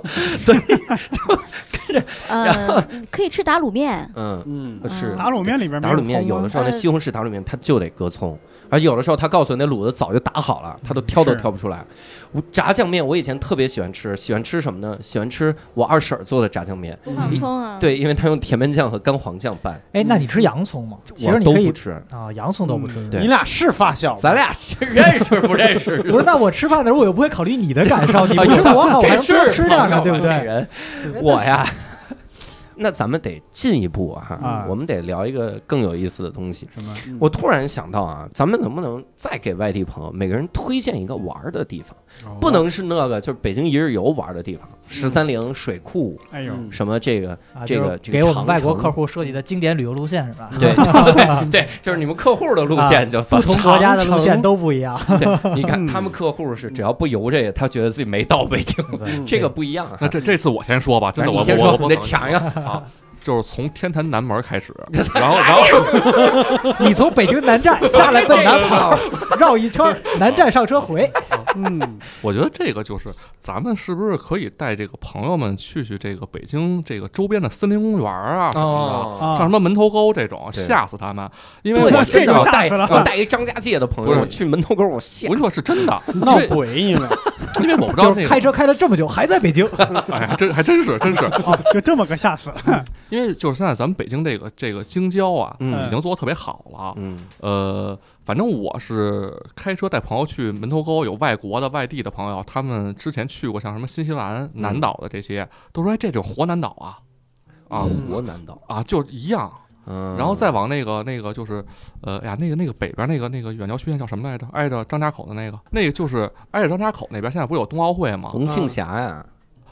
Speaker 5: 嗯，可以吃打卤面，
Speaker 1: 嗯，
Speaker 3: 嗯
Speaker 1: 是
Speaker 2: 打卤面里边没
Speaker 1: 打卤
Speaker 2: 有
Speaker 1: 面，
Speaker 2: 葱
Speaker 1: 有的
Speaker 2: 吗？
Speaker 1: 时候那
Speaker 5: 呃
Speaker 1: 西红柿打卤面它就得搁葱，而有的时候他告诉你那卤子早就打好了，
Speaker 6: 嗯
Speaker 1: 他都挑都
Speaker 2: 是
Speaker 1: 挑不出来。我炸酱面我以前特别喜欢吃，喜欢吃什么呢？喜欢吃我二婶儿做的炸酱面，
Speaker 3: 嗯
Speaker 5: 不放葱啊。
Speaker 1: 对，因为她用甜面酱和干黄酱拌，
Speaker 6: 哎，那你吃洋葱吗？其
Speaker 1: 我
Speaker 6: 实你
Speaker 1: 都
Speaker 6: 可
Speaker 1: 不
Speaker 6: 以
Speaker 1: 吃。
Speaker 6: 啊，洋葱都不吃。
Speaker 1: 对
Speaker 3: 你俩是发小吗？
Speaker 1: 咱俩是认识不认识？
Speaker 6: 不是，那我吃饭的时候我又不会考虑你的感受，你不吃我好，我还
Speaker 1: 啊这
Speaker 6: 能
Speaker 1: 是
Speaker 6: 多吃
Speaker 1: 朋
Speaker 6: 点
Speaker 1: 友啊
Speaker 6: 呢，对不
Speaker 1: 这
Speaker 6: 对？
Speaker 1: 人，我呀，那咱们得进一步哈
Speaker 2: 啊，
Speaker 1: 我们得聊一个更有意思的东西。
Speaker 2: 什么？
Speaker 3: 嗯
Speaker 1: 我突然想到啊，咱们能不能再给外地朋友每个人推荐一个玩儿的地方？
Speaker 3: 哦
Speaker 1: 不能是那个，就是北京一日游玩儿的地方，
Speaker 6: 嗯
Speaker 1: 十三陵、水库
Speaker 2: 哎呦，
Speaker 3: 嗯
Speaker 1: 什么这个，
Speaker 6: 啊，
Speaker 1: 这
Speaker 6: 就是
Speaker 1: 个这个
Speaker 6: 给我们
Speaker 1: 长
Speaker 6: 外国
Speaker 1: 城
Speaker 6: 客户设计的经典旅游路线是吧？
Speaker 1: 对对对，就是你们客户的路线就算
Speaker 6: 啊不
Speaker 1: 了。
Speaker 6: 同国家的路线都不一样。
Speaker 1: 对，你看
Speaker 2: 嗯
Speaker 1: 他们客户是只要不游这个，他觉得自己没到北京，
Speaker 6: 嗯对
Speaker 1: 这个不一样啊。
Speaker 4: 那这这次我先说吧，真的，
Speaker 1: 哎你
Speaker 4: 我
Speaker 1: 先
Speaker 4: 我
Speaker 1: 说，
Speaker 4: 我
Speaker 1: 你得抢一个。
Speaker 4: 啊。就是从天坛南门开始，然后然后
Speaker 6: 你从北京南站下 来奔南跑，绕一圈儿， 南站上车回。
Speaker 2: 嗯，
Speaker 4: 我觉得这个就是咱们是不是可以带这个朋友们去去这个北京这个周边的森林公园啊什 么
Speaker 1: 哦，
Speaker 4: 的，
Speaker 2: 啊
Speaker 4: 像什么门头沟这种，
Speaker 1: 对
Speaker 4: 吓死他们，因为
Speaker 1: 对，
Speaker 4: 我
Speaker 1: 真
Speaker 4: 真
Speaker 1: 的我
Speaker 4: 的，我
Speaker 2: 吓
Speaker 1: 带
Speaker 2: 死了
Speaker 1: 我带一张家界的朋
Speaker 4: 不
Speaker 1: 友
Speaker 4: 是
Speaker 1: 去门头沟，我吓
Speaker 4: 跟你说
Speaker 1: 死。
Speaker 4: 是真的，因
Speaker 3: 闹
Speaker 4: 为
Speaker 3: 鬼你们，
Speaker 4: 因为我不知道
Speaker 6: 就
Speaker 4: 那
Speaker 6: 是
Speaker 4: 个
Speaker 6: 开车开了这么久，还在北京。
Speaker 4: 哎，还真还真是真是，
Speaker 2: 哦，就这么个吓死了。
Speaker 4: 因为就是现在咱们北京这个这个京郊啊，
Speaker 1: 嗯
Speaker 4: 已经做得特别好了。啊
Speaker 1: 嗯
Speaker 4: 呃，反正我是开车带朋友去门头沟，有外国的、外地的朋友，他们之前去过像什么新西
Speaker 1: 嗯
Speaker 4: 兰、南岛的这些，都说哎，这就是活南岛啊，啊
Speaker 1: 我难道？
Speaker 4: 啊，就一样。
Speaker 1: 嗯，
Speaker 4: 然后再往那个那个就是，呃，哎呀，那个那个北边那个那个远郊区县叫什么来着？挨着张家口的那个，那个就是挨着张家口那边，现在不是有冬奥会吗？
Speaker 1: 洪庆霞呀，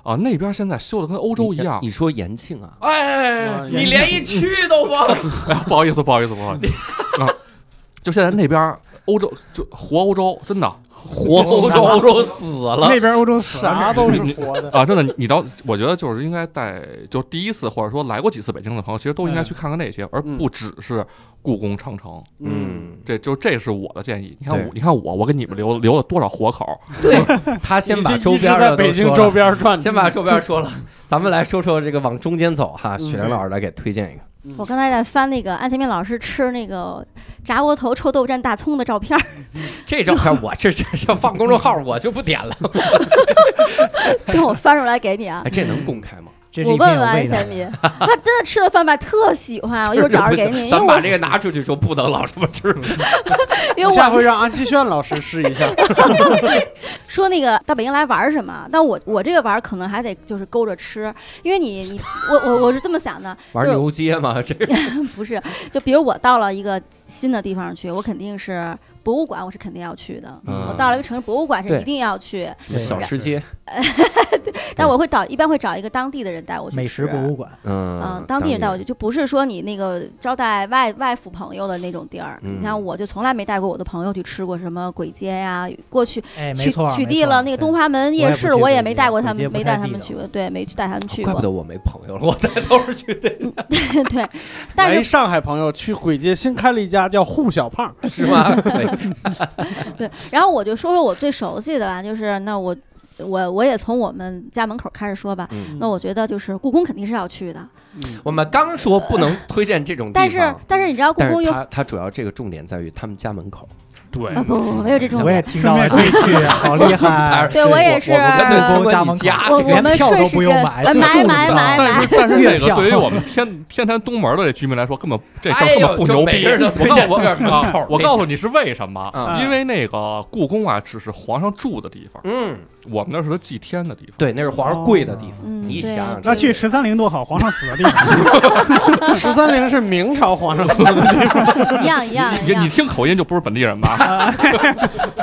Speaker 4: 啊，那边现在修的跟欧洲一样。
Speaker 1: 你说延庆啊？
Speaker 3: 嗯
Speaker 4: 哎，
Speaker 1: 你连
Speaker 6: 嗯
Speaker 1: 一区都忘了。
Speaker 4: 不好意思，不好意思，不好意思啊！就现在那边儿欧洲就活欧洲，真的
Speaker 1: 活欧洲， 欧洲死了。
Speaker 2: 那边欧洲死了，
Speaker 3: 啥都是活的。
Speaker 4: 啊，真的，你你到，我觉得就是应该带，就第一次或者说来过几次北京的朋友，其实都应该去看看那些，而
Speaker 3: 嗯
Speaker 4: 不只是故宫、长城。
Speaker 1: 嗯，
Speaker 4: 这就这是我的建议。你看
Speaker 1: 对
Speaker 4: 我，你看我，我给你们留留了多少活口？
Speaker 1: 对他先把
Speaker 3: 你这
Speaker 1: 周
Speaker 3: 一直
Speaker 1: 边的
Speaker 3: 在
Speaker 1: 都
Speaker 3: 北京
Speaker 1: 说
Speaker 3: 周
Speaker 1: 了
Speaker 3: 边转，
Speaker 1: 先把周边说了，咱们来说说这个往中间走哈。雪玲老师来给推荐一个，
Speaker 5: 我刚才在翻那个安贤明老师吃那个炸窝头、臭豆蘸大葱的照片儿，
Speaker 1: 这照片我这这这放公众号我就不点了。
Speaker 5: 给我翻出来给你啊
Speaker 1: 哎，。这能公开 吗？
Speaker 6: 这是
Speaker 5: 我
Speaker 6: 一
Speaker 5: 问
Speaker 6: 定有
Speaker 5: 问安
Speaker 6: 味道
Speaker 5: 贤。明，他真的吃的饭吧特喜欢，我一会儿找着给 你，因为
Speaker 1: 咱们
Speaker 5: 我
Speaker 1: 把这个拿出去说不能老这么吃。
Speaker 5: 因为
Speaker 3: 下
Speaker 5: 我
Speaker 3: 回让安继炫老师试一下。
Speaker 5: 说那个到北京来玩儿什么，但我我这个玩儿可能还得就是勾着吃，因为你你我我我是这么想的，
Speaker 1: 玩牛街嘛，这个
Speaker 5: 不是，就比如我到了一个新的地方去，我肯定是博物馆，我是肯定要去的。
Speaker 1: 嗯
Speaker 5: 我到了一个城市，博物馆是
Speaker 1: 对
Speaker 5: 一定要去，
Speaker 6: 对
Speaker 1: 小吃街，
Speaker 5: 但我会找一般会找一个当地的人带我去
Speaker 6: 美
Speaker 5: 吃啊
Speaker 6: 食博。物馆，
Speaker 5: 嗯
Speaker 1: 嗯，，
Speaker 5: 当地人带我去，就不是说你那个招待外外府朋友的那种地儿。
Speaker 1: 嗯
Speaker 5: 你像我就从来没带过我的朋友去吃过什么簋街呀、过去
Speaker 6: 哎，没
Speaker 5: 取
Speaker 6: 错，
Speaker 5: 取
Speaker 6: 没
Speaker 5: 缔
Speaker 6: 错
Speaker 5: 了那个
Speaker 6: 对
Speaker 5: 东华门
Speaker 6: 我
Speaker 5: 夜
Speaker 6: 也不
Speaker 5: 市，
Speaker 6: 去
Speaker 5: 我也
Speaker 6: 簋
Speaker 5: 没
Speaker 6: 街
Speaker 5: 带过他
Speaker 6: 簋街
Speaker 5: 们，
Speaker 6: 不
Speaker 5: 没
Speaker 6: 太
Speaker 5: 带他
Speaker 6: 地
Speaker 5: 们
Speaker 6: 道
Speaker 5: 去过，对，没去带他们去
Speaker 1: 啊怪
Speaker 5: 过
Speaker 1: 不。得我没朋友了，我带都是去的，
Speaker 5: 对， 但
Speaker 3: 来
Speaker 5: 是
Speaker 3: 一上海朋友去簋街新开了一家叫沪小 胖，
Speaker 1: 是吗？对
Speaker 5: 对，然后我就说说我最熟悉的吧，啊就是那我我我也从我们家门口开始说吧。
Speaker 1: 嗯
Speaker 5: 那我觉得就是故宫肯定是要去的，
Speaker 1: 我们刚说不能推荐这种地
Speaker 5: 但
Speaker 1: 方，
Speaker 5: 是但是你知道故
Speaker 1: 但
Speaker 5: 宫
Speaker 1: 是
Speaker 5: 有
Speaker 1: 它它主要这个重点在于他们家门口。
Speaker 4: 对
Speaker 5: 啊
Speaker 1: 嗯
Speaker 5: 不不不没有这种
Speaker 6: 我也听 到了这句，好厉
Speaker 3: 哎
Speaker 6: 害！
Speaker 5: 对我也是
Speaker 1: 我们干脆参
Speaker 6: 故宫家
Speaker 1: 观
Speaker 6: 门
Speaker 1: 你家这个
Speaker 5: 我我们
Speaker 6: 口连票都
Speaker 5: 顺势
Speaker 6: 不用
Speaker 5: 跟
Speaker 6: 买
Speaker 5: 呃
Speaker 6: 就
Speaker 5: 买
Speaker 6: 住
Speaker 5: 买
Speaker 6: 到
Speaker 5: 买
Speaker 4: 但
Speaker 5: 买
Speaker 4: 是，但是这个
Speaker 6: 月票
Speaker 4: 对于我们天天坛东门的这居民来说，根本这事
Speaker 1: 哎
Speaker 4: 儿根
Speaker 1: 呦，
Speaker 4: 本不牛逼。
Speaker 1: 我
Speaker 4: 我告我啊我告
Speaker 1: 诉
Speaker 4: 诉你是为什么
Speaker 1: 嗯？
Speaker 4: 因为那个故宫啊，只是皇上住的地方，
Speaker 1: 嗯，
Speaker 4: 我们那是他祭天的地方。
Speaker 1: 对，那是皇上跪的地
Speaker 3: 哦
Speaker 1: 方。
Speaker 5: 嗯，
Speaker 1: 你
Speaker 5: 对
Speaker 1: 想想，
Speaker 2: 那去十三陵多好，皇上死的地 方。
Speaker 3: 十三陵是明朝皇上死的，
Speaker 5: 一样一样一
Speaker 4: 你
Speaker 6: 哎
Speaker 5: 样
Speaker 4: 你，听口音就不是本地人吧？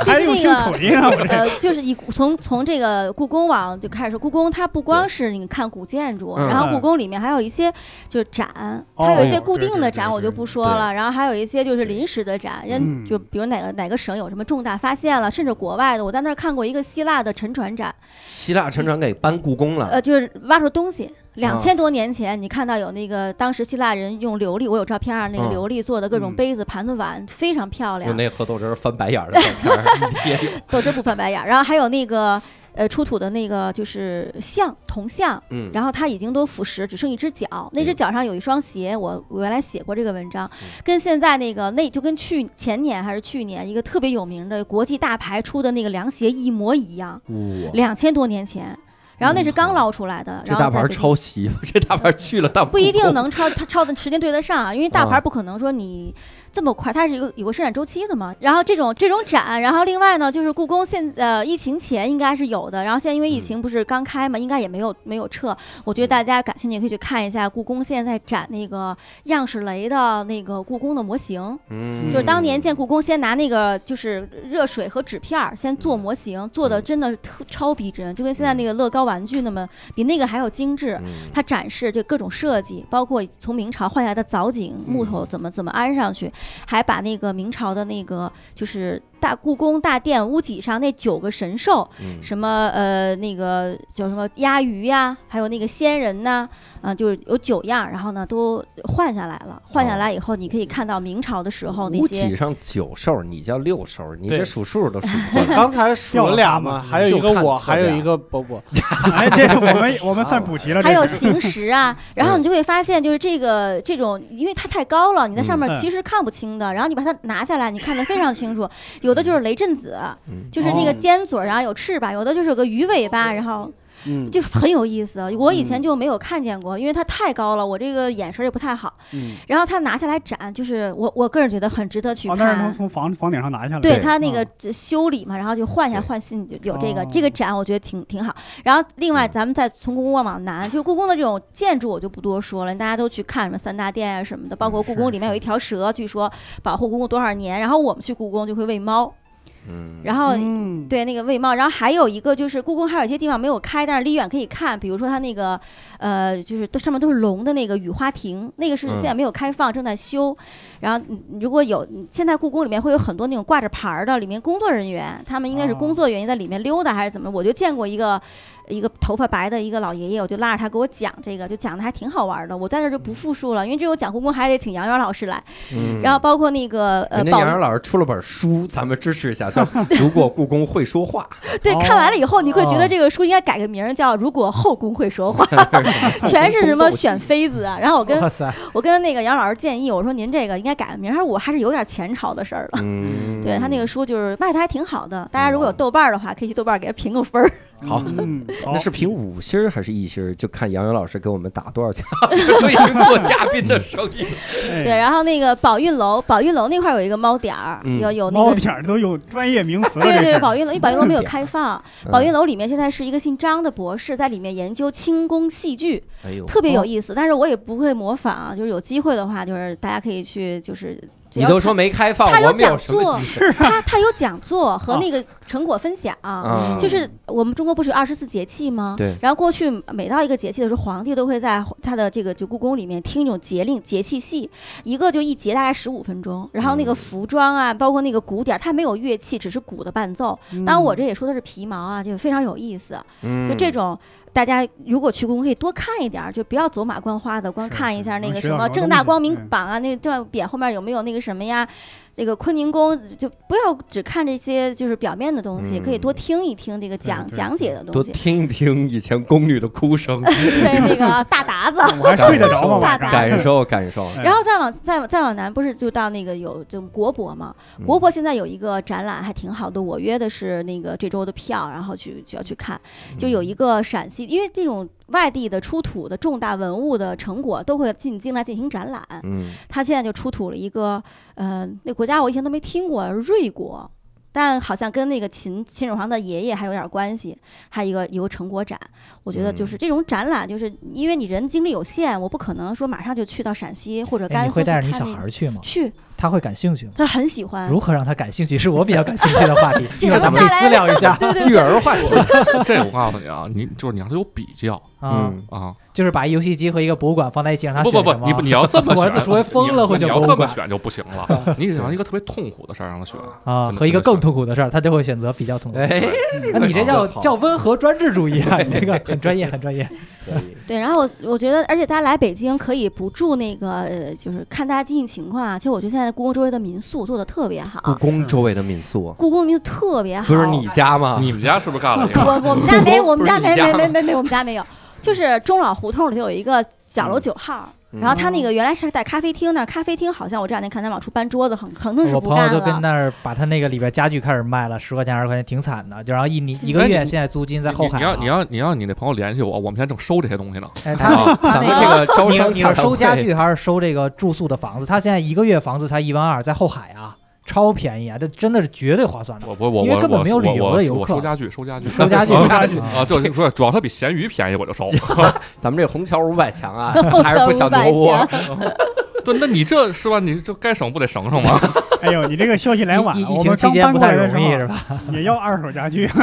Speaker 5: 就
Speaker 2: 还
Speaker 5: 是
Speaker 2: 用
Speaker 5: 那
Speaker 2: 听口
Speaker 5: 个。
Speaker 2: 音啊？我这
Speaker 5: 呃，就是以从从这个故宫往就开始说，故宫它不光是你看古建筑，
Speaker 1: 嗯
Speaker 5: 然后故宫里面还有一些就是展，它有一些
Speaker 2: 哦
Speaker 5: 固
Speaker 2: 对
Speaker 5: 定
Speaker 2: 对
Speaker 5: 的
Speaker 2: 对
Speaker 5: 展，
Speaker 2: 对
Speaker 5: 我就不说了。然后还有一些就是临时的展，人
Speaker 2: 嗯
Speaker 5: 就比如哪个哪个省有什么重大发现了，甚至国外的，我在那儿看过一个希腊的沉船展，
Speaker 1: 希腊沉船给搬故宫了，
Speaker 5: 呃，就是挖出东西。两
Speaker 2: 嗯
Speaker 5: 千多年前，你看到有那个当时希腊人用琉璃，我有照片啊，那个
Speaker 1: 嗯
Speaker 5: 琉璃做的各种
Speaker 2: 嗯
Speaker 5: 杯子、盘子、碗，非常漂亮
Speaker 1: 用。那何豆汁儿翻白眼儿的照片儿也有，
Speaker 5: 斗争不翻白眼儿。然后还有那个呃出土的那个就是像铜像，
Speaker 1: 嗯，
Speaker 5: 然后它已经都腐蚀，只剩一只脚，那只脚上有一双鞋。我我原来写过这个文章，
Speaker 1: 嗯
Speaker 5: 跟现在那个那就跟去前年还是去年一个特别有名的国际大牌出的那个凉鞋一模一样，
Speaker 1: 哇，嗯
Speaker 5: 两千多年前。然后那是刚捞出来的，
Speaker 1: 这
Speaker 5: 嗯然
Speaker 1: 大
Speaker 5: 后
Speaker 1: 牌
Speaker 5: 在
Speaker 1: 儿
Speaker 5: 北京
Speaker 1: 抄袭，这大牌儿去了大
Speaker 5: 不一定能超它超的时间对得上啊，因为大牌不可能说你这么快，它是有个有个生产周期的嘛。然后这种这种展，然后另外呢，就是故宫现呃疫情前应该是有的，然后现在因为疫情不是刚开嘛，应该也没有没有撤。我觉得大家感兴趣可以去看一下故宫现在展那个样式雷的那个故宫的模型，
Speaker 1: 嗯，
Speaker 5: 就是当年建故宫先拿那个就是热水和纸片儿先做模型，做的真的是特超逼真，就跟现在那个乐高玩具那么比那个还要精致。
Speaker 1: 嗯嗯
Speaker 5: 它展示这各种设计，包括从明朝换下来的藻井、木头怎么怎么安上去，还把那个明朝的那个就是大故宫大殿屋脊上那九个神兽，
Speaker 1: 嗯
Speaker 5: 什么呃那个叫什么鸭鱼呀、还有那个仙人呐、啊、就是有九样，然后呢都换下来了。换下来以后，你可以看到明朝的时候那
Speaker 1: 屋
Speaker 5: 些
Speaker 1: 脊上九兽，你叫六兽，你
Speaker 3: 对
Speaker 1: 这数数都数 不过来。
Speaker 3: 刚才数了 俩嘛，
Speaker 2: 就
Speaker 3: 还有一个
Speaker 1: 看
Speaker 3: 我，
Speaker 1: 侧
Speaker 3: 还有
Speaker 1: 面
Speaker 3: 一个伯伯，
Speaker 2: 哎，这个我们我们算补齐了，
Speaker 5: 还
Speaker 2: 这
Speaker 5: 有
Speaker 2: 个嗯
Speaker 5: 行石啊，然后你就会发现就是这个这种，因为它太高了，你在上面
Speaker 2: 嗯
Speaker 5: 其实看不清的。然后你把它拿下来，你看得非 常清楚。有的就是雷震子，
Speaker 1: 嗯
Speaker 5: 就是那个
Speaker 3: 哦
Speaker 5: 尖嘴儿，然后有翅膀；有的就是有个鱼尾巴，然后
Speaker 3: 嗯，
Speaker 5: 就很有意思。我以前
Speaker 3: 嗯
Speaker 5: 就没有看见过，因为它太高了，我这个眼神儿也不太好。
Speaker 3: 嗯
Speaker 5: 然后他拿下来展，就是我我个人觉得很值得去
Speaker 2: 哦，那是能
Speaker 5: 看。
Speaker 2: 从房房顶上拿下来，
Speaker 5: 对
Speaker 1: 对
Speaker 5: 他那
Speaker 2: 嗯
Speaker 5: 个修理嘛，然后就换一下
Speaker 1: 对
Speaker 5: 换新，就有这个
Speaker 2: 哦
Speaker 5: 这个展，我觉得挺挺好。然后另外，
Speaker 1: 嗯
Speaker 5: 咱们再从故宫往南，就是故宫的这种建筑，我就不多说了，大家都去看什么三大殿啊什么的，包括
Speaker 1: 嗯
Speaker 5: 故
Speaker 1: 是
Speaker 5: 宫里面有一条蛇，据说保护故宫多少年。然后我们去故宫就会喂猫，
Speaker 1: 嗯，
Speaker 5: 然后
Speaker 2: 嗯，
Speaker 5: 对，那个卫帽，然后还有一个就是故宫还有一些地方没有开，但是离远可以看，比如说它那个，呃，就是都上面都是龙的那个雨花亭，那个是
Speaker 1: 嗯
Speaker 5: 现在没有开放，正在修。然后你如果有现在故宫里面会有很多那种挂着牌儿的，里面工作人员，他们应该是工
Speaker 2: 哦
Speaker 5: 作原因在里面溜达还是怎么？我就见过一个一个头发白的一个老爷爷，我就拉着他给我讲这个，就讲的还挺好玩的。我在这儿就不复述了，因为这我讲故宫还得请杨元老师来，
Speaker 1: 嗯
Speaker 5: 然后包括那个呃
Speaker 1: 人家
Speaker 5: 宝
Speaker 1: 杨洋老师出了本书，咱们支持一下， 叫《如果故宫会说话
Speaker 5: 对，看完了以后，你会觉
Speaker 2: 哦
Speaker 5: 得这个书应该改个名 儿叫《如果后宫会说话》， 全是什么选妃子啊。然后我跟
Speaker 6: 哇塞，
Speaker 5: 我跟那个杨老师建议，我说您这个应该改个名儿，他说我还是有点前朝的事儿》。了。
Speaker 1: 嗯，
Speaker 5: 对他那个书就是卖的还挺好的，大家如果有豆瓣儿的话，可以去豆瓣儿给他评个分儿。
Speaker 1: 好。
Speaker 2: 嗯，好
Speaker 1: 那是评五星儿还是一星儿？就看杨洋老师给我们打多少 钱，都已经做嘉宾的生意。
Speaker 2: 对
Speaker 5: 对，然后那个宝运楼，宝运楼那块儿有一个猫点儿，
Speaker 1: 嗯
Speaker 5: 有有那
Speaker 2: 猫
Speaker 5: 个。
Speaker 2: 点儿都有专业名词了，
Speaker 5: 对
Speaker 2: 这
Speaker 5: 对，
Speaker 2: 是
Speaker 5: 宝运楼，因为宝运楼没有开放。 宝运
Speaker 1: 嗯，
Speaker 5: 楼里面现在是一个姓张的博士在里面研究清宫戏剧，
Speaker 1: 哎呦，
Speaker 5: 特别有意思，但是我也不会模仿啊，就是有机会的话，就是大家可以去，就是只
Speaker 1: 你
Speaker 5: 要
Speaker 1: 都
Speaker 5: 他
Speaker 1: 说没开放，
Speaker 5: 他有
Speaker 1: 我们有
Speaker 5: 讲
Speaker 1: 什么
Speaker 5: 座
Speaker 1: 机会
Speaker 5: 他他有讲座和
Speaker 2: 啊
Speaker 5: 那个成果分享，
Speaker 1: 哦啊？
Speaker 5: 就是我们中国不是有二十四节气吗？
Speaker 1: 对
Speaker 5: 然后过去每到一个节气的时候，皇帝都会在他的这个就故宫里面听一种节令节气戏，一个就一节大概十五分钟。然后那个
Speaker 1: 嗯
Speaker 5: 服装啊，包括那个鼓点儿，它没有乐器，只是鼓的伴奏。当然我这也说的是皮毛啊，就非常有意思。就
Speaker 2: 嗯
Speaker 1: 就
Speaker 5: 这种，大家如果去故宫可以多看一点儿，就不要走马观花的，光
Speaker 2: 是
Speaker 5: 看一下
Speaker 2: 是
Speaker 5: 那
Speaker 2: 能
Speaker 5: 个
Speaker 2: 学
Speaker 5: 什
Speaker 2: 到
Speaker 5: 么
Speaker 2: 什么
Speaker 5: 正
Speaker 2: 东
Speaker 5: 大
Speaker 2: 西
Speaker 5: 光明
Speaker 2: 嗯
Speaker 5: 榜啊，那这匾后面有没有那个什么呀？这个坤宁宫就不要只看这些就是表面的东西，可以多
Speaker 1: 嗯
Speaker 5: 听一听这个讲
Speaker 2: 对
Speaker 5: 讲解的东
Speaker 1: 多
Speaker 5: 西。
Speaker 1: 听一听以前宫女的哭声，
Speaker 5: 对，那个大达子，
Speaker 2: 我还哎睡得着吗？晚上
Speaker 5: 大胆
Speaker 1: 感受感受。
Speaker 2: 哎
Speaker 5: 然后再往再往再往南，不是就到那个有这种国博吗？国博现在有一个展览还挺好的，我约的是那个这周的票，然后去就要去看。就有一个陕西，因为这种外地的出土的重大文物的成果都会进京来进行展览。
Speaker 1: 嗯，
Speaker 5: 他现在就出土了一个，呃，那国家我以前都没听过，瑞国，但好像跟那个秦秦始皇的爷爷还有点关系，还有一个有个成果展。我觉得
Speaker 6: 嗯
Speaker 5: 就是这种展览，就是因为你人精力有限，我不可能说马上就去到陕西或者甘
Speaker 6: 哎你
Speaker 5: 肃
Speaker 6: 会
Speaker 5: 去看
Speaker 6: 带着你小
Speaker 5: 那
Speaker 6: 孩
Speaker 5: 个
Speaker 6: 儿去吗？
Speaker 5: 去，
Speaker 6: 他会感兴趣吗？
Speaker 5: 他很喜欢。
Speaker 6: 如何让他感兴趣，是我比较感兴趣的 话题，
Speaker 5: 这
Speaker 6: 这咱
Speaker 5: 咱们
Speaker 6: 们得
Speaker 5: 下来
Speaker 6: 私聊一 下。
Speaker 1: 嗯育儿话题，
Speaker 4: 这我告诉你啊，你就是你让他有比较
Speaker 6: 啊，
Speaker 1: 嗯
Speaker 4: 啊，
Speaker 6: 就是把一游戏机和一个博物馆放在一起， 让他
Speaker 4: 不
Speaker 6: 选
Speaker 4: 不不
Speaker 6: 什，么
Speaker 4: 你不你要这么
Speaker 6: 我
Speaker 4: 选，
Speaker 6: 这除非疯了会
Speaker 4: 你
Speaker 6: 选
Speaker 4: 要
Speaker 6: 博物
Speaker 4: 这么
Speaker 6: 馆
Speaker 4: 选就不行 了，你得让一个特别痛苦的事儿让他选
Speaker 6: 啊，和一个更痛苦的事儿，他就会选择比较痛苦。
Speaker 1: 哎，
Speaker 6: 那你这叫
Speaker 1: 好
Speaker 6: 叫温和专制主义啊！ 你这个很专业，很专业。
Speaker 1: 可以
Speaker 5: 对，然后我我觉得，而且大家来北京可以不住那个，呃，就是看大家经济情况啊。其实我觉得现在故宫周围的民宿做的特别
Speaker 1: 故
Speaker 6: 嗯
Speaker 5: 好，
Speaker 1: 宫周围的民宿，
Speaker 5: 故宫民宿特别好。
Speaker 1: 不是你家吗？
Speaker 4: 你们家是不是干 了一个？
Speaker 5: 我我们家没，我们家
Speaker 1: 不是
Speaker 5: 没
Speaker 1: 你家
Speaker 5: 没
Speaker 1: 吗
Speaker 5: 没没没，我们家没有。就是中老胡同里头有一个角楼九号，
Speaker 1: 嗯
Speaker 5: 然后他那个原来是在咖啡厅那儿，咖啡厅好像我这两天看他往出搬桌子，很肯定是
Speaker 6: 我
Speaker 5: 不
Speaker 6: 朋友
Speaker 5: 干
Speaker 6: 都跟
Speaker 5: 了。，
Speaker 6: 那儿把他那个里边家具开始卖了，十块钱、二十块钱，挺惨的。就然后一年一个月，
Speaker 4: 哎你
Speaker 6: 现在租金在
Speaker 4: 你
Speaker 6: 后
Speaker 4: 你
Speaker 6: 海啊
Speaker 4: 要
Speaker 6: 了。
Speaker 4: 你要你让你那朋友联系我，我们现在正收这些东西呢。
Speaker 6: 哎，他
Speaker 1: 啊
Speaker 6: 那他
Speaker 1: 咱
Speaker 6: 那
Speaker 1: 们这个招
Speaker 6: 你是
Speaker 1: 商
Speaker 6: 你是
Speaker 1: 洽谈
Speaker 6: 收家
Speaker 1: 会
Speaker 6: 具还是收这个住宿的房子？他现在一个月房子才一万二，在后海啊，超便宜啊，这真的是绝对划算的。
Speaker 4: 我我我
Speaker 6: 因为
Speaker 4: 我
Speaker 6: 根本没有旅游
Speaker 4: 我
Speaker 6: 的
Speaker 4: 我
Speaker 6: 游
Speaker 4: 我
Speaker 6: 客
Speaker 4: 收家具，收家具，
Speaker 6: 收家具，收家具
Speaker 4: 啊， 就是说主要它比咸鱼便宜，我就收。
Speaker 1: 咱们这红桥五百强啊还是不想挪窝。
Speaker 4: 对，那你这是吧？你这该省不得省省吗？
Speaker 2: 哎呦，你这个消息来晚
Speaker 6: 疫
Speaker 2: 了，
Speaker 6: 疫
Speaker 2: 我
Speaker 6: 情
Speaker 2: 们
Speaker 6: 期
Speaker 2: 刚
Speaker 6: 间
Speaker 2: 搬
Speaker 6: 不
Speaker 2: 过
Speaker 6: 太
Speaker 2: 来的
Speaker 6: 容易
Speaker 2: 时
Speaker 6: 是吧？
Speaker 2: 候也要二手家具，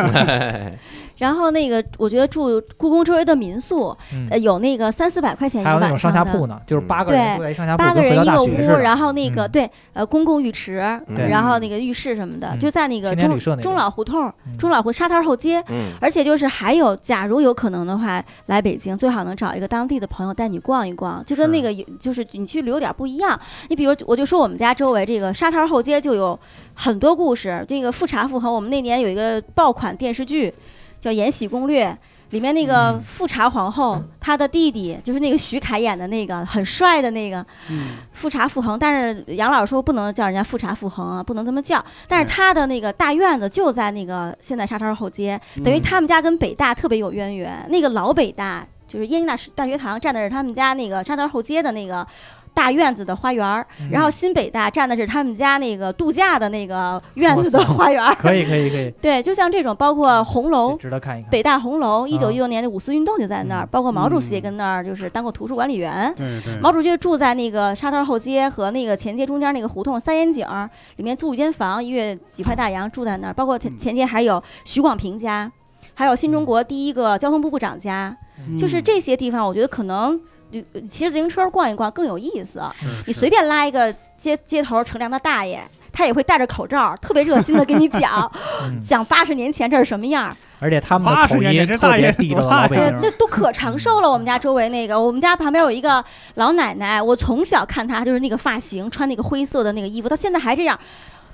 Speaker 5: 然后那个，我觉得住故宫周围的民宿，
Speaker 6: 嗯
Speaker 5: 呃，有那个三四百块钱一
Speaker 6: 还有那种
Speaker 5: 晚
Speaker 6: 上
Speaker 5: 上
Speaker 6: 下
Speaker 5: 的，
Speaker 6: 铺呢，就是八个
Speaker 5: 嗯
Speaker 6: 人住在一上下铺，
Speaker 5: 八个
Speaker 6: 跟回
Speaker 5: 人
Speaker 6: 到
Speaker 5: 一
Speaker 6: 大
Speaker 5: 个
Speaker 6: 学
Speaker 5: 屋
Speaker 6: 似，的
Speaker 5: 然后那个
Speaker 6: 嗯
Speaker 5: 对，呃，公共浴池，
Speaker 1: 对
Speaker 5: 然后那个浴室什么的，
Speaker 6: 嗯
Speaker 5: 就在那个
Speaker 6: 青年
Speaker 5: 中
Speaker 6: 旅社那
Speaker 5: 中
Speaker 6: 种
Speaker 5: 老胡同、
Speaker 6: 嗯
Speaker 5: 中老胡沙滩后街。
Speaker 1: 嗯。
Speaker 5: 而且就是还有，假如有可能的话，来北京最好能找一个当地的朋友带你逛一逛，就跟那个就是你去旅游点不一样。你比如我就说我们家周围这个沙滩后街就有很多故事，这个富察傅恒，我们那年有一个爆款电视剧叫《延禧攻略》。里面那个
Speaker 6: 嗯
Speaker 5: 富察皇后，她的弟弟就是那个徐凯演的那个很帅的那个，
Speaker 3: 嗯，
Speaker 5: 富察傅恒，但是杨老师说不能叫人家富察傅恒啊，不能这么叫。但是
Speaker 6: 对
Speaker 5: 他的那个大院子就在那个现代沙滩后街，等于
Speaker 3: 嗯
Speaker 5: 他们家跟北大特别有渊源。那个老北大就是燕京大师大学堂站的是他们家那个沙滩后街的那个大院子的花园儿，
Speaker 6: 嗯
Speaker 5: 然后新北大站的是他们家那个度假的那个院子的
Speaker 6: 哇塞
Speaker 5: 花园儿。
Speaker 6: 可以可以可以，
Speaker 5: 对，就像这种，包括红
Speaker 6: 这
Speaker 5: 楼。
Speaker 6: 值得看一看。
Speaker 5: 北大红楼，一九一六年的五四运动就在那儿，
Speaker 6: 嗯
Speaker 5: 包括毛主席也跟那儿就是当过图书管理员。
Speaker 2: 对对，
Speaker 5: 毛主席住在那个沙滩后街和那个前街中间那个胡同三眼井儿里面住一间房，一月几块大洋住在那儿。包括前
Speaker 2: 嗯
Speaker 5: 前街还有徐广平家，还有新中国第一个交通部部长家，
Speaker 2: 嗯
Speaker 5: 就是这些地方，我觉得可能呃骑着自行车逛一逛更有意思。
Speaker 2: 是
Speaker 5: 你随便拉一个街街头乘凉的大爷。他也会戴着口罩，特别热心的跟 你讲
Speaker 6: 嗯
Speaker 5: 讲八十年前这是什么样儿，
Speaker 6: 而且他们的
Speaker 2: 80
Speaker 6: 口
Speaker 2: 年
Speaker 6: 音
Speaker 2: 这
Speaker 6: 特
Speaker 2: 大
Speaker 6: 别
Speaker 2: 爷
Speaker 6: 地道
Speaker 2: 多大
Speaker 6: 的 老
Speaker 2: 爷
Speaker 6: 北
Speaker 5: 对
Speaker 6: 京，人
Speaker 5: 那都可长寿了。我们家周围那个，我们家旁边有一个老奶奶，我从小看她就是那个发型，穿那个灰色的那个衣服，到现在还这样。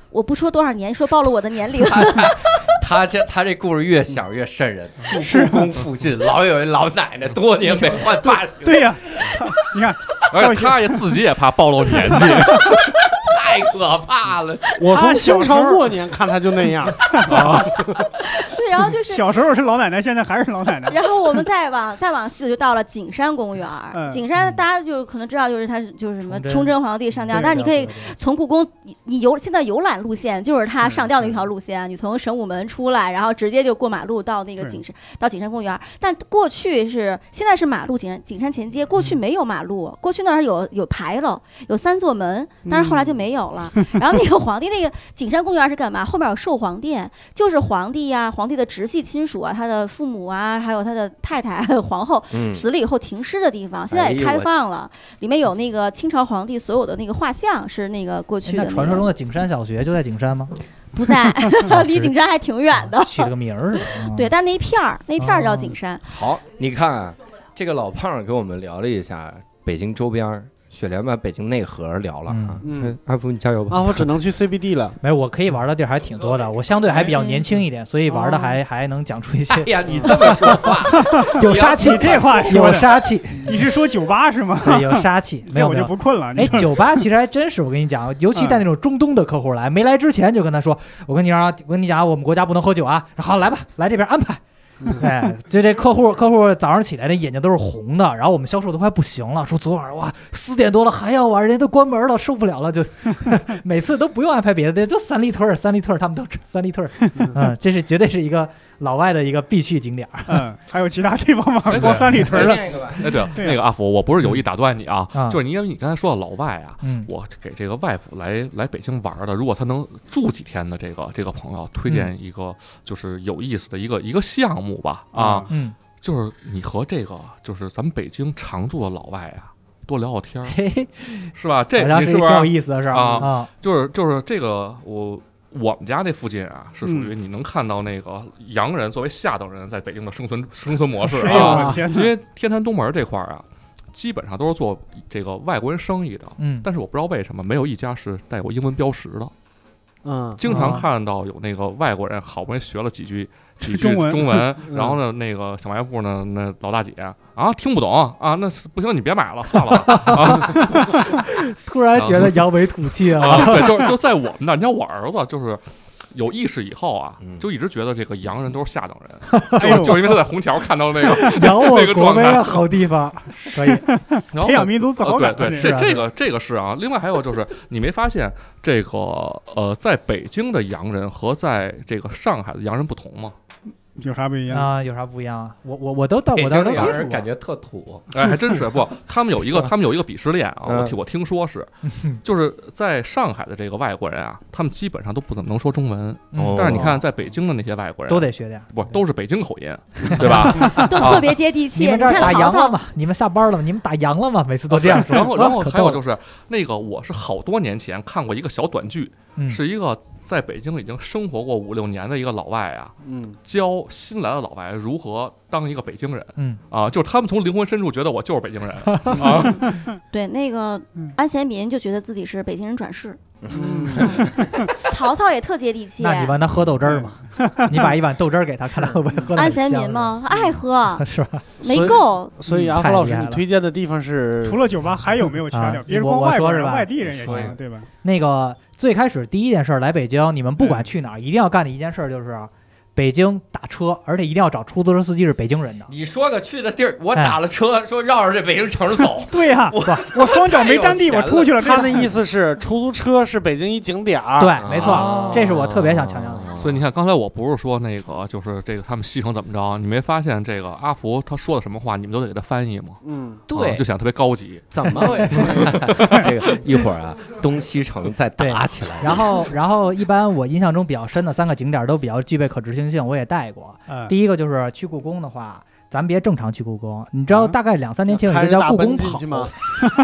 Speaker 5: 我不说多少年，说暴露我的年龄
Speaker 1: 他他他这他这故事越想越瘆人。住故宫附近老有一老奶奶多年没换发型，
Speaker 2: 对 呀，他你看，
Speaker 4: 而且他也自己也怕暴露年纪，
Speaker 1: 太可怕了。
Speaker 3: 我从
Speaker 2: 他小
Speaker 3: 清
Speaker 2: 时候
Speaker 3: 朝末年看他就那 样，
Speaker 5: 对，然后就是，
Speaker 2: 小时候是老奶奶，现在还是老奶奶。
Speaker 5: 然后我们再往再往西走就到了景山公园儿。
Speaker 2: 嗯
Speaker 5: 景山大家就是可能知道，就是它是就是什么
Speaker 6: 崇祯
Speaker 5: 崇祯皇帝上吊，
Speaker 6: 对
Speaker 5: 但是你可以
Speaker 6: 对对
Speaker 5: 从故宫，你你游现在游览路线就是它上吊那条路线，你从神武门出来，然后直接就过马路到那个
Speaker 2: 对
Speaker 5: 景山到景山公园。但过去是现在是马路景山景山前街，过去
Speaker 6: 嗯
Speaker 5: 没有马路，过去那儿有有牌楼，有三座门，但是后来就没有了。然后那个皇帝那个景山公园是干嘛？后面有寿皇殿，就是皇帝呀、皇帝的直系亲属啊，他的父母啊，还有他的太太 皇后
Speaker 1: 嗯
Speaker 5: 死了以后停尸的地方，现在
Speaker 1: 哎
Speaker 5: 也
Speaker 1: 呦
Speaker 5: 开
Speaker 1: 我
Speaker 5: 放了，里面有那个清朝皇帝所有的那个画像是那个过去的、
Speaker 6: 哎那啊
Speaker 5: 那
Speaker 6: 传说
Speaker 5: 个
Speaker 6: 中的景山小学就在景 山吗？
Speaker 5: 不在，离
Speaker 6: 只是
Speaker 5: 景山还挺远的。
Speaker 6: 起了个名 儿似的。嗯
Speaker 5: 对，，但那一片儿那一片儿叫
Speaker 6: 哦
Speaker 5: 景山，
Speaker 1: 好，你看啊，这个老胖儿跟我们聊了一下北京周边儿，雪莲把北京内核儿聊了啊。
Speaker 3: 嗯嗯，
Speaker 1: 阿福你加油吧。
Speaker 3: 啊，我只能去 CBD 了。
Speaker 6: 没有，我可以玩的地儿还挺多的。我相对还比较年轻一点，所以玩的还还能讲出一 些
Speaker 1: 哎呀，你这么说话，
Speaker 6: 有杀气
Speaker 2: 你，这话说
Speaker 6: 有
Speaker 2: 的，
Speaker 6: 杀 气，
Speaker 2: 你是说酒吧是吗？
Speaker 6: 对，有杀 气，没
Speaker 2: 这
Speaker 6: 有
Speaker 2: 我
Speaker 6: 没
Speaker 2: 就
Speaker 6: 有。
Speaker 2: 不困了。你
Speaker 6: 哎
Speaker 2: 说，
Speaker 6: 酒吧其实还真是，我跟你 讲，尤其带那种中东的客户来，没来之前就跟他说，我跟你讲啊，我跟你讲啊，我们国家不能喝酒啊。好，来吧，来这边安排。 哎，这这客户客户早上起来那眼睛都是红的，然后我们销售都快不行了，说昨晚上哇四点多了还要玩，人家都关门了，受不了了，就 每次都不用安排别的，就三里屯儿三里屯儿他们 都吃三里屯儿，嗯，这是绝对是一个老外的一个必去景点儿
Speaker 2: 嗯，还有其他地方吗
Speaker 4: 哎？
Speaker 2: 光三里屯了。
Speaker 1: 一个吧。
Speaker 4: 哎，对了，
Speaker 2: 对啊
Speaker 4: 那个阿福，我不是有意打断你啊
Speaker 6: 嗯啊，
Speaker 4: 就是你因为你刚才说到老外啊，
Speaker 6: 嗯，
Speaker 4: 我给这个外府来来北京玩儿的，如果他能住几天的这个这个朋友，推
Speaker 6: 嗯
Speaker 4: 荐一个就是有意思的一个一个项目吧啊，
Speaker 6: 嗯，
Speaker 4: 就是你和这个就是咱们北京常住的老外啊，多聊聊天儿，
Speaker 6: 嘿嘿，
Speaker 4: 是吧？这
Speaker 6: 好像
Speaker 4: 你
Speaker 6: 是
Speaker 4: 是
Speaker 6: 一
Speaker 4: 不
Speaker 6: 挺有
Speaker 4: 是
Speaker 6: 意思的事儿
Speaker 4: 啊
Speaker 6: 啊，
Speaker 4: 就是就是这个我。我们家那附近啊，是属
Speaker 6: 嗯
Speaker 4: 于你能看到那个洋人作为下等人在北京的生存生存模式
Speaker 2: 哎呦
Speaker 4: 啊，
Speaker 2: 我的天
Speaker 4: 因
Speaker 2: 哪！
Speaker 4: 为天坛东门这块儿啊，基本上都是做这个外国人生意的，
Speaker 6: 嗯，
Speaker 4: 但是我不知道为什么没有一家是带有英文标识的，
Speaker 3: 嗯，
Speaker 4: 经
Speaker 2: 啊
Speaker 4: 常看到有那个外国人好不容易学了几句几句
Speaker 2: 中文 嗯
Speaker 4: 中文，然后呢那个小卖部呢那老大姐啊听不懂啊，那是不行你别买了算了 吧啊
Speaker 6: 突然觉得扬眉吐气啊，
Speaker 4: 啊，对，就就在我们那儿，你看我儿子就是。有意识以后啊
Speaker 1: 嗯，
Speaker 4: 就一直觉得这个洋人都是下等人，
Speaker 2: 哎呦
Speaker 4: 就就因为他在虹桥看到 那个，
Speaker 6: 扬我
Speaker 4: 这个
Speaker 6: 国
Speaker 4: 状
Speaker 6: 威
Speaker 4: 态
Speaker 6: 啊，好 地方，可以，
Speaker 4: 然后
Speaker 2: 培养民族自豪
Speaker 4: 呃
Speaker 2: 感。
Speaker 4: 对对，
Speaker 2: 这
Speaker 4: 这这
Speaker 6: 是啊是
Speaker 4: 个这个是啊。另外还有就是，你没发现这个呃，在北京的洋人和在这个上海的洋人不同吗？
Speaker 2: 有啥不一样？
Speaker 6: 啊，有啥不一样啊？我我我都到
Speaker 1: 北
Speaker 6: 我
Speaker 1: 京
Speaker 6: 到
Speaker 1: 这
Speaker 6: 都
Speaker 1: 俩
Speaker 6: 接
Speaker 1: 人
Speaker 6: 触
Speaker 1: 感
Speaker 6: 过，
Speaker 1: 觉特土，
Speaker 4: 哎，还真是不，他们有一 个，他们有一个鄙视链啊，
Speaker 1: 嗯
Speaker 4: 我听我听说是，就是在上海的这个外国人啊，他们基本上都不怎么能说中文，
Speaker 6: 嗯
Speaker 1: 哦
Speaker 4: 但是你看在北京的那些外国人，啊
Speaker 6: 都得学点儿。
Speaker 4: 不都是北京口音， 对吧？
Speaker 5: 都特别接地气。
Speaker 6: 你们这儿
Speaker 5: 看
Speaker 6: 打烊
Speaker 5: 曹
Speaker 6: 了
Speaker 5: 操，
Speaker 6: 吗？你们下班了吗？你们打烊了吗？每次都这样
Speaker 4: 哦
Speaker 6: 说。
Speaker 4: 啊
Speaker 6: 啊
Speaker 4: 然后，然后
Speaker 6: 可
Speaker 4: 还有
Speaker 6: 逗
Speaker 4: 就
Speaker 6: 了
Speaker 4: 是那个，我是好多年前看过一个小短剧，
Speaker 6: 嗯
Speaker 4: 是一个在北京已经生活过五六年的一个老外啊，
Speaker 3: 嗯，
Speaker 4: 教新来的老外如何当一个北京人
Speaker 6: 嗯
Speaker 4: 啊，就是他们从灵魂深处觉得我就是北 京人啊，
Speaker 5: 对那个
Speaker 2: 嗯
Speaker 5: 安贤民就觉得自己是北京人转世。
Speaker 3: 嗯，
Speaker 5: 曹操也特接地气。
Speaker 6: 那你帮他喝豆汁儿嘛？你把一碗豆汁儿给他，看他会不会喝得
Speaker 5: 安
Speaker 6: 很
Speaker 5: 贤
Speaker 6: 香。
Speaker 5: 民吗？他爱喝
Speaker 6: 是吧？，是吧？
Speaker 5: 没够。
Speaker 3: 所以阿福
Speaker 6: 太
Speaker 3: 老
Speaker 6: 厉
Speaker 3: 师，
Speaker 6: 害
Speaker 3: 你
Speaker 6: 了
Speaker 3: 推荐的地方是
Speaker 2: 除了酒吧还有没有其他地儿？
Speaker 6: 啊
Speaker 2: 别是
Speaker 6: 我
Speaker 2: 光
Speaker 6: 我
Speaker 2: 外国
Speaker 6: 说是
Speaker 2: 人，
Speaker 6: 吧
Speaker 2: 外地人也
Speaker 4: 说一
Speaker 2: 行，
Speaker 4: 个
Speaker 2: 对吧？，
Speaker 6: 那个最开始第一件事儿来北京，你们不管去哪儿，一定要干的一件事儿就是北京打车，而且一定要找出租车司机是北京人的。
Speaker 1: 你说个去的地儿，我
Speaker 6: 哎
Speaker 1: 打了车，说绕着这北京城儿走
Speaker 2: 对呀，
Speaker 1: 我
Speaker 2: 不我双脚没沾地，
Speaker 1: 太
Speaker 2: 我
Speaker 1: 有
Speaker 2: 出去了。
Speaker 3: 他
Speaker 2: 这
Speaker 3: 的意思是出租车是北京一景点儿，
Speaker 6: 对，哎没错
Speaker 1: 啊，
Speaker 6: 这是我特别想强调的。
Speaker 4: 所以你看刚才我不是说那个就是这个他们西城怎么着，你没发现这个阿福他说的什么话，你们都得给他翻译吗？
Speaker 3: 嗯，
Speaker 4: 啊就显得特别高级。
Speaker 1: 哦怎么会？ 这个一会儿啊，东西城再打起来。
Speaker 6: 然后，然后一般我印象中比较深的三个景点都比较具备可执行性，我也带过。
Speaker 2: 嗯，
Speaker 6: 第一个就是去故宫的话，咱别正常去故宫，你知道
Speaker 2: 啊
Speaker 6: 大概两三年前有
Speaker 3: 开
Speaker 6: 一个
Speaker 3: 着
Speaker 6: 叫
Speaker 3: 大
Speaker 6: 故
Speaker 3: 奔
Speaker 6: 宫
Speaker 3: 进
Speaker 6: 跑
Speaker 3: 去，吗？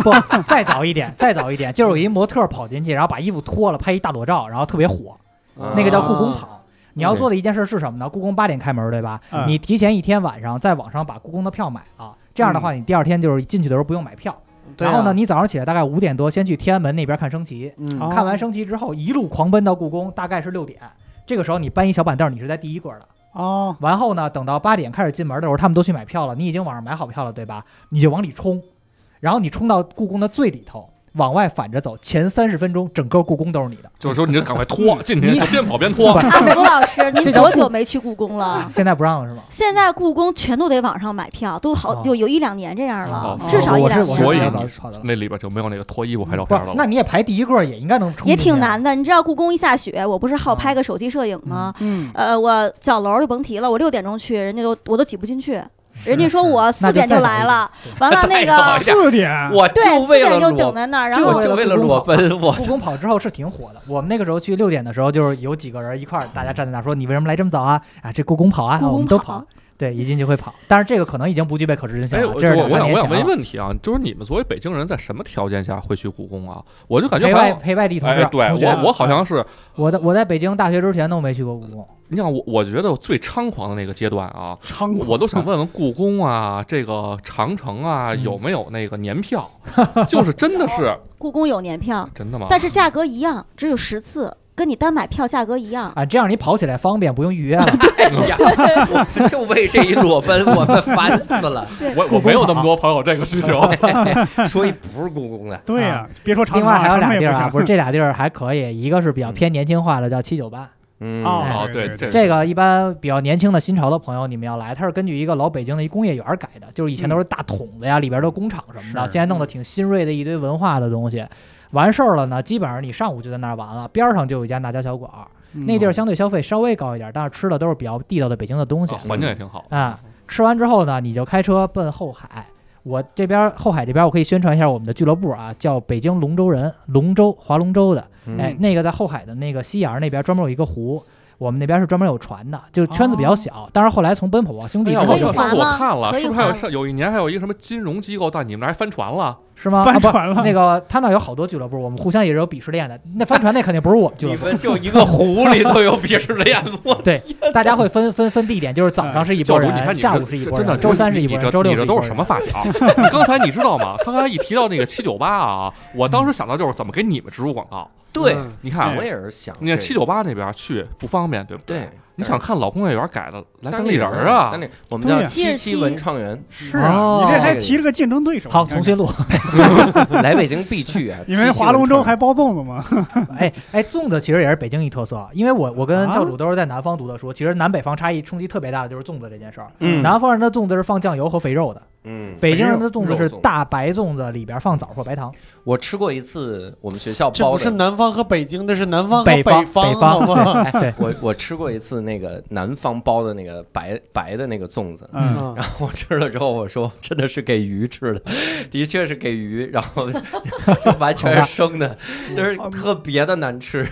Speaker 6: 不，再早一点，再早一点，就是有一模特跑进去，然后把衣服脱了拍一大裸照，然后特别火，
Speaker 3: 啊
Speaker 6: 那个叫故宫跑。你要做的一件事是什么呢？故宫八点开门，对吧？
Speaker 3: 啊
Speaker 2: 嗯
Speaker 6: 你提前一天晚上在网上把故宫的票买了，这样的话你第二天就是进去的时候不用买票。
Speaker 3: 嗯对啊
Speaker 6: 然后呢，，你哦早上起来大概五点多先去天安门那边看升旗，
Speaker 3: 嗯
Speaker 2: 啊
Speaker 6: 看完升旗之后，一路狂奔到故宫，大概是六点。这个时候你搬一小板凳，你是在第一个的。
Speaker 2: 哦，
Speaker 6: 完后呢，等到八点开始进门的时候，他们都去买票了，你已经网上买好票了，对吧？你就往里冲，然后你冲到故宫的最里头，往外反着走，前三十分钟整个故宫都是你的。
Speaker 4: 就是说你就赶快 拖进去，
Speaker 6: 你
Speaker 4: 就边跑边拖。
Speaker 5: 阿福老 师，您
Speaker 6: 这叫
Speaker 5: 多久没去故宫了？
Speaker 6: 现在不让 了是吗？
Speaker 5: 现在故宫全都得网上买票，都
Speaker 6: 哦
Speaker 5: 好有有一两年这样
Speaker 4: 哦，
Speaker 5: 了至少一
Speaker 6: 我是
Speaker 5: 两
Speaker 6: 我是
Speaker 4: 所以
Speaker 6: 比较
Speaker 5: 年。
Speaker 6: 早
Speaker 4: 你
Speaker 6: 就跑的了。
Speaker 4: 那里边就没有那个脱衣服拍照
Speaker 6: 不
Speaker 4: 片
Speaker 6: 是
Speaker 4: 的，
Speaker 6: 那
Speaker 4: 了。
Speaker 6: 你也排第一嗯个，也应该能冲。啊
Speaker 5: 也挺。难的，你知道故宫一下雪，我不是好拍个手机摄影吗？
Speaker 3: 嗯，
Speaker 5: 呃，我角楼就甭提了，我六点钟去，人家都我都挤不进去，人家说我
Speaker 6: 那
Speaker 5: 四
Speaker 6: 就
Speaker 5: 点就
Speaker 6: 再早
Speaker 5: 来
Speaker 6: 一
Speaker 5: 了，完了那
Speaker 1: 再早一
Speaker 5: 个
Speaker 1: 点
Speaker 2: 四点，
Speaker 1: 我就
Speaker 5: 对四
Speaker 1: 为了
Speaker 5: 点就等
Speaker 1: 裸，
Speaker 5: 在那儿，然
Speaker 6: 就
Speaker 5: 后
Speaker 1: 我就为了裸奔， 我
Speaker 6: 故宫跑之后是挺火的。我们那个时候去六点的时候，就是有几个人一块儿，大家站在那儿说：“你为什么来这么早啊？”啊，这故宫跑啊，
Speaker 5: 故
Speaker 6: 我
Speaker 5: 宫
Speaker 6: 们都跑。对，一进去会跑，但是这个可能已经不具备可执行性
Speaker 4: 哎，
Speaker 6: 了。
Speaker 4: 我
Speaker 6: 这
Speaker 4: 就是我我
Speaker 6: 两三
Speaker 4: 想
Speaker 6: 年
Speaker 4: 我
Speaker 6: 前
Speaker 4: 想问一
Speaker 6: 了
Speaker 4: 个。问题啊，就是你们作为北京人，在什么条件下会去故宫啊？我就感觉
Speaker 6: 陪
Speaker 4: 好
Speaker 6: 外
Speaker 4: 像，
Speaker 6: 陪外地同
Speaker 4: 哎
Speaker 6: 事，，
Speaker 4: 对
Speaker 6: 同学啊
Speaker 4: 我我好像是，
Speaker 6: 我在我在北京大学之前都没去过故宫，
Speaker 4: 你像我我觉得我最猖狂的那个阶段啊，
Speaker 2: 猖
Speaker 4: 我
Speaker 2: 狂
Speaker 4: 我都想问问故宫啊，这个长城啊
Speaker 6: 嗯
Speaker 4: 有没有那个年票？就是真的 是
Speaker 5: 故宫有年票，
Speaker 6: 哦
Speaker 4: 真的吗？
Speaker 5: 但是价格一样，只有十次，跟你单买票价格一样。
Speaker 6: 啊，这样你跑起来方便，不用预约了。
Speaker 1: 哎呀，我就为这一裸奔，我们烦死了。
Speaker 4: 我我没有那么多朋友这个需 求。
Speaker 1: 说一不是故宫的，
Speaker 2: 对呀，别说长
Speaker 6: 另
Speaker 2: 城
Speaker 6: 外还有
Speaker 2: 长
Speaker 6: 俩
Speaker 2: 城
Speaker 6: 地
Speaker 2: 也
Speaker 6: 儿
Speaker 2: 不
Speaker 6: 啊，
Speaker 2: 行
Speaker 6: 不是这俩地儿还可以，一个是比较
Speaker 1: 嗯
Speaker 6: 偏年轻化的，叫七九八，
Speaker 1: 嗯
Speaker 2: 哦
Speaker 4: 啊，
Speaker 2: 对
Speaker 4: 对
Speaker 2: 对，
Speaker 4: 这
Speaker 6: 这个一般比较年轻的新潮的朋友你们要来，它是根据一个老北京的一工业园改的，就是以前都是大桶子呀，里边都工厂什么
Speaker 2: 嗯
Speaker 6: 的，
Speaker 2: 是嗯
Speaker 6: 现在弄得挺新锐的一堆文化的东西。完事儿了呢，基本上你上午就在那儿玩了，边儿上就有一家辣椒小馆儿，那
Speaker 2: 嗯
Speaker 6: 地儿相对消费稍微高一点，但是吃的都是比较地道的北京的东西
Speaker 2: 哦
Speaker 4: 啊。环境也挺好。
Speaker 6: 啊，吃完之后呢，你就开车奔后海。我这边儿后海这边，我可以宣传一下我们的俱乐部啊，叫北京龙舟人，龙舟划龙舟的。
Speaker 4: 嗯
Speaker 6: 哎，那个在后海的那个西沿儿那边专门有一个湖，我们那边是专门有船的，就圈子比较小。但是后来从《奔跑吧兄
Speaker 4: 哦哎
Speaker 6: 弟
Speaker 4: 呀，》
Speaker 6: 之
Speaker 4: 我
Speaker 6: 后
Speaker 5: 可以
Speaker 4: 上上次
Speaker 5: 划
Speaker 6: 就
Speaker 4: 我看了，
Speaker 5: 可以
Speaker 4: 是不是还有
Speaker 5: 划
Speaker 4: 上有一年还有一个什么金融机构到你们那儿还翻船了？
Speaker 6: 是吗？
Speaker 2: 翻
Speaker 6: 啊不
Speaker 2: 船了
Speaker 6: 那个他那有好多俱乐部，我们互相也是有鄙视链的。那帆船那肯定不是我们俱
Speaker 1: 你
Speaker 6: 乐部，
Speaker 1: 们就一个湖里都有鄙视链，我
Speaker 6: 大家会分分分地点，就是早上是一
Speaker 4: 教
Speaker 6: 拨
Speaker 4: 主，你看
Speaker 6: 人，
Speaker 4: 你
Speaker 6: 下
Speaker 4: 这
Speaker 6: 午是一
Speaker 4: 这
Speaker 6: 拨
Speaker 4: 真的
Speaker 6: 人，周三是一
Speaker 4: 你
Speaker 6: 拨
Speaker 4: 这
Speaker 6: 人，周六
Speaker 4: 你
Speaker 6: 是
Speaker 4: 这
Speaker 6: 一
Speaker 4: 都
Speaker 6: 拨
Speaker 4: 是什么
Speaker 6: 人
Speaker 4: 发小？刚才你知道吗？他刚才一提到那个七九八啊，我当时想到就是怎么给你们植入广告。
Speaker 1: 对，
Speaker 3: 嗯
Speaker 4: 你看
Speaker 1: 我，也是想这个，
Speaker 4: 你看七九八那边去不方便，对不
Speaker 1: 对？，
Speaker 4: 你想看老公公园改的来
Speaker 1: 单
Speaker 4: 当立人儿啊
Speaker 1: 单？立我们
Speaker 2: 对
Speaker 1: 叫
Speaker 2: 呀
Speaker 1: 七
Speaker 5: 77
Speaker 1: 七文创园，
Speaker 2: 是
Speaker 6: 哦
Speaker 2: 啊，你这还提了个竞争对手。
Speaker 6: 好，
Speaker 2: 你看
Speaker 6: 重新录。
Speaker 1: 来北京必去 啊！
Speaker 2: 你们划龙舟还包粽子吗？
Speaker 6: 哎哎，粽子其实也是北京一特色，因为我我跟
Speaker 2: 啊
Speaker 6: 教主都是在南方读的书，其实南北方差异冲击特别大的就是粽子这件事儿。
Speaker 1: 嗯
Speaker 6: 南方人的粽子是放酱油和肥肉的，
Speaker 1: 嗯，
Speaker 6: 北京人的粽子
Speaker 4: 肉
Speaker 6: 是
Speaker 4: 粽
Speaker 6: 大白粽子，里边放枣或白糖。
Speaker 1: 我吃过一次我们学校
Speaker 3: 这
Speaker 1: 包
Speaker 3: 不是
Speaker 1: 的，
Speaker 3: 南方和北京，这是南方和
Speaker 6: 北方
Speaker 3: 方，
Speaker 6: 北方
Speaker 3: 好
Speaker 6: 嗯
Speaker 3: 不好？
Speaker 1: 哎，我我吃过一次那个南方包的那个白白的那个粽子，
Speaker 6: 嗯，
Speaker 3: 嗯
Speaker 1: 然后我吃了之后，我说真的是给鱼吃的，的确是给鱼，然后 就完全是生的，就是特别的难吃，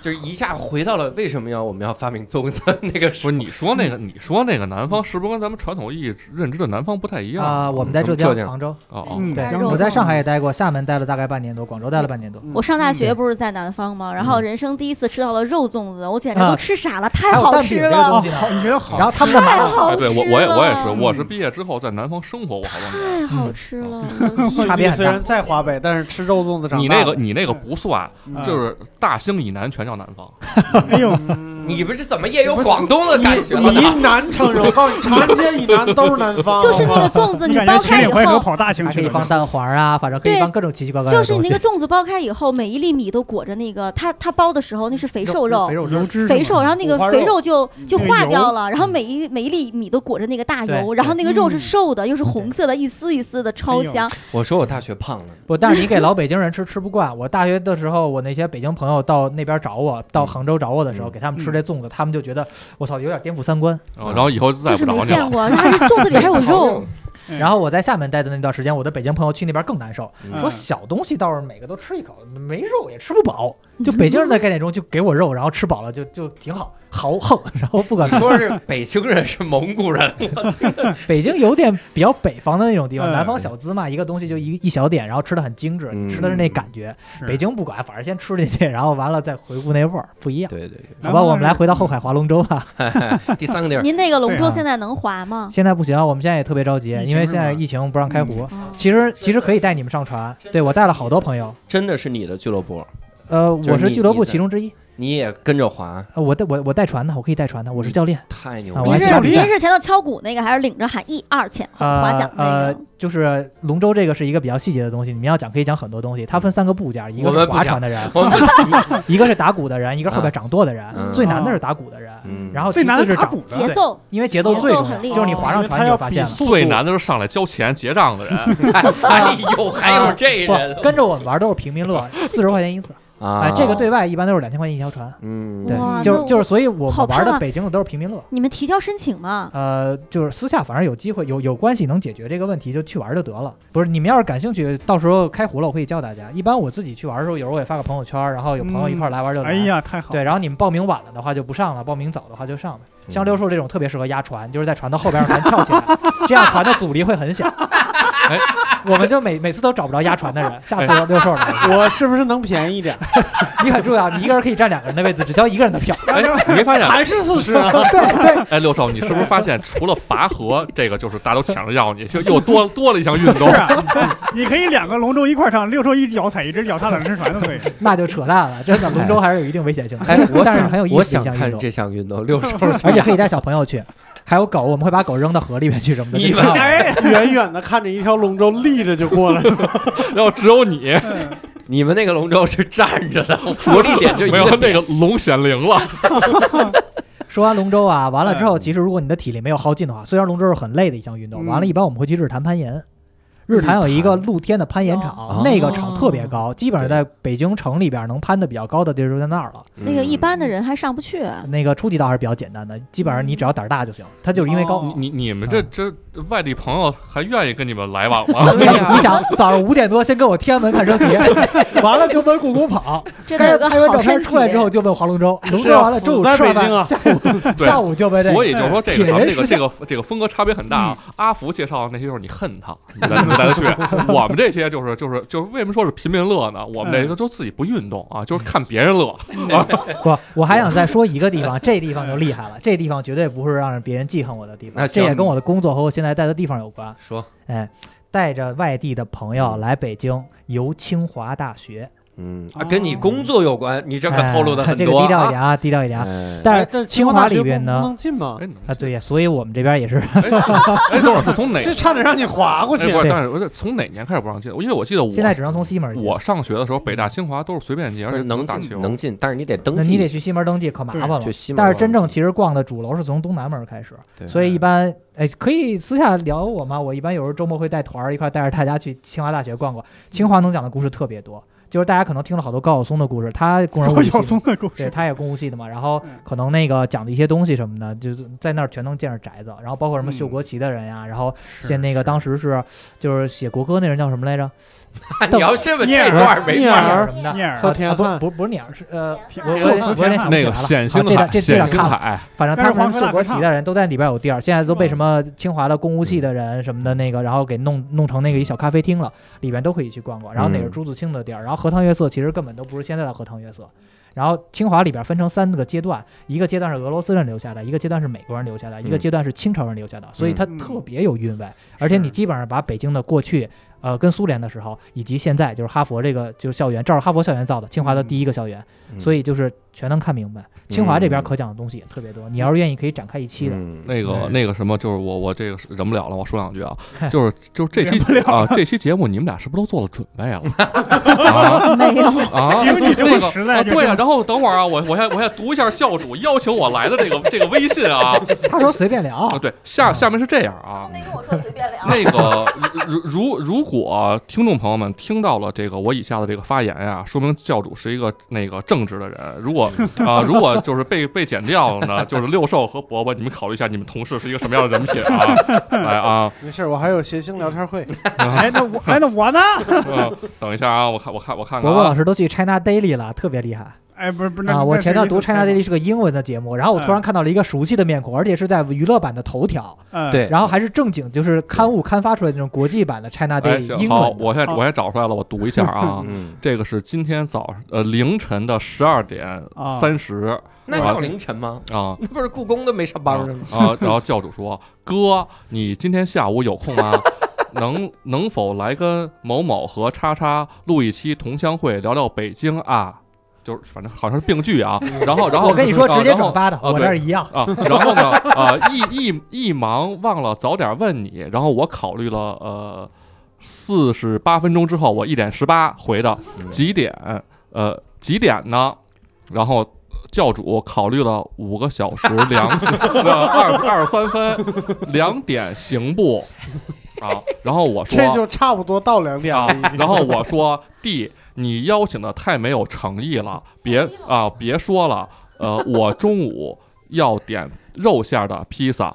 Speaker 1: 就是一下回到了为什么要我们要发明粽子 那个时
Speaker 4: 不
Speaker 1: 候
Speaker 4: 是你说那个，你说那个南方是不是跟咱们传统意义认知的南方不太一样
Speaker 6: 啊，我们在浙
Speaker 1: 浙
Speaker 6: 江、
Speaker 1: 江
Speaker 6: 杭州，
Speaker 4: 哦哦
Speaker 2: 嗯
Speaker 5: 对
Speaker 2: 江
Speaker 5: 肉
Speaker 6: 我
Speaker 2: 浙
Speaker 6: 在
Speaker 5: 粽
Speaker 6: 上海也待过，厦门待了大概半年多，广州待了半年多。
Speaker 5: 我上大
Speaker 6: 嗯
Speaker 5: 学不是在南方吗？然后人生第一次吃到了肉粽子，我简直
Speaker 6: 啊
Speaker 5: 都吃傻了，太
Speaker 6: 还有
Speaker 5: 好
Speaker 6: 蛋饼
Speaker 5: 吃
Speaker 6: 这个
Speaker 5: 了，
Speaker 6: 东
Speaker 2: 哦，
Speaker 6: 西呢 啊
Speaker 2: 好，你觉得好？
Speaker 6: 然后他们的麻
Speaker 5: 太
Speaker 6: 辣
Speaker 5: 好
Speaker 4: 哎，
Speaker 5: 吃啊
Speaker 4: 对
Speaker 5: 了。
Speaker 4: 我我也我也是，我是
Speaker 2: 嗯
Speaker 4: 毕业之后在南方生活过好多年。
Speaker 5: 太
Speaker 6: 嗯
Speaker 5: 好吃 了，
Speaker 6: 差别
Speaker 3: 你
Speaker 6: 很
Speaker 3: 虽
Speaker 6: 大
Speaker 3: 然在华北，但是吃肉粽子长大。
Speaker 4: 你那个你那个不算，
Speaker 2: 嗯
Speaker 4: 就是大兴以南全叫南方。
Speaker 2: 哎呦，
Speaker 1: 你们是怎么也有广东的感觉
Speaker 3: 嗯你
Speaker 1: 了？
Speaker 3: 一南城人，我告诉你，长安街以南都是南方。
Speaker 5: 就是
Speaker 3: 好
Speaker 5: 那
Speaker 3: 不好
Speaker 5: 个粽子，
Speaker 2: 你
Speaker 5: 你
Speaker 2: 感觉
Speaker 5: 剥
Speaker 2: 秦
Speaker 5: 开以
Speaker 2: 岭淮河
Speaker 5: 后，
Speaker 2: 跑大兴
Speaker 6: 还可
Speaker 2: 去
Speaker 6: 以放
Speaker 2: 了。
Speaker 6: 蛋黄啊，反正可以
Speaker 5: 对
Speaker 6: 放各种奇奇怪怪的
Speaker 5: 就
Speaker 6: 东西。
Speaker 5: 是你那个粽子剥开以后，每一粒米都裹着那个，它它包的时候那是肥瘦肉
Speaker 6: 肥，肉
Speaker 2: 油脂
Speaker 5: 肥瘦，然后那个
Speaker 3: 五花肉
Speaker 5: 肥肉就
Speaker 6: 嗯
Speaker 5: 就
Speaker 2: 那个
Speaker 5: 化
Speaker 2: 油
Speaker 5: 掉了，然后每一每一粒米都裹着那个大油，
Speaker 6: 对
Speaker 5: 然后那个肉
Speaker 2: 嗯
Speaker 5: 是瘦的，又是红色的，一丝一丝的，超
Speaker 2: 哎呦
Speaker 5: 香。
Speaker 1: 我说我大学胖了，
Speaker 6: 不，但是你给老北京人吃吃不惯。我大学的时候，我那些北京朋友到那边找我，到杭州找我的时候，
Speaker 1: 嗯
Speaker 6: 给他们吃这粽子，他们就觉得我操有点颠覆三观。
Speaker 4: 哦然后以后就再
Speaker 5: 就
Speaker 4: 也
Speaker 5: 是
Speaker 4: 不找
Speaker 5: 没
Speaker 4: 你了
Speaker 5: 见。 过，然后这粽子里还有肉，
Speaker 2: 嗯
Speaker 6: 然后我在厦门待的那段时间，我的北京朋友去那边更难受，
Speaker 1: 嗯
Speaker 6: 说小东西倒是每个都吃一口，没肉也吃不饱。 就北京人 的概念中，就给我肉，然后吃饱了就就挺好，豪横， 然后不敢
Speaker 1: 你说是北京人是蒙古人，
Speaker 6: 北京有点比较北方的那种地方，
Speaker 2: 嗯
Speaker 6: 南方小资嘛，一个东西就一一小点，然后吃的很精致，
Speaker 1: 嗯
Speaker 6: 吃的是那感觉。
Speaker 2: 是
Speaker 6: 北京不管，反正先吃进去，然后完了再回顾那味儿，不一样。
Speaker 1: 对对对，
Speaker 6: 好吧，我们来回到后海划龙舟吧。
Speaker 1: 第三个地儿，
Speaker 5: 您那个龙
Speaker 2: 对
Speaker 5: 舟
Speaker 6: 啊
Speaker 5: 现在能划吗？
Speaker 6: 现在不行，啊我们现在也特别着急，
Speaker 2: 疫情
Speaker 6: 因为现在
Speaker 2: 是吗
Speaker 6: 疫情嗯不让开湖。
Speaker 5: 哦
Speaker 6: 其实其实可以带你们上船，对我带了好多朋友。
Speaker 1: 真的是你的俱乐部，
Speaker 6: 呃，
Speaker 1: 就是
Speaker 6: 我是
Speaker 1: 你
Speaker 6: 俱乐部
Speaker 1: 你在
Speaker 6: 其中之一，
Speaker 1: 你也跟着滑，
Speaker 6: 呃我带我我带船的，我可以带船的，我是
Speaker 5: 嗯
Speaker 6: 教练。
Speaker 1: 太牛了！
Speaker 6: 啊
Speaker 5: 您
Speaker 6: 我还
Speaker 5: 是
Speaker 6: 教
Speaker 2: 练
Speaker 5: 您是前头敲鼓那个，还是领着喊一二前划
Speaker 6: 呃
Speaker 5: 桨那
Speaker 6: 呃
Speaker 5: 个？，
Speaker 6: 就是龙舟这个是一个比较细节的东西，你们要讲可以讲很多东西。它分三个部件，一个
Speaker 1: 我
Speaker 6: 是
Speaker 1: 们不
Speaker 6: 划
Speaker 1: 讲
Speaker 6: 船的人，
Speaker 1: 我们不
Speaker 6: 一个是打鼓的人，一个是后边掌舵的人。
Speaker 1: 嗯
Speaker 6: 最
Speaker 5: 哦
Speaker 6: 难的是打鼓的人，
Speaker 1: 嗯
Speaker 6: 然后
Speaker 2: 最
Speaker 6: 其
Speaker 2: 难
Speaker 6: 次
Speaker 2: 的
Speaker 6: 是
Speaker 2: 是打
Speaker 6: 掌，
Speaker 2: 鼓的，
Speaker 5: 节奏
Speaker 6: 因为节奏
Speaker 5: 节
Speaker 6: 最
Speaker 5: 奏
Speaker 6: 重要，
Speaker 5: 很厉害
Speaker 6: 就是你划上船你就发现了。
Speaker 4: 最难的是上来交钱结账的人，
Speaker 1: 哎 呦，还
Speaker 6: 啊
Speaker 1: 有这人
Speaker 6: 不，跟着我们玩都是平民乐，四十块钱一次。
Speaker 1: 啊
Speaker 6: 哎，这个对，外一般都是两千块钱一条船。
Speaker 1: 嗯，
Speaker 6: 对
Speaker 5: 哇，
Speaker 6: 就
Speaker 5: 那
Speaker 6: 是就是，所以我
Speaker 5: 好
Speaker 6: 们玩
Speaker 5: 看啊
Speaker 6: 的北京的都是平民乐。
Speaker 5: 你们提交申请吗？
Speaker 6: 呃，就是私下反正有机会有有关系能解决这个问题就去玩就得了。不是你们要是感兴趣，到时候开胡了我可以教大家。一般我自己去玩的时候，有时候我也发个朋友圈，然后有朋友一块儿来玩就来。
Speaker 2: 哎呀，太好！
Speaker 6: 对，然后你们报名晚了的话就不上了，报名早的话就上呗。像六兽这种特别适合压船，就是在船的后边让船翘起来，这样船的阻力会很小。
Speaker 1: 哎
Speaker 6: 我们就每每次都找不着压船的人，下次让六兽来。
Speaker 3: 我是不是能便宜一点？
Speaker 6: 你很重要，你一个人可以占两个人的位置，只交一个人的票。
Speaker 4: 哎，你没发现？
Speaker 3: 还是四十啊？
Speaker 4: 哎，六少，你是不是发现除了拔河，这个就是大家都抢着要你，就又多多了一项运动
Speaker 2: 是？啊，你可以两个龙舟一块儿上，六兽一脚踩一只脚踏两只船都可以。
Speaker 6: 那就扯淡了。真的，龙舟还是有一定危险性的，
Speaker 1: 哎，我
Speaker 6: 但是
Speaker 1: 想
Speaker 6: 很有意
Speaker 1: 我
Speaker 6: 思
Speaker 1: 想
Speaker 6: 的一项运
Speaker 1: 看
Speaker 6: 动，哎
Speaker 1: 这项运 动，六兽
Speaker 6: 而且 可以带小朋友去。还有狗，我们会把狗扔到河里面去什么的。
Speaker 1: 你
Speaker 6: 这
Speaker 1: 们
Speaker 6: 挺好玩
Speaker 2: 哎，
Speaker 3: 远远的看着一条龙舟立着就过来了，
Speaker 4: 然后只有你
Speaker 1: 你们那个龙舟是站着的， 着力点就一
Speaker 4: 没有
Speaker 1: 个
Speaker 4: 那
Speaker 1: 点
Speaker 4: 个龙显灵了。
Speaker 6: 说完龙舟啊，完了之后，
Speaker 2: 嗯
Speaker 6: 其实如果你的体力没有耗尽的话，虽然龙舟是很累的一项运动，
Speaker 2: 嗯
Speaker 6: 完了，一般我们会去日坛攀岩。日坛有一个露天的攀岩
Speaker 1: 哦
Speaker 6: 场，那个场特别高，基本上在北京城里边能攀的比较高的地儿就 在那儿了。
Speaker 5: 那
Speaker 1: 嗯
Speaker 5: 个一般的人还上不去。啊
Speaker 6: 那个初级道还是比较简单的，基本上你只要胆儿大就行。它就是因为高
Speaker 2: 哦，
Speaker 4: 你你们这这外地朋友还愿意跟你们来往 吗？
Speaker 6: 你你想早上五点多先跟我天安门看升旗，完了就奔故宫跑，
Speaker 5: 这 得有个
Speaker 6: 拍完
Speaker 5: 好
Speaker 6: 照
Speaker 5: 身
Speaker 6: 片
Speaker 5: 体。
Speaker 6: 出来之后就奔划龙舟，龙
Speaker 3: 是
Speaker 6: 舟
Speaker 3: 啊
Speaker 6: 完了中午
Speaker 3: 死在
Speaker 6: 吃完
Speaker 3: 北京啊
Speaker 6: 饭，下午
Speaker 4: 对
Speaker 6: 下午就被这
Speaker 4: 所
Speaker 6: 个。
Speaker 4: 以就说这
Speaker 6: 铁
Speaker 4: 个咱们
Speaker 6: 人
Speaker 4: 这个
Speaker 6: 是嗯
Speaker 4: 这个这个风格差别很大啊。阿福介绍的那些就是你恨他，你来你来得去；我们这些就是就是就是为什么说是贫民乐呢？我们这
Speaker 6: 嗯
Speaker 4: 个就自己不运动啊，就是看别人乐。
Speaker 6: 不，我还想再说一个地方，这地方就厉害了，这地方绝对不是让别人记恨我的地
Speaker 1: 那
Speaker 6: 方，这
Speaker 1: 行
Speaker 6: 也跟我的工作和我现在待的地方有关。
Speaker 1: 说
Speaker 6: 哎，带着外地的朋友来北京游清华大学，
Speaker 1: 嗯啊，跟你工作有关，你这可透露的
Speaker 6: 哎
Speaker 1: 很
Speaker 6: 这个
Speaker 1: 多
Speaker 6: 低调一
Speaker 1: 啊。
Speaker 6: 点啊，低 调一点啊。
Speaker 1: 哎
Speaker 6: 但
Speaker 3: 哎
Speaker 6: 是
Speaker 3: 但是
Speaker 6: 清
Speaker 3: 清华
Speaker 6: 华
Speaker 3: 大学
Speaker 6: 里边
Speaker 3: 不
Speaker 6: 呢
Speaker 3: 不能进吗？
Speaker 4: 哎，你们
Speaker 1: 嗯
Speaker 6: 啊，对呀，所以我们这边也 是，
Speaker 4: 哎，哎等会儿是从哪？
Speaker 3: 这差点让你划过去
Speaker 4: 哎，不是，
Speaker 6: 对
Speaker 4: 但是我是从哪年开始不让进？因为我记得我
Speaker 6: 现在只能从西门进。
Speaker 4: 我上学的时候，北大、清华都是随便进，而
Speaker 1: 不
Speaker 4: 且
Speaker 1: 是能
Speaker 4: 打球
Speaker 1: 进能进，但是你得登
Speaker 6: 那
Speaker 1: 记，
Speaker 6: 你得去西门登记，可麻
Speaker 2: 对
Speaker 6: 烦了
Speaker 1: 去。西门
Speaker 6: 但
Speaker 1: 登
Speaker 6: 是
Speaker 1: 记
Speaker 6: 真正其实逛的主楼是从东南门开始，
Speaker 1: 对
Speaker 6: 所以一般哎可以私下聊我嘛。我一般有时候周末会带团儿一块儿带着大家去清华大学
Speaker 2: 嗯
Speaker 6: 逛逛，清华能讲的故事特别多，就是大家可能听了好多高晓松的故事，他工人
Speaker 2: 高
Speaker 6: 无系
Speaker 2: 晓
Speaker 6: 嘛
Speaker 2: 哦松的故
Speaker 6: 对，
Speaker 2: 事，
Speaker 6: 他也公务系的嘛，然后
Speaker 2: 嗯
Speaker 6: 可能那个讲的一些东西什么的，就是在那儿全能见着宅子，然后包括什么
Speaker 2: 嗯
Speaker 6: 绣国旗的人呀，然后
Speaker 2: 是
Speaker 6: 像那个当时是就是写国歌那人叫什么来着？
Speaker 1: 你要这么这
Speaker 2: 聂耳
Speaker 1: 段儿没
Speaker 3: 聂
Speaker 1: 法
Speaker 3: 耳
Speaker 1: 儿
Speaker 6: 什么的，
Speaker 2: 聂耳
Speaker 6: 啊
Speaker 3: 贺田
Speaker 6: 啊不
Speaker 3: 汉
Speaker 6: 不不是聂耳是呃，
Speaker 5: 田
Speaker 6: 我
Speaker 5: 汉
Speaker 2: 贺
Speaker 6: 我我有点想不
Speaker 4: 那
Speaker 6: 起来
Speaker 4: 个
Speaker 6: 了，
Speaker 4: 显
Speaker 6: 好
Speaker 4: 星
Speaker 6: 这
Speaker 4: 海
Speaker 6: 段，这这
Speaker 4: 显
Speaker 6: 段
Speaker 4: 星
Speaker 6: 看了，
Speaker 4: 海，
Speaker 6: 反正
Speaker 2: 但是
Speaker 6: 他
Speaker 2: 黄
Speaker 6: 们
Speaker 2: 河
Speaker 6: 是国
Speaker 2: 大
Speaker 6: 旗
Speaker 2: 唱
Speaker 6: 的人都在里边有地儿，现在都被
Speaker 2: 是吗嗯
Speaker 6: 什么清华的公务系的人什么的那个，然后给弄弄成那个一小咖啡厅了，里边都可以去逛逛。然后哪
Speaker 1: 嗯
Speaker 6: 是朱自清的地儿，然后荷塘月色其实根本都不是现在的荷塘月色。然后清华里边分成三个阶段，一个阶段是俄罗斯人留下的，一个阶段是美国人留下的，一个
Speaker 1: 嗯
Speaker 6: 阶段是清朝人留下的，所以它
Speaker 2: 嗯
Speaker 6: 特别有韵味。而且你基本上把北京的过去，呃，跟苏联的时候以及现在，就是哈佛这个就是校园，照着哈佛校园造的，清华的
Speaker 2: 嗯
Speaker 6: 第一个校园，
Speaker 1: 嗯
Speaker 6: 所以就是全能看明白。清华这
Speaker 4: 嗯
Speaker 6: 边可讲的东西也特别多，你要是愿意可以展开一期的。
Speaker 1: 嗯
Speaker 4: 那个
Speaker 2: 哎
Speaker 6: 对，
Speaker 4: 那个什么，就是我我这个是忍不了了，我说两 句啊就是就是这期
Speaker 2: 忍不了
Speaker 4: 啊，这期节目你们俩是不是都做了准备 啊？
Speaker 5: 没有，
Speaker 4: 啊，
Speaker 2: 因为你这么
Speaker 4: 个
Speaker 2: 实在
Speaker 4: 啊
Speaker 2: 就
Speaker 4: 对啊。
Speaker 2: 是
Speaker 4: 然后等会儿啊，我我先我先读一下教主邀请我来的这个这个微 信啊
Speaker 6: 他说随便 聊
Speaker 4: 啊，，对，下下面是这样啊，
Speaker 5: 没跟我说随便聊
Speaker 4: 那个如如如果听众朋友们听到了这个我以下的这个发言呀、说明教主是一个那个正直的人。如果啊、如果就是被被剪掉了呢，就是六兽和伯伯，你们考虑一下，你们同事是一个什么样的人品 啊？来啊，
Speaker 3: 没事儿，我还有谐星聊天会。
Speaker 1: 啊
Speaker 2: 哎，那我哎那我呢？
Speaker 4: 嗯，等一下啊，我看我看我看看
Speaker 6: 伯伯老
Speaker 4: 啊，
Speaker 6: 师都去 China Daily 了，特别厉害
Speaker 2: 哎，不是不是嗯那
Speaker 6: 啊！我前段读 China Daily
Speaker 2: 地，
Speaker 6: 是个英文的节目，然后我突然看到了一个熟悉的面孔，而且是在娱乐版的头条，
Speaker 2: 嗯，
Speaker 1: 对
Speaker 6: 然后还是正经就是刊物刊发出来的那种国际版的 China
Speaker 4: 哎，
Speaker 6: Daily
Speaker 4: 行，
Speaker 6: 英
Speaker 4: 好
Speaker 6: 文，的。
Speaker 4: 我现在我现在找出来了，我读一下啊。
Speaker 1: 嗯，
Speaker 4: 这个是今天早呃凌晨的十二点
Speaker 2: 啊
Speaker 4: 三十
Speaker 1: 那叫凌晨吗？
Speaker 4: 啊，
Speaker 1: 那不是故宫都没上班儿呢吗？
Speaker 4: 啊，然后教主 说：“哥，你今天下午有空吗？ 能能否来跟某某和叉叉录一期同乡会，聊聊北京啊？就是反正好像是病句啊。然后然后
Speaker 6: 嗯我跟你说，
Speaker 4: 啊
Speaker 6: 直接
Speaker 4: 然后
Speaker 6: 转发的，
Speaker 4: 啊
Speaker 6: 我这
Speaker 4: 对
Speaker 6: 儿一样。
Speaker 4: 啊，然后呢，啊，一一一忙忘了早点问你，然后我考虑了，呃，四十八分钟之后，我一点十八回的
Speaker 1: 嗯
Speaker 4: 几点？呃，几点呢？然后教主考虑了五个小时两小呃二二三分，两点行不？啊，然后我说
Speaker 3: 这就差不多到两点
Speaker 4: 啊
Speaker 3: 了，已，经
Speaker 4: 然后我说弟，你邀请的太没有诚意 了，别啊，别说了，呃，我中午 要点肉馅儿的披 萨。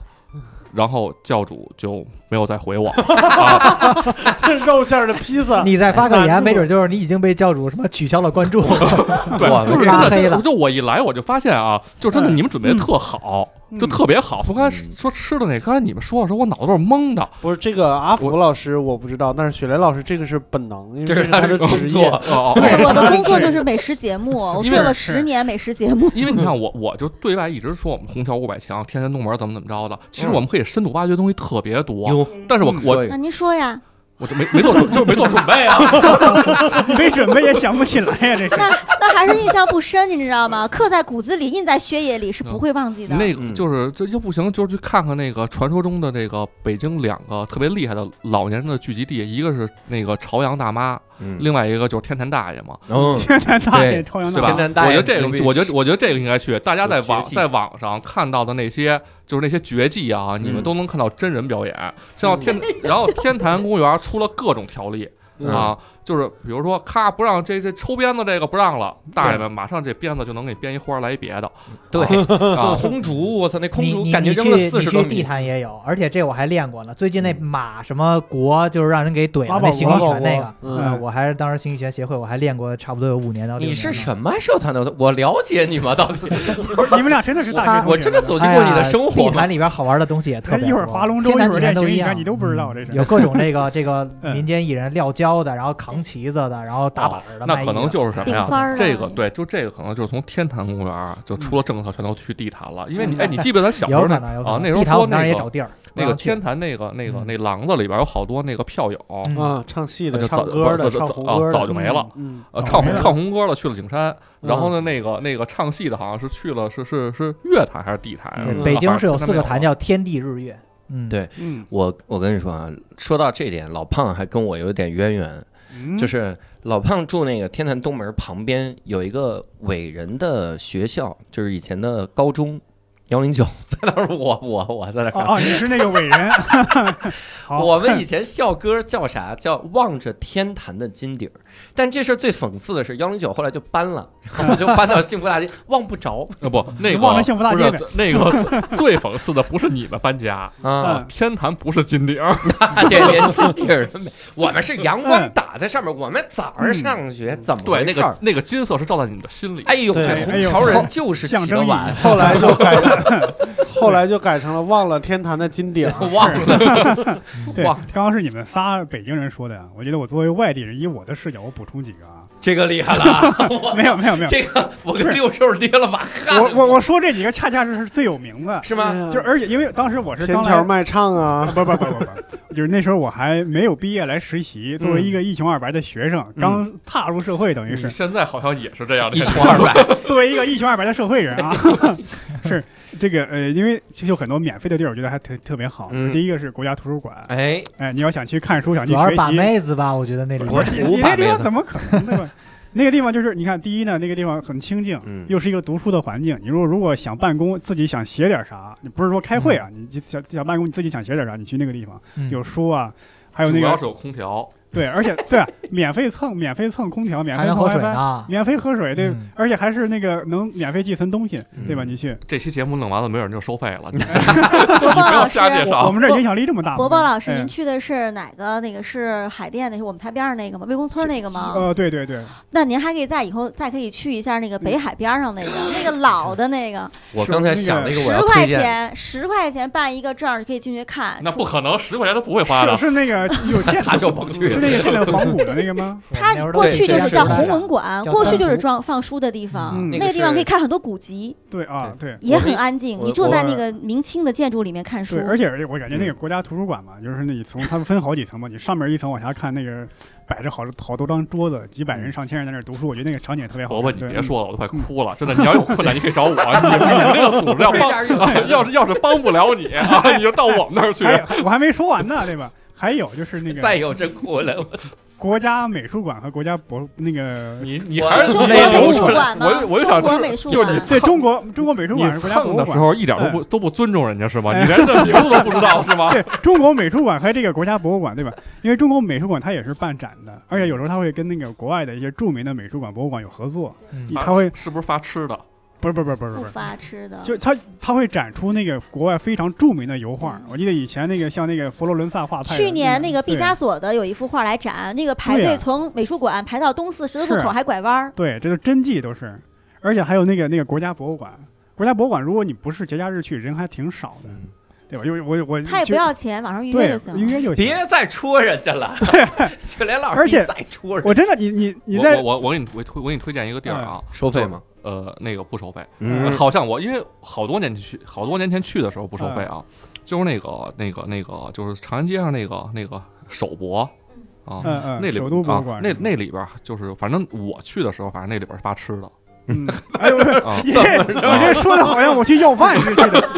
Speaker 4: 然后教主就没有再回 我，啊、
Speaker 3: 肉馅儿的披萨，
Speaker 6: 你再发个言，没准就是你已经被教主什么取消了关注。
Speaker 4: 对
Speaker 1: 我，
Speaker 4: 就是
Speaker 6: 被
Speaker 4: 真
Speaker 6: 拉
Speaker 4: 的，
Speaker 6: 黑
Speaker 4: 真
Speaker 6: 了
Speaker 4: 的就我一来我就发现啊，就真的你们准备的特好，
Speaker 2: 嗯
Speaker 4: 就特别好。从刚才说吃的那，刚才你们说的时候，我脑子都是懵的，
Speaker 3: 不是这个阿福老师我不知道，但是雪莲老师这个是本能，因为
Speaker 1: 这是
Speaker 3: 这是
Speaker 1: 他
Speaker 3: 他
Speaker 1: 的
Speaker 3: 的
Speaker 1: 工
Speaker 3: 职
Speaker 1: 作
Speaker 3: 业。
Speaker 4: 哦哦
Speaker 5: 对
Speaker 4: 哦
Speaker 5: 我的工作就是美食节目，我
Speaker 4: 因为
Speaker 5: 做了
Speaker 2: 是
Speaker 5: 十年美食节目。
Speaker 4: 因为你看我，我就对外一直说我们空调五百强，天天弄门怎么怎么着的。其实我们可以深度挖掘的东西特别多，
Speaker 1: 哟，
Speaker 4: 但是我我
Speaker 1: 对
Speaker 5: 那您说呀？
Speaker 4: 我就没没做准，就是没做准 备啊。
Speaker 2: 没准备也想不起来呀，这是
Speaker 5: 那那还是印象不深，你知道吗？刻在骨子里，印在血液里，是不会忘记的。
Speaker 4: 那
Speaker 1: 嗯
Speaker 4: 个就是这要不行，就去看看那个传说中的那个北京两个特别厉害的老年人的聚集地，一个是那个朝阳大妈，
Speaker 1: 嗯
Speaker 4: 另外一个就是天坛大爷嘛，
Speaker 1: 嗯，
Speaker 2: 天坛大爷
Speaker 1: 对
Speaker 2: 朝阳
Speaker 4: 对
Speaker 2: 大
Speaker 4: 吧？
Speaker 1: 嗯天坛
Speaker 2: 爷，
Speaker 1: 大爷
Speaker 4: 我觉得这
Speaker 1: 牛逼
Speaker 4: 个，我觉得我觉得这个应该去。大家在
Speaker 1: 有
Speaker 4: 网
Speaker 1: 绝技
Speaker 4: 在网上看到的那些就是那些绝技啊，你们
Speaker 1: 嗯
Speaker 4: 都能看到真人表演。像天，然后天坛公园出了各种条例。
Speaker 1: 嗯
Speaker 4: 啊，就是比如说，咔不让这这抽鞭子这个不让了，大爷们马上这鞭子就能给你编一花来一别的
Speaker 1: 对，
Speaker 4: 啊，
Speaker 1: 空竹，我操，那空
Speaker 6: 你
Speaker 1: 竹
Speaker 6: 你
Speaker 1: 感觉
Speaker 6: 你
Speaker 1: 扔了
Speaker 6: 去
Speaker 1: 四十
Speaker 6: 你
Speaker 1: 多
Speaker 6: 去地
Speaker 1: 米，嗯
Speaker 6: 坛也有，而且这我还练过呢。最近那马什么国就是让人给怼
Speaker 2: 马保
Speaker 6: 了那
Speaker 2: 国
Speaker 6: 形意拳那个，
Speaker 3: 嗯
Speaker 6: 呃我还是当时形意拳协会，我还练过差不多有五年到六
Speaker 1: 你
Speaker 6: 年
Speaker 1: 是
Speaker 6: 呢
Speaker 1: 什么社团的？我了解你吗？到底
Speaker 2: 你们俩真的 是大学同
Speaker 1: 我
Speaker 2: 学，
Speaker 1: 真的走进
Speaker 6: 哎
Speaker 1: 过
Speaker 6: 呀
Speaker 1: 你的生活
Speaker 6: 地
Speaker 1: 吗？
Speaker 6: 坛里边好玩的东西也特别多。
Speaker 2: 哎一会儿划龙舟
Speaker 6: 天坛
Speaker 2: 一会儿
Speaker 6: 地坛都
Speaker 2: 练形意
Speaker 6: 一
Speaker 2: 拳
Speaker 6: 样，嗯
Speaker 2: 你都不知道这是
Speaker 6: 有各种这 个这个
Speaker 2: 嗯
Speaker 6: 民间艺人撂跤的，然后扛旗子的，然后打
Speaker 1: 哦
Speaker 6: 板儿的，
Speaker 4: 哦那
Speaker 6: 卖艺
Speaker 4: 可能
Speaker 6: 的
Speaker 4: 就是什么
Speaker 5: 顶
Speaker 4: 呀？
Speaker 5: 番儿啊的
Speaker 4: 这个对，就这个可能就是从天坛公园就出了政策，全都去地坛了。因为你哎，你记不记得咱小时候
Speaker 6: 有
Speaker 4: 那
Speaker 6: 嗯可能有可能。
Speaker 4: 啊，那时候
Speaker 6: 地坛我
Speaker 4: 说
Speaker 1: 哦
Speaker 6: 们当
Speaker 4: 那
Speaker 6: 时也
Speaker 4: 个
Speaker 6: 找地儿，
Speaker 4: 那个
Speaker 6: 让去
Speaker 4: 天坛那个那个
Speaker 6: 嗯
Speaker 4: 那廊子里边有好多那个票友，
Speaker 6: 嗯
Speaker 3: 啊，唱戏
Speaker 4: 那
Speaker 3: 的、
Speaker 4: 就
Speaker 3: 唱
Speaker 4: 早
Speaker 3: 歌的、
Speaker 4: 不是
Speaker 3: 唱
Speaker 4: 早
Speaker 3: 红
Speaker 4: 啊
Speaker 3: 歌
Speaker 4: 早
Speaker 3: 的，
Speaker 4: 就没了。
Speaker 3: 嗯，
Speaker 4: 呃，
Speaker 6: 早
Speaker 4: 唱
Speaker 6: 哦没了嗯
Speaker 4: 唱红歌了，去了景山，然后呢，那个那个唱戏的，好像是去了，是是是乐坛还是地坛
Speaker 1: 嗯？
Speaker 6: 北
Speaker 4: 啊
Speaker 6: 京是有
Speaker 4: 反正
Speaker 6: 四个
Speaker 4: 他
Speaker 6: 坛
Speaker 4: 没有
Speaker 6: 叫天地日月，嗯，
Speaker 1: 对
Speaker 3: 嗯
Speaker 1: 我我跟你说啊，说到这点，老胖还跟我有点渊源，
Speaker 2: 嗯
Speaker 1: 就是老胖住那个天坛东门旁边有一个伟人的学校，就是以前的高中幺零九，在那儿我我我在那儿看。
Speaker 2: 哦哦，你是那个伟人，好
Speaker 1: 我 们以前校歌叫啥？叫望着天坛的金顶儿。但这事儿最讽刺的是，幺零九后来就搬了，然后我就搬到幸福大街，望不 着
Speaker 4: 呃不，
Speaker 6: 嗯
Speaker 4: 那个
Speaker 2: 忘了幸福大街
Speaker 4: 不是那个最 最讽刺的不是你们搬家，
Speaker 1: 啊，
Speaker 6: 嗯
Speaker 4: 天坛不是金顶儿，
Speaker 2: 嗯
Speaker 1: 这连金顶儿都没。我们是阳光打在上面，我们早上
Speaker 2: 嗯
Speaker 1: 上学怎么
Speaker 4: 对，
Speaker 1: 回
Speaker 4: 那
Speaker 1: 事儿
Speaker 4: 个？那个金色是照在你们的心里。
Speaker 1: 哎呦，
Speaker 3: 对
Speaker 1: 这
Speaker 2: 哎
Speaker 1: 虹
Speaker 2: 呦
Speaker 1: 桥人就是起得
Speaker 2: 啊
Speaker 1: 晚，
Speaker 3: 后来就改成，后来就改成了忘了天坛的金 顶儿。
Speaker 1: 忘 了
Speaker 2: 对，
Speaker 1: 哇
Speaker 2: 刚刚是你们仨北京人说的啊呀，我觉得我作为外地人，以我的视角，我补充几个啊，
Speaker 1: 这个厉害了啊，
Speaker 2: 没有没有没有，
Speaker 1: 这个我跟六兽捏了把汗，
Speaker 2: 我嗯我我说这几个恰恰是最有名的，
Speaker 1: 是吗？
Speaker 2: 就而且因为当时我是
Speaker 3: 哎天
Speaker 2: 刚
Speaker 3: 桥
Speaker 2: 来。
Speaker 3: 卖唱
Speaker 2: 啊
Speaker 3: 啊，
Speaker 2: 不不不不不，就是那时候我还没有毕业来实习，作为一个一穷二白的学生，刚踏入社会，等于是
Speaker 4: 现在好像也是这样的
Speaker 1: 一穷二白，
Speaker 2: 作为一个一穷二白的社会人啊，是这个呃，因为就有很多免费的地儿，我觉得还特特别好。
Speaker 1: 嗯
Speaker 2: 第一个是国家图书馆，
Speaker 1: 哎，
Speaker 2: 哎，你要想去看书，想去
Speaker 7: 主要
Speaker 2: 学
Speaker 7: 是把
Speaker 2: 习，
Speaker 7: 妹子吧，我觉得那里
Speaker 1: 我
Speaker 7: 面
Speaker 2: 你
Speaker 1: 图
Speaker 2: 你
Speaker 1: 把
Speaker 2: 那地
Speaker 1: 妹
Speaker 2: 方
Speaker 1: 子
Speaker 2: 怎么可能对吧？那个地方就是，你看，第一呢，那个地方很清静，
Speaker 1: 嗯
Speaker 2: 又是一个读书的环境。你如果如果想办公，自己想写点啥，你不是说开会啊，你就想想办公，你自己想写点啥，你去那个地方，
Speaker 6: 嗯
Speaker 2: 有书啊，还有那
Speaker 4: 主要
Speaker 2: 个
Speaker 4: 是有空调，
Speaker 2: 对，而且对、啊，免费蹭，免费蹭空调，免
Speaker 7: 还
Speaker 2: 费
Speaker 7: 能
Speaker 2: 蹭
Speaker 7: 喝水
Speaker 2: WiFi，
Speaker 7: 呢。
Speaker 2: 免费喝水，对，
Speaker 6: 嗯
Speaker 2: 而且还是那个能免费寄存东西，对吧？
Speaker 1: 嗯
Speaker 2: 你去，
Speaker 4: 这期节目弄完了，没有人就收费 了。你
Speaker 5: 伯伯
Speaker 4: 不要
Speaker 5: 老师，
Speaker 4: 瞎介绍
Speaker 2: 我们这影响力这么大吗，
Speaker 5: 伯伯老师，
Speaker 2: 哎
Speaker 5: 您去的是哪个？那个是海淀那是我们台边儿那个吗？魏公村那个吗？
Speaker 2: 呃，对对对，
Speaker 5: 那您还可以在以后再可以去一下那个北海边儿上那个，那个老的那个，
Speaker 1: 我刚才想了一个我
Speaker 5: 十
Speaker 1: 要
Speaker 5: 块
Speaker 1: 推荐，
Speaker 5: 钱，十块钱办一个证儿，可以进去看。
Speaker 4: 那不可能，十块钱都不会花的
Speaker 2: 是。是那个有建
Speaker 1: 他就甭去
Speaker 2: 是那个建的仿古的那个 吗？
Speaker 5: 它
Speaker 7: 那会儿都
Speaker 5: 过去就
Speaker 7: 得
Speaker 5: 是
Speaker 7: 吃
Speaker 5: 叫
Speaker 7: 饭
Speaker 5: 红
Speaker 7: 的
Speaker 5: 文馆，
Speaker 7: 叫
Speaker 5: 过去
Speaker 7: 单
Speaker 5: 就是
Speaker 7: 独
Speaker 5: 装放书的地方，
Speaker 2: 嗯
Speaker 5: 那
Speaker 1: 那个
Speaker 5: 个地方可以
Speaker 1: 是
Speaker 5: 看很多古籍，
Speaker 2: 对啊，对。
Speaker 5: 也很安静。
Speaker 1: 我
Speaker 5: 你坐在那
Speaker 2: 我
Speaker 5: 个明清的建筑里面看书
Speaker 2: 对，，而且而且我感觉那个国家图书馆嘛，就是你从它分好几层嘛，你上面一层往下看，那个摆着好好多张桌子，几百人、上千人在那儿读书，我觉得那个场景也特别好看。
Speaker 4: 伯伯，你别
Speaker 2: 对，嗯
Speaker 4: 说了，我都快哭了。真的，你要有困难，你可以找 我。你们这个组织要 帮，啊 要是要是帮不了你啊， 你就到我们那儿去。
Speaker 2: 还有我还没说完呢，对吧？还有就 是那
Speaker 1: 再
Speaker 2: 个
Speaker 1: 有真哭了，
Speaker 2: 国家美术馆和国家博那个
Speaker 4: 你你还是
Speaker 5: 中国
Speaker 4: 没有
Speaker 5: 美
Speaker 4: 出
Speaker 5: 术
Speaker 4: 来
Speaker 5: 馆吗？
Speaker 4: 我我就想
Speaker 5: 中国
Speaker 4: 知
Speaker 5: 美术
Speaker 4: 就是
Speaker 5: 馆
Speaker 4: 你。
Speaker 2: 对中国中国美术
Speaker 4: 你
Speaker 2: 馆是哎国家博
Speaker 4: 蹭
Speaker 2: 物
Speaker 4: 的时
Speaker 2: 馆。
Speaker 4: 候一点都不都不尊重人家是吗？你连这名字都不知道是 吗？
Speaker 2: 对中国美术馆和这个国家博物馆，对吧？因为中国美术馆它也是办展的，而且有时候它会跟那个国外的一些著名的美术馆、博物馆有合作，
Speaker 6: 嗯
Speaker 2: 它会
Speaker 4: 是不是发吃的？
Speaker 2: 不是不是不是不是
Speaker 5: 不
Speaker 2: 不是，
Speaker 5: 发吃的，
Speaker 2: 就它它会展出那个国外非常著名的油画
Speaker 5: 嗯。
Speaker 2: 我记得以前那个像那个佛罗伦萨画派的，
Speaker 5: 去年那个毕加
Speaker 2: 索，
Speaker 5: 索的有一幅画来展，那个排
Speaker 2: 对呀啊
Speaker 5: 队从美术馆排到东四十字路
Speaker 2: 是
Speaker 5: 口还拐弯儿。
Speaker 2: 对，这都真迹都是，而且还有那个那个国家博物馆。国家博物馆，如果你不是节假日去，人还挺少的，
Speaker 4: 嗯
Speaker 2: 对吧？因为我我
Speaker 5: 他也
Speaker 2: 就
Speaker 5: 不要钱，网上预约
Speaker 2: 对
Speaker 5: 就行
Speaker 2: 预
Speaker 5: 了。
Speaker 2: 约就行。
Speaker 1: 别再戳人家了，雪莲老师，
Speaker 2: 而且
Speaker 1: 你再戳人，
Speaker 2: 我真的，你你你
Speaker 4: 我
Speaker 2: 在哎
Speaker 4: 我我给你推推我给你推荐一个地儿啊，
Speaker 1: 收费吗？
Speaker 4: 呃，那个不收费，
Speaker 1: 嗯
Speaker 4: 好像我因为好多年前去，好多年前去的时候不收费啊，
Speaker 2: 嗯
Speaker 4: 就是那个那个那个就是长安街上那个那个首博
Speaker 2: 嗯
Speaker 4: 啊，
Speaker 2: 嗯，
Speaker 4: 那里
Speaker 2: 首都博物
Speaker 4: 啊
Speaker 2: 馆
Speaker 4: 那
Speaker 2: 是吧
Speaker 4: 那里边儿就是反正我去的时候，反正那里边儿发吃的
Speaker 2: 嗯，哎呦，我，
Speaker 4: 啊
Speaker 2: 这我这说的好像我去要饭 似的。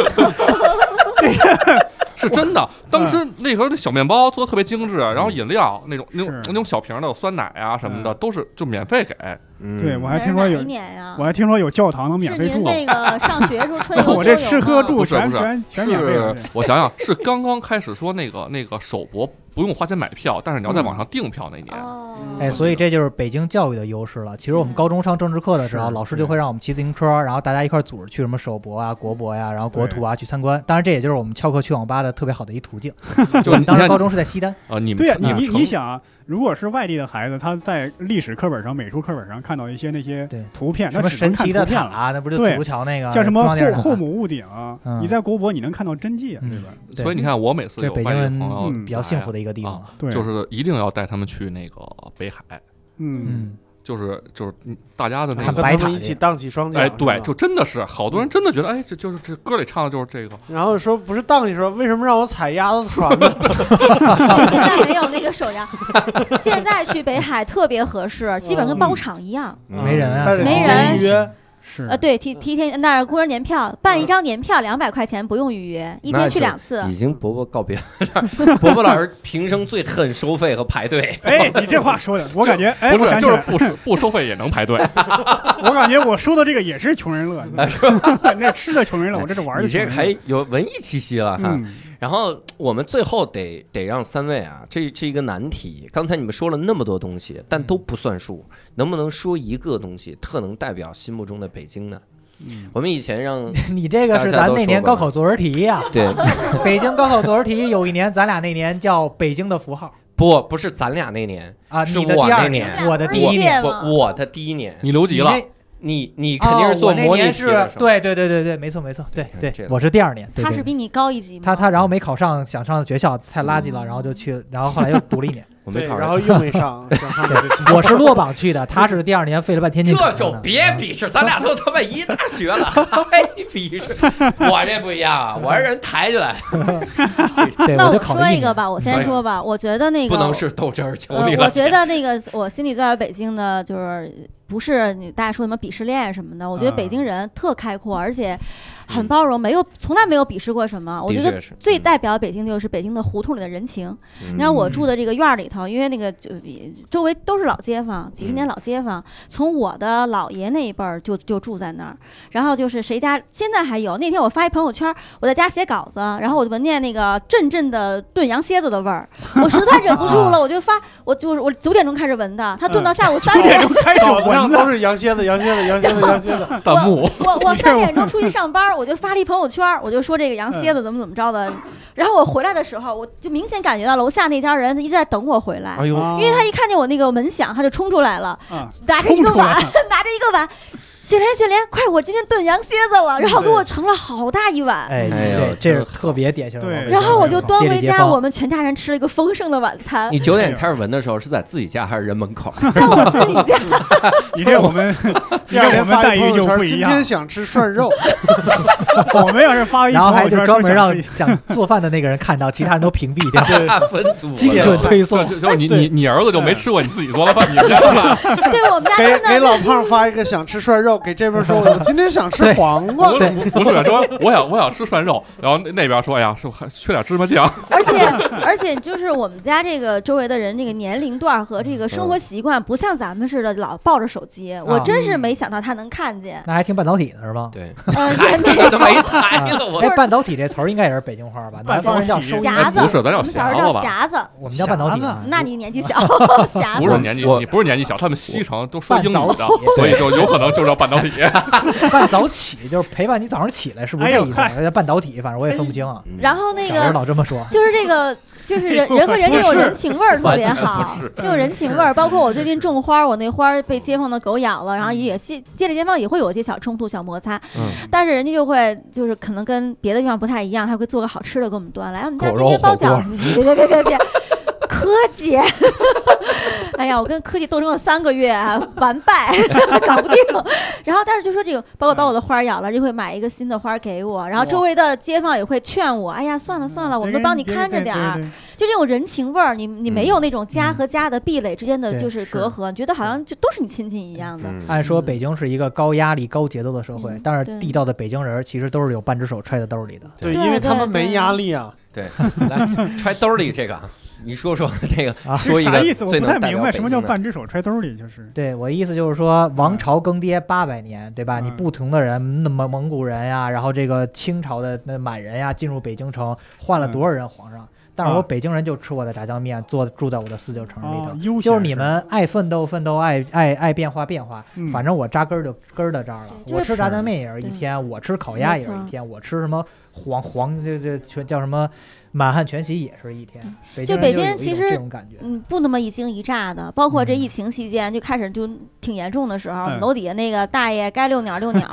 Speaker 4: 是真的。当时那时候那小面包做的特别精致，然后饮料那种那种
Speaker 2: 是嗯
Speaker 4: 那种小瓶儿的酸奶啊什么的，都是就免费给。嗯
Speaker 2: 对，我
Speaker 5: 我
Speaker 2: 还听说有
Speaker 5: 一，年呀
Speaker 2: 我，还听说有教堂能免
Speaker 5: 啊是
Speaker 2: 费
Speaker 5: 您
Speaker 2: 住，
Speaker 5: 那个上 学时候春游秋游
Speaker 2: 我这吃喝
Speaker 5: 吗
Speaker 2: 住
Speaker 4: 不是
Speaker 2: 全
Speaker 4: 不是
Speaker 2: 全全免费
Speaker 4: 是
Speaker 2: 的。
Speaker 4: 我想想，是刚刚开始说那个那个首博不用花钱买票，但是你
Speaker 2: 嗯
Speaker 4: 要在网上订票那年。
Speaker 5: 哦，
Speaker 6: 哎，所以这就是北京教育的优势了。其实我们
Speaker 5: 嗯
Speaker 6: 高中上政治课的时候，
Speaker 2: 是
Speaker 6: 老师就会让我们骑自行车，然后大家一块儿组织去什么首博啊、国博呀、然后国
Speaker 2: 对
Speaker 6: 图啊去参观。当然，这也就是我们翘课去网吧的特别好的一途径。
Speaker 4: 就你
Speaker 6: 当时
Speaker 4: 看
Speaker 6: 高中是在西单，
Speaker 4: 啊，你们
Speaker 2: 对呀，
Speaker 4: 城
Speaker 2: 你
Speaker 4: 们
Speaker 2: 你
Speaker 4: 城
Speaker 2: 你想啊，如果是外地的孩子，他在历史课本上、美术课本上看到一些那些
Speaker 6: 对
Speaker 2: 图片，他
Speaker 6: 什么
Speaker 2: 只能
Speaker 6: 神
Speaker 2: 看
Speaker 6: 奇
Speaker 2: 图
Speaker 6: 的
Speaker 2: 片
Speaker 6: 塔
Speaker 2: 了。
Speaker 6: 啊，那不就
Speaker 2: 对
Speaker 6: 土路桥那个
Speaker 2: 像什么
Speaker 6: 中央电视
Speaker 2: 后
Speaker 6: 塔
Speaker 2: 后母屋顶啊，
Speaker 6: 嗯
Speaker 2: 你在国博你能看到真迹啊，对
Speaker 6: 嗯
Speaker 2: 吧？
Speaker 6: 对
Speaker 4: 所以你看，我每次
Speaker 6: 这是
Speaker 4: 有
Speaker 6: 北京
Speaker 4: 外地的
Speaker 6: 人
Speaker 4: 朋友
Speaker 2: 嗯
Speaker 6: 比较幸福
Speaker 4: 的，
Speaker 6: 的一个地方
Speaker 4: 啊
Speaker 6: 了。
Speaker 2: 对，
Speaker 4: 就是一定要带他们去那个北海，
Speaker 2: 嗯，
Speaker 6: 嗯，
Speaker 4: 就是就是嗯大家的那
Speaker 6: 看
Speaker 4: 个，
Speaker 6: 白
Speaker 3: 跟
Speaker 6: 塔
Speaker 3: 他
Speaker 6: 那
Speaker 3: 们一起荡起双
Speaker 2: 啊
Speaker 3: 桨。
Speaker 4: 哎，
Speaker 3: 是
Speaker 4: 对，
Speaker 3: 吧
Speaker 4: 就真的是好
Speaker 2: 嗯
Speaker 4: 多人真的觉得，哎，这就是这歌里唱的就是这个，
Speaker 3: 然后说不是荡起说，为什么让我踩鸭子船呢？
Speaker 5: 现在没有那个手摇，现在去北海特别合适，基本上跟包场一样。
Speaker 6: 没人啊
Speaker 3: 但是
Speaker 5: 没
Speaker 3: 提
Speaker 5: 人
Speaker 3: 前预约，
Speaker 2: 是
Speaker 6: 嗯
Speaker 5: 呃，对，
Speaker 1: 嗯
Speaker 5: 提提前那儿工人年票办一张年票，两百块钱不用预约，一
Speaker 1: 那
Speaker 5: 天
Speaker 1: 是
Speaker 5: 去两次。
Speaker 1: 已经伯伯告别， 伯伯老师平生最恨收费和排队。
Speaker 2: 哎，你这话说的，我感觉哎，
Speaker 4: 不
Speaker 2: 我
Speaker 4: 是
Speaker 2: 想起
Speaker 4: 就是
Speaker 2: 来，哎
Speaker 4: 不收不收费也能排队，
Speaker 2: 我感觉我说的这个也是穷人乐，那吃的穷人乐，我这是玩儿
Speaker 1: 你
Speaker 2: 的穷
Speaker 1: 这
Speaker 2: 人乐。
Speaker 1: 还有文艺气息了哈。
Speaker 2: 嗯，
Speaker 1: 然后我们最后得得让三位啊，这这一个难题。刚才你们说了那么多东西，但都不算数，能不能说一个东西特能代表心目中的北京呢？我们以前让
Speaker 6: 你这个是咱那年高考作文题呀、
Speaker 1: 对
Speaker 6: 北京高考作文题有一年，咱俩那年叫《北京的符号
Speaker 1: 不不是咱俩那年，》
Speaker 6: 啊，
Speaker 1: 是
Speaker 6: 你的
Speaker 1: 我
Speaker 6: 第
Speaker 1: 那
Speaker 6: 二
Speaker 1: 年
Speaker 6: 我的
Speaker 5: 不
Speaker 6: 第
Speaker 5: 是
Speaker 6: 一
Speaker 5: 一
Speaker 6: 年，
Speaker 5: 届吗？
Speaker 1: 我我的第一年，
Speaker 4: 你留级了
Speaker 6: 那，
Speaker 1: 你你肯定是做
Speaker 6: 哦我那
Speaker 1: 模拟
Speaker 6: 年
Speaker 1: 题
Speaker 6: 是
Speaker 1: 的时候，
Speaker 6: 对对对对对，没错没错，对
Speaker 1: 看
Speaker 6: 对
Speaker 1: 这，个
Speaker 6: 我是第二年，对
Speaker 5: 他
Speaker 6: 对
Speaker 5: 是
Speaker 6: 对
Speaker 5: 比你高一级吗？
Speaker 6: 他
Speaker 2: 嗯
Speaker 6: 他然后没考上想上的学校，太垃圾了，然后就去，然后后来又读 了一年。
Speaker 1: 我没
Speaker 3: 对，
Speaker 1: 考
Speaker 3: 然
Speaker 1: 上。
Speaker 3: 后又没上，想上北 京
Speaker 6: 我 是落榜去的，他是第二年费了半天劲考
Speaker 1: 这
Speaker 6: 上的。
Speaker 1: 就别鄙视，咱俩都他妈一大学 了，还鄙视？我这不一样啊，我是人抬起来，
Speaker 6: 嗯，对，
Speaker 5: 那
Speaker 6: 我就
Speaker 5: 我
Speaker 6: 考
Speaker 5: 说
Speaker 6: 了
Speaker 5: 一个
Speaker 6: 年。
Speaker 5: 吧，我先说吧。我觉得那个
Speaker 1: 不能是豆汁儿，求
Speaker 5: 嗯呃
Speaker 1: 你，
Speaker 5: 我
Speaker 1: 了。
Speaker 5: 觉得那个我心里最爱北京的就是不是你大家说什么鄙视链什么的，我觉得
Speaker 2: 嗯
Speaker 5: 北京人特开阔，而且很
Speaker 6: 嗯
Speaker 5: 包容，没有从来没有鄙视过什么。我觉
Speaker 1: 的确
Speaker 5: 得
Speaker 1: 是
Speaker 5: 最
Speaker 1: 嗯
Speaker 5: 代表北京就是北京的胡同里的人情。
Speaker 1: 嗯
Speaker 5: 你看我住的这个院儿里头，因为那个就周围都是老街坊，几十年老街坊，从我的姥爷那一辈儿就就住在那儿。然后就是谁家现在还有，那天我发一朋友圈，我在家写稿子，然后我就闻见那个阵阵的炖羊蝎子的味儿，我实在忍不住了，我就发，我就是我九点钟开始闻的，它炖到下午三
Speaker 2: 九点
Speaker 5: 点。
Speaker 2: 钟开始
Speaker 3: 脑子上
Speaker 2: 闻
Speaker 3: 都
Speaker 2: 了，
Speaker 3: 是羊蝎子，羊蝎子，羊蝎子，羊蝎 子。
Speaker 4: 弹 幕
Speaker 5: 我我三点钟出去上班，我就发了一朋友圈，我就说这个羊蝎子怎么怎么着的。然后我回来的时候，我就明显感觉到楼下那家人一直在等我回来。
Speaker 1: 哎呦，
Speaker 5: 因为他一看见我那个门响，他就冲出来了，
Speaker 2: 啊
Speaker 5: 拿着一个
Speaker 2: 冲出来
Speaker 5: 碗，拿着一个碗，雪莲，雪莲，快，我今天炖羊蝎子了，然后给我盛了好大一碗。
Speaker 6: 哎，
Speaker 1: 哎呦
Speaker 6: 对，这是特别典型的
Speaker 2: 对
Speaker 6: 老北京
Speaker 5: 然后我就
Speaker 6: 街
Speaker 5: 端
Speaker 6: 里
Speaker 5: 回
Speaker 6: 街
Speaker 5: 家，
Speaker 6: 坊
Speaker 5: 我们全家人吃了一个丰盛的晚餐，
Speaker 1: 你九点开始闻的时候是在自己家还是人门口？
Speaker 5: 在我自己家。
Speaker 2: 你这我们，你
Speaker 3: 第
Speaker 2: 这
Speaker 3: 二
Speaker 2: 我们
Speaker 3: 天发
Speaker 2: 待
Speaker 3: 一朋
Speaker 2: 遇
Speaker 3: 友
Speaker 2: 就
Speaker 3: 圈，
Speaker 2: 不一
Speaker 3: 今
Speaker 2: 样。
Speaker 3: 天想吃涮肉，
Speaker 2: 我们要是发一
Speaker 6: 然后
Speaker 2: 朋
Speaker 6: 还
Speaker 2: 友
Speaker 6: 就
Speaker 2: 圈，
Speaker 6: 专门
Speaker 2: 说想
Speaker 6: 让
Speaker 2: 吃
Speaker 6: 想做饭的那个人看到，其他人都屏蔽掉，
Speaker 1: 按分 组啊
Speaker 6: 精
Speaker 3: 点
Speaker 6: 准
Speaker 3: 菜
Speaker 6: 推
Speaker 4: 就
Speaker 6: 送。
Speaker 4: 就就是你你你儿子就没吃过你自己做 的饭，你们家饭
Speaker 5: 对我们家
Speaker 3: 给
Speaker 5: 真
Speaker 3: 给
Speaker 5: 的，
Speaker 3: 老胖发一个想吃涮肉，给这边说我今天想吃黄瓜
Speaker 4: 不。是不是说我想我想吃涮肉，然后那那边说哎呀是不还缺点芝麻酱，
Speaker 6: 啊
Speaker 5: 而且而且就是我们家这个周围的人，这个年龄段和这个生活习惯不像咱们似的老抱着手机，我
Speaker 6: 啊
Speaker 5: 真是没想到他能看 见，
Speaker 6: 那还挺半导体的是吧？
Speaker 1: 对，
Speaker 5: 呃，也
Speaker 1: 嗨，
Speaker 5: 没
Speaker 1: 这都没
Speaker 6: 啊
Speaker 1: 抬了我。
Speaker 5: 嗯
Speaker 6: 哎，半导体这词儿应该也是北京话吧？南
Speaker 2: 半
Speaker 6: 方
Speaker 2: 导
Speaker 6: 人 叫
Speaker 2: 体
Speaker 6: 收音
Speaker 5: 匣子，
Speaker 4: 不是咱叫
Speaker 5: 我们小时
Speaker 4: 匣子
Speaker 5: 候叫
Speaker 4: 吧啊
Speaker 5: 匣子，
Speaker 6: 我们叫半导体
Speaker 2: 匣
Speaker 6: 嘛。
Speaker 5: 那你年纪小，匣子。
Speaker 4: 不是年纪
Speaker 1: 我
Speaker 4: 你不是年纪小，他们西城都说英语
Speaker 6: 半
Speaker 4: 的
Speaker 6: 导体，
Speaker 4: 所以就有可能就叫半导体。
Speaker 6: 半早起就是陪伴你早上起来，是不是
Speaker 2: 哎
Speaker 6: 这
Speaker 2: 呦
Speaker 6: 意思？叫半导体，反正我也分不清啊。
Speaker 1: 嗯
Speaker 5: 然后那
Speaker 6: 小时候
Speaker 5: 个
Speaker 6: 老这么说，
Speaker 5: 就是这个，就是人
Speaker 4: 哎
Speaker 5: 人和人这种人情味儿特别好
Speaker 4: 不是，
Speaker 5: 这种人情味儿。包括我最近种花，我那花儿被街坊的狗咬了，
Speaker 4: 嗯
Speaker 5: 然后也街街里街坊也会有一些小冲突、小摩擦，
Speaker 1: 嗯
Speaker 5: 但是人家就会就是可能跟别的地方不太一样，他会做个好吃的给我们端来，哎我们家
Speaker 1: 狗
Speaker 5: 今
Speaker 1: 肉
Speaker 5: 天包
Speaker 1: 火锅
Speaker 5: 饺 子，别别别别别，柯姐。 哎呀，我跟柯姐斗争了三个月、啊，完败， 搞不定。然后，但是就说这个，包括把我的花儿咬了，就会买一个新的花儿给我。然后周围的街坊也会劝我，哎呀，算了
Speaker 6: 嗯
Speaker 5: 算了，我们都帮你看着点儿。
Speaker 2: 对对对对
Speaker 5: 就这种人情味儿，你你没有那种家和家的壁垒之间的
Speaker 6: 嗯对
Speaker 5: 就是
Speaker 6: 是
Speaker 5: 隔阂，你觉得好像就都是你亲戚一样的。
Speaker 1: 嗯，
Speaker 6: 按说北京是一个高压力、高节奏的社会
Speaker 5: 嗯，
Speaker 6: 但
Speaker 5: 对
Speaker 6: 是地道的北京人其实都是有半只手揣在兜里的。
Speaker 3: 对，
Speaker 5: 对
Speaker 3: 因为他们
Speaker 5: 对
Speaker 3: 没
Speaker 5: 对
Speaker 3: 压力啊。
Speaker 1: 对，来揣兜里这个啊，你说 说这个
Speaker 6: 啊
Speaker 1: 说一
Speaker 2: 啥意
Speaker 1: 个
Speaker 2: 思？我
Speaker 1: 最
Speaker 2: 不太
Speaker 1: 能代
Speaker 2: 明
Speaker 1: 表
Speaker 2: 白
Speaker 1: 北京
Speaker 2: 什么叫
Speaker 1: 的
Speaker 2: 半只手揣兜里，就是
Speaker 6: 对我意思就是说，王朝更迭八百年，对吧？
Speaker 2: 嗯
Speaker 6: 你不同的人，那么蒙古人呀，然后这个清朝的那满人呀，进入北京城，换了多少任皇上？但是我
Speaker 2: 啊
Speaker 6: 北京人就吃我的炸酱面，坐住在我的四九城里
Speaker 2: 哦
Speaker 6: 头，，
Speaker 2: 悠闲
Speaker 6: 就是你
Speaker 2: 事儿
Speaker 6: 们爱奋斗奋斗，爱爱爱变化变化。
Speaker 2: 嗯
Speaker 6: 反正我扎根儿就根儿到这儿了。
Speaker 5: 对就是
Speaker 6: 我吃炸酱面也是一
Speaker 5: 对
Speaker 6: 天，我吃烤鸭也是
Speaker 5: 没错
Speaker 6: 一天，我吃什么黄黄这这全叫什么满汉全席也是一天。北京
Speaker 5: 就北
Speaker 6: 人
Speaker 5: 京
Speaker 6: 有
Speaker 5: 人
Speaker 6: 一
Speaker 5: 其
Speaker 6: 种
Speaker 5: 实
Speaker 6: 这种感觉，嗯
Speaker 5: 嗯，不那么一惊一乍的，包括这疫情期间就开始就挺严重的时候，
Speaker 2: 嗯
Speaker 5: 楼底下那个大爷该遛鸟遛 鸟，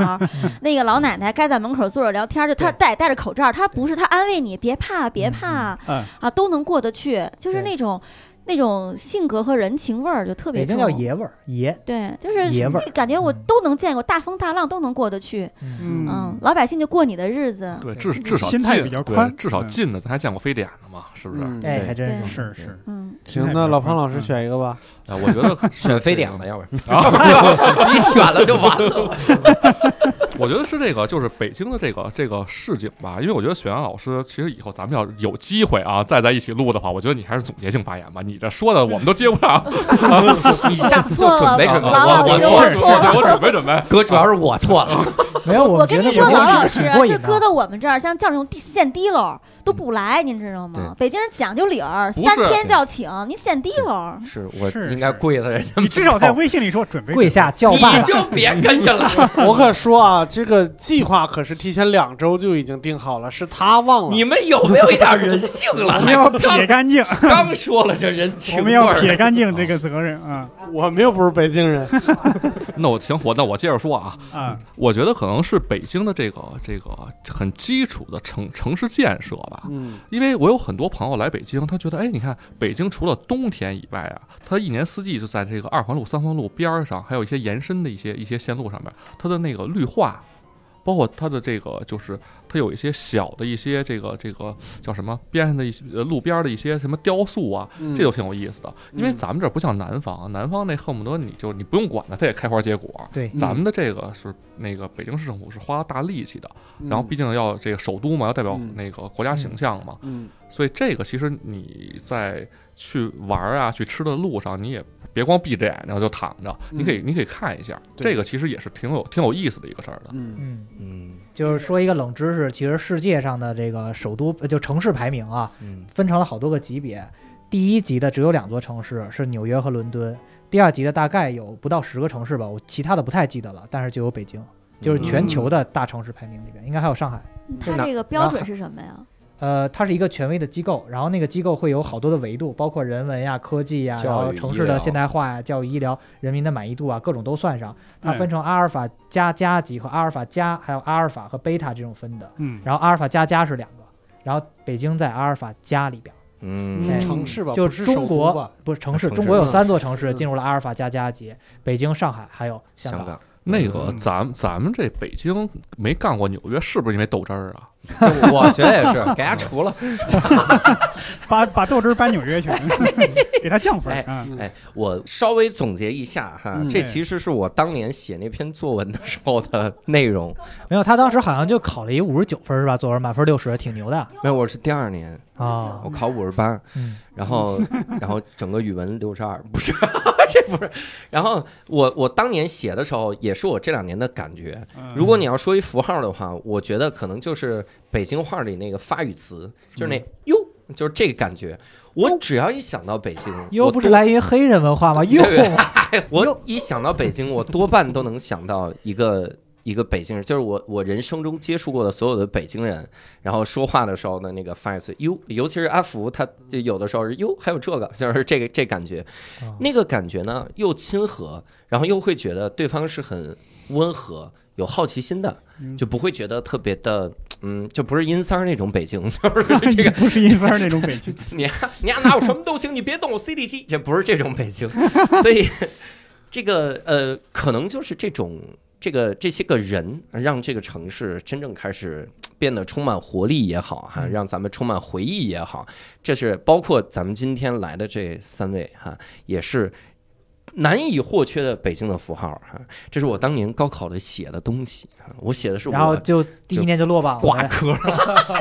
Speaker 5: 那个老奶奶该在门口坐着聊天，就他
Speaker 6: 嗯对
Speaker 5: 戴戴着口罩，他不是他安慰你别怕别怕
Speaker 2: 嗯嗯
Speaker 5: 啊，都能过得去，就是
Speaker 6: 对
Speaker 5: 那种那种性格和人情味儿就特别
Speaker 6: 北
Speaker 5: 重
Speaker 6: 京。叫爷味儿，爷。
Speaker 5: 对，就是
Speaker 6: 爷味儿
Speaker 5: 就感觉我
Speaker 6: 嗯
Speaker 5: 都能见过，大风大浪都能过得去。
Speaker 2: 嗯
Speaker 5: 嗯，老百姓就过你的日子。
Speaker 4: 对，至至少
Speaker 2: 心态
Speaker 4: 近
Speaker 2: 比较
Speaker 4: 对
Speaker 2: 宽
Speaker 4: 至少
Speaker 2: 嗯
Speaker 4: 近的咱还见过非典呢嘛，是不是？
Speaker 3: 嗯
Speaker 6: 哎，
Speaker 1: 对
Speaker 6: 还真是。
Speaker 2: 是是，
Speaker 5: 嗯，
Speaker 3: 行，那老潘老师选一个吧。
Speaker 4: 啊，我觉得
Speaker 1: 嗯选非典
Speaker 4: 了。
Speaker 1: 了，要不然 你选了就完了。
Speaker 4: 我觉得是这个，就是北京的这个这个市井吧，因为我觉得雪阳老师其实以后咱们要有机会啊，再在一起录的话，我觉得你还是总结性发言吧，你这说的我们都接不 上。啊
Speaker 1: 你下次就准备准备，
Speaker 5: 错了
Speaker 1: 我
Speaker 5: 王老
Speaker 1: 我
Speaker 5: 师
Speaker 1: 错
Speaker 5: 我
Speaker 1: 嗯了，
Speaker 5: 错
Speaker 4: 我我准备准备。
Speaker 1: 哥主要是我错了，
Speaker 6: 没有，我
Speaker 5: 我
Speaker 6: 们
Speaker 5: 跟
Speaker 6: 觉
Speaker 5: 您
Speaker 6: 得
Speaker 5: 说，
Speaker 6: 我
Speaker 5: 老
Speaker 6: 们
Speaker 5: 老
Speaker 6: 是
Speaker 5: 师
Speaker 6: 挺过，瘾
Speaker 5: 这
Speaker 6: 的嗯
Speaker 5: 搁到我们这儿，像叫这种地现滴楼都不来，您知道吗
Speaker 1: 对？
Speaker 5: 北京人讲究理儿，
Speaker 4: 不
Speaker 5: 三
Speaker 4: 是
Speaker 5: 天叫请，您现滴楼。
Speaker 1: 是我
Speaker 2: 是
Speaker 1: 应该跪了人家。
Speaker 2: 你至少在微信里说准备
Speaker 6: 跪下叫爸
Speaker 1: 你，就别跟着了，
Speaker 3: 我可说啊，这个计划可是提前两周就已经定好了，是他忘了。
Speaker 1: 你们有没有一点人性了
Speaker 2: 我？们要撇干净，
Speaker 1: 刚说了这人情
Speaker 2: 我们
Speaker 1: 味
Speaker 2: 要
Speaker 1: 儿，
Speaker 2: 撇干净这个责任啊
Speaker 3: 我们又不是北京人，
Speaker 4: 那我行，我那我接着说啊，
Speaker 2: 啊，
Speaker 4: 我觉得可能是北京的这个这个很基础的城城市建设吧，
Speaker 3: 嗯，
Speaker 4: 因为我有很多朋友来北京，他觉得，哎，你看北京除了冬天以外啊，它一年四季就在这个二环路、三环路边儿上，还有一些延伸的一些一些线路上面，它的那个绿化，包括它的这个就是它有一些小的一些这个这个叫什么边上的一些呃路边儿的一些什么雕塑啊，这就挺有意思的。因为
Speaker 3: 嗯
Speaker 4: 咱们这儿不像南方，南方那恨不得你就你不用管它，它也开花结果。
Speaker 6: 对，
Speaker 3: 嗯
Speaker 4: 咱们的这个是那个北京市政府是花了大力气的，
Speaker 3: 嗯
Speaker 4: 然后毕竟要这个首都嘛，要代表
Speaker 3: 嗯
Speaker 4: 那个国家形象嘛，
Speaker 3: 嗯
Speaker 4: 所以这个其实你在去玩儿啊、去吃的路上，你也别光闭着眼睛就躺着，
Speaker 6: 嗯
Speaker 4: 你可以你可以看一下，
Speaker 3: 对
Speaker 4: 这个其实也是挺有挺有意思的一个事儿的。
Speaker 3: 嗯
Speaker 6: 嗯，
Speaker 1: 嗯
Speaker 6: 就是说一个冷知识，其实世界上的这个首都呃就城市排名啊，
Speaker 1: 嗯，
Speaker 6: 分成了好多个级别。第一级的只有两座城市，是纽约和伦敦。第二级的大概有不到十个城市吧，我其他的不太记得了，但是就有北京，就是全球的大城市排名里边，应该还有上海。
Speaker 5: 他
Speaker 1: 哪
Speaker 5: 这个标准是什么呀？
Speaker 6: 呃，它是一个权威的机构，然后那个机构会有好多的维度，包括人文呀、科技呀，
Speaker 1: 教育
Speaker 6: 然后城市
Speaker 1: 医疗
Speaker 6: 的现代化呀、教育、医疗、人民的满意度啊，各种都算上。它
Speaker 2: 哎
Speaker 6: 分成阿尔法加加级和阿尔法加，还有阿尔法和贝塔这种分的。
Speaker 2: 嗯，
Speaker 6: 然后阿尔法加加是两个，然后北京在阿尔法加里边，
Speaker 1: 嗯
Speaker 3: 是
Speaker 6: 哎
Speaker 3: 城市吧，
Speaker 6: 就
Speaker 3: 不是
Speaker 6: 中
Speaker 3: 首
Speaker 6: 国
Speaker 3: 都吧，
Speaker 6: 不是城市，
Speaker 1: 城市
Speaker 6: 中国有
Speaker 3: 嗯
Speaker 6: 三座城市
Speaker 3: 嗯
Speaker 6: 进入了阿尔法加加级，北京、上海还有香
Speaker 1: 香
Speaker 6: 港。
Speaker 1: 港
Speaker 4: 那个
Speaker 2: 嗯
Speaker 4: 咱咱们这北京没干过纽约，是不是因为豆汁儿啊？
Speaker 1: 就我觉得也是，给他除了。
Speaker 2: 把把豆汁儿搬纽约 去，给他降分儿
Speaker 6: 嗯
Speaker 2: 啊，
Speaker 1: 哎，我稍微总结一下哈，
Speaker 3: 嗯
Speaker 1: 这其实是我当年写那篇作文的时候的内容。
Speaker 6: 没有，他当时好像就考了一五十九分是吧？作文满分六十，挺牛的
Speaker 1: 没有，我是第二年，
Speaker 6: 啊
Speaker 1: 我。考五十八，
Speaker 6: 嗯，
Speaker 1: 然后然后整个语文六十二，不是， 这不是。然后我我当年写的时候，也是我这两年的感觉。
Speaker 2: 嗯
Speaker 1: 如果你要说一符号的话，我觉得可能就是北京话里那个发语词，就是
Speaker 6: 嗯
Speaker 1: 那哟，就是这个感觉。我只要一想到北京，
Speaker 6: 又
Speaker 1: 我
Speaker 6: 不是
Speaker 1: 多
Speaker 6: 来源于黑人文化吗？又
Speaker 1: 对我一想到北京，我多半都能想到一个一个北京人，就是我我人生中接触过的所有的北京人，然后说话的时候的那个发言词，哟，尤其是阿福，他就有的时候是哟，还有这个，就是这个这感觉，那个感觉呢又亲和，然后又会觉得对方是很温和。有好奇心的，
Speaker 2: 嗯
Speaker 1: 就不会觉得特别的，嗯，就不是阴三儿那种北京， 就是这
Speaker 2: 你
Speaker 1: 个
Speaker 2: 不是一分儿那种北京，
Speaker 1: 你你要拿我什么都行，你别动我 CD 机，这不是这种北京，所 以这个呃，可能就是这种这个这些个人，让这个城市真正开始变得充满活力也好哈，
Speaker 6: 嗯
Speaker 1: 让咱们充满回忆也好，这是包括咱们今天来的这三位哈，也是。难以或缺的北京的符号哈，这是我当年高考的写的东西哈，我写的是
Speaker 6: 然后
Speaker 1: 我
Speaker 6: 就第一年就落榜
Speaker 1: 挂
Speaker 6: 了。
Speaker 1: 科了。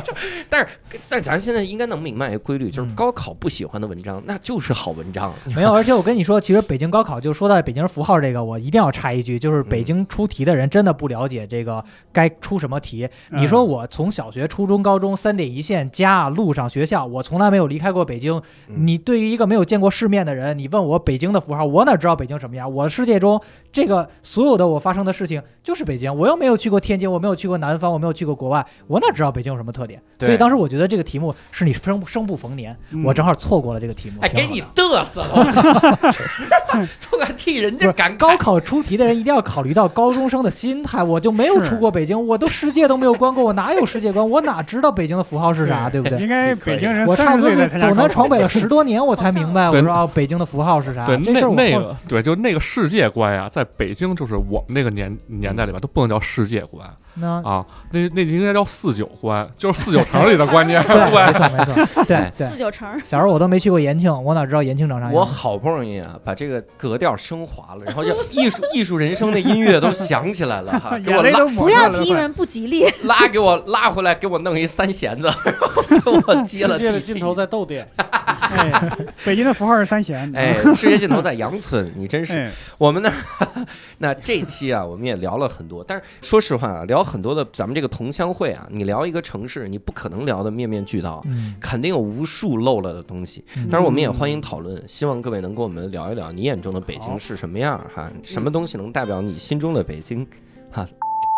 Speaker 1: 就但是，但是咱现在应该能明白一个规律，就是
Speaker 6: 嗯
Speaker 1: 高考不喜欢的文章，那就是好文章。
Speaker 6: 没有，而且我跟你说，其实北京高考就说到北京符号这个，我一定要插一句，就是北京出题的人真的不了解这个该出什么题。
Speaker 2: 嗯
Speaker 6: 你说我从小学、初中、高中三点一线家路上学校，我从来没有离开过北京。
Speaker 1: 嗯
Speaker 6: 你对于一个没有见过世面的人，你问我北京的符号，我哪知道北京什么样？我世界中这个所有的我发生的事情就是北京，我又没有去过天津，我没有去过南方，我没有去过国外，我哪知道北京有什么特点？
Speaker 1: 对
Speaker 6: 所以当时我觉得这个题目是你生生不逢年，
Speaker 2: 嗯
Speaker 6: 我正好错过了这个题目。
Speaker 1: 哎，
Speaker 6: 挺
Speaker 1: 给
Speaker 6: 好的
Speaker 1: 你嘚瑟了！总敢替人
Speaker 6: 不
Speaker 1: 家
Speaker 6: 是
Speaker 1: 赶
Speaker 6: 高考出题的人一定要考虑到高中生的心态。我就没有
Speaker 2: 是
Speaker 6: 出过北京，我都世界都没有观过，我哪有世界观？我哪知道北京的符号是啥，对不对？
Speaker 2: 应该北京人
Speaker 6: 我差
Speaker 2: 三
Speaker 6: 不
Speaker 2: 十
Speaker 6: 多
Speaker 2: 岁才参
Speaker 6: 就
Speaker 2: 加
Speaker 6: 走南
Speaker 2: 高考
Speaker 6: 闯北了十多年，我才明白，我
Speaker 4: 对
Speaker 6: 说啊，北京的符号是啥。
Speaker 4: 对，
Speaker 6: 这
Speaker 4: 那
Speaker 6: 事儿我
Speaker 4: 那
Speaker 6: 后
Speaker 4: 个对，就那个世界观呀、在北京就是我们那个年年代里边都不能叫世界观
Speaker 6: 那
Speaker 4: 啊，那那应该叫四九观，就是四九城里的观念。
Speaker 6: 对，没错没错，对对。
Speaker 5: 四九城，
Speaker 6: 小时候我都没去过延庆，我哪知道延庆长啥样？
Speaker 1: 我好不容易啊，把这个格调升华了，然后就艺术艺术人生的音乐都响起来了 哈，给
Speaker 2: 眼
Speaker 1: 我
Speaker 2: 泪
Speaker 1: 拉
Speaker 2: 都抹
Speaker 5: 不
Speaker 2: 出来
Speaker 5: 要
Speaker 2: 了。
Speaker 5: 提人不吉利。
Speaker 1: 拉给我拉回来，给我弄一三弦子， 然后我接了
Speaker 3: 世界的
Speaker 1: 地气
Speaker 3: 尽头。在豆店，
Speaker 2: 哎，北京的符号是三弦。
Speaker 1: 哎，世界尽头在羊村，你真是
Speaker 2: 哎，
Speaker 1: 我们呢？ 那这期啊，我们也聊了很多，但是说实话啊，聊很多的咱们这个同乡会啊，你聊一个城市，你不可能聊的面面俱到，
Speaker 6: 嗯，
Speaker 1: 肯定有无数漏了的东西。
Speaker 6: 嗯
Speaker 1: 当然，我们也欢迎讨论，希望各位能跟我们聊一聊你眼中的北京是什么样儿哈，什么东西能代表你心中的北京哈。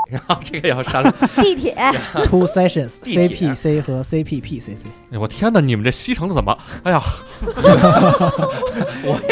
Speaker 1: 然后这个要删了，
Speaker 5: 地 铁
Speaker 6: Two Sessions
Speaker 1: 地铁
Speaker 6: CPC 和 CPPCC
Speaker 4: 哎我天哪，你们这西城怎么？哎呀，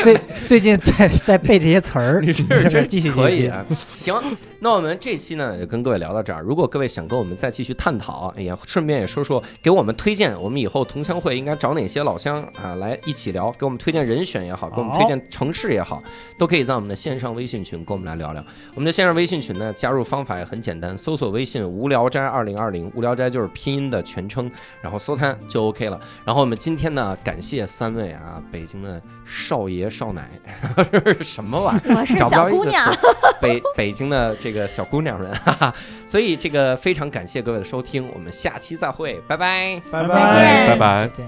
Speaker 6: 最最近在在背这些词儿，
Speaker 1: 你
Speaker 6: 没
Speaker 1: 这
Speaker 6: 事
Speaker 1: 这
Speaker 6: 继续
Speaker 1: 可以
Speaker 6: 啊。
Speaker 1: 啊。行，那我们这期呢也跟各位聊到这儿。如果各位想跟我们再继续探讨，也顺便也说说，给我们推荐我们以后同乡会应该找哪些老乡啊来一起聊，给我们推荐人选也好，给我们推荐城市也好，都可以在我们的线上微信群跟我们来聊聊。我们的线上微信群呢，加入方法也很简单，搜索微信“无聊斋二零二零”，无聊斋就是拼音的全称，然后搜它就 OK 了。然后我们今天呢，感谢三位啊，北京的少爷少奶， 什么玩意儿？
Speaker 5: 我是
Speaker 1: 找不
Speaker 5: 小
Speaker 1: 着一
Speaker 5: 姑
Speaker 1: 个
Speaker 5: 娘，
Speaker 1: 词北 北京的这个小姑娘们，哈哈。所以这个非常感谢各位的收听，我们下期再会，拜拜。
Speaker 2: 拜
Speaker 5: 再见
Speaker 4: 哎拜拜。
Speaker 6: 再见。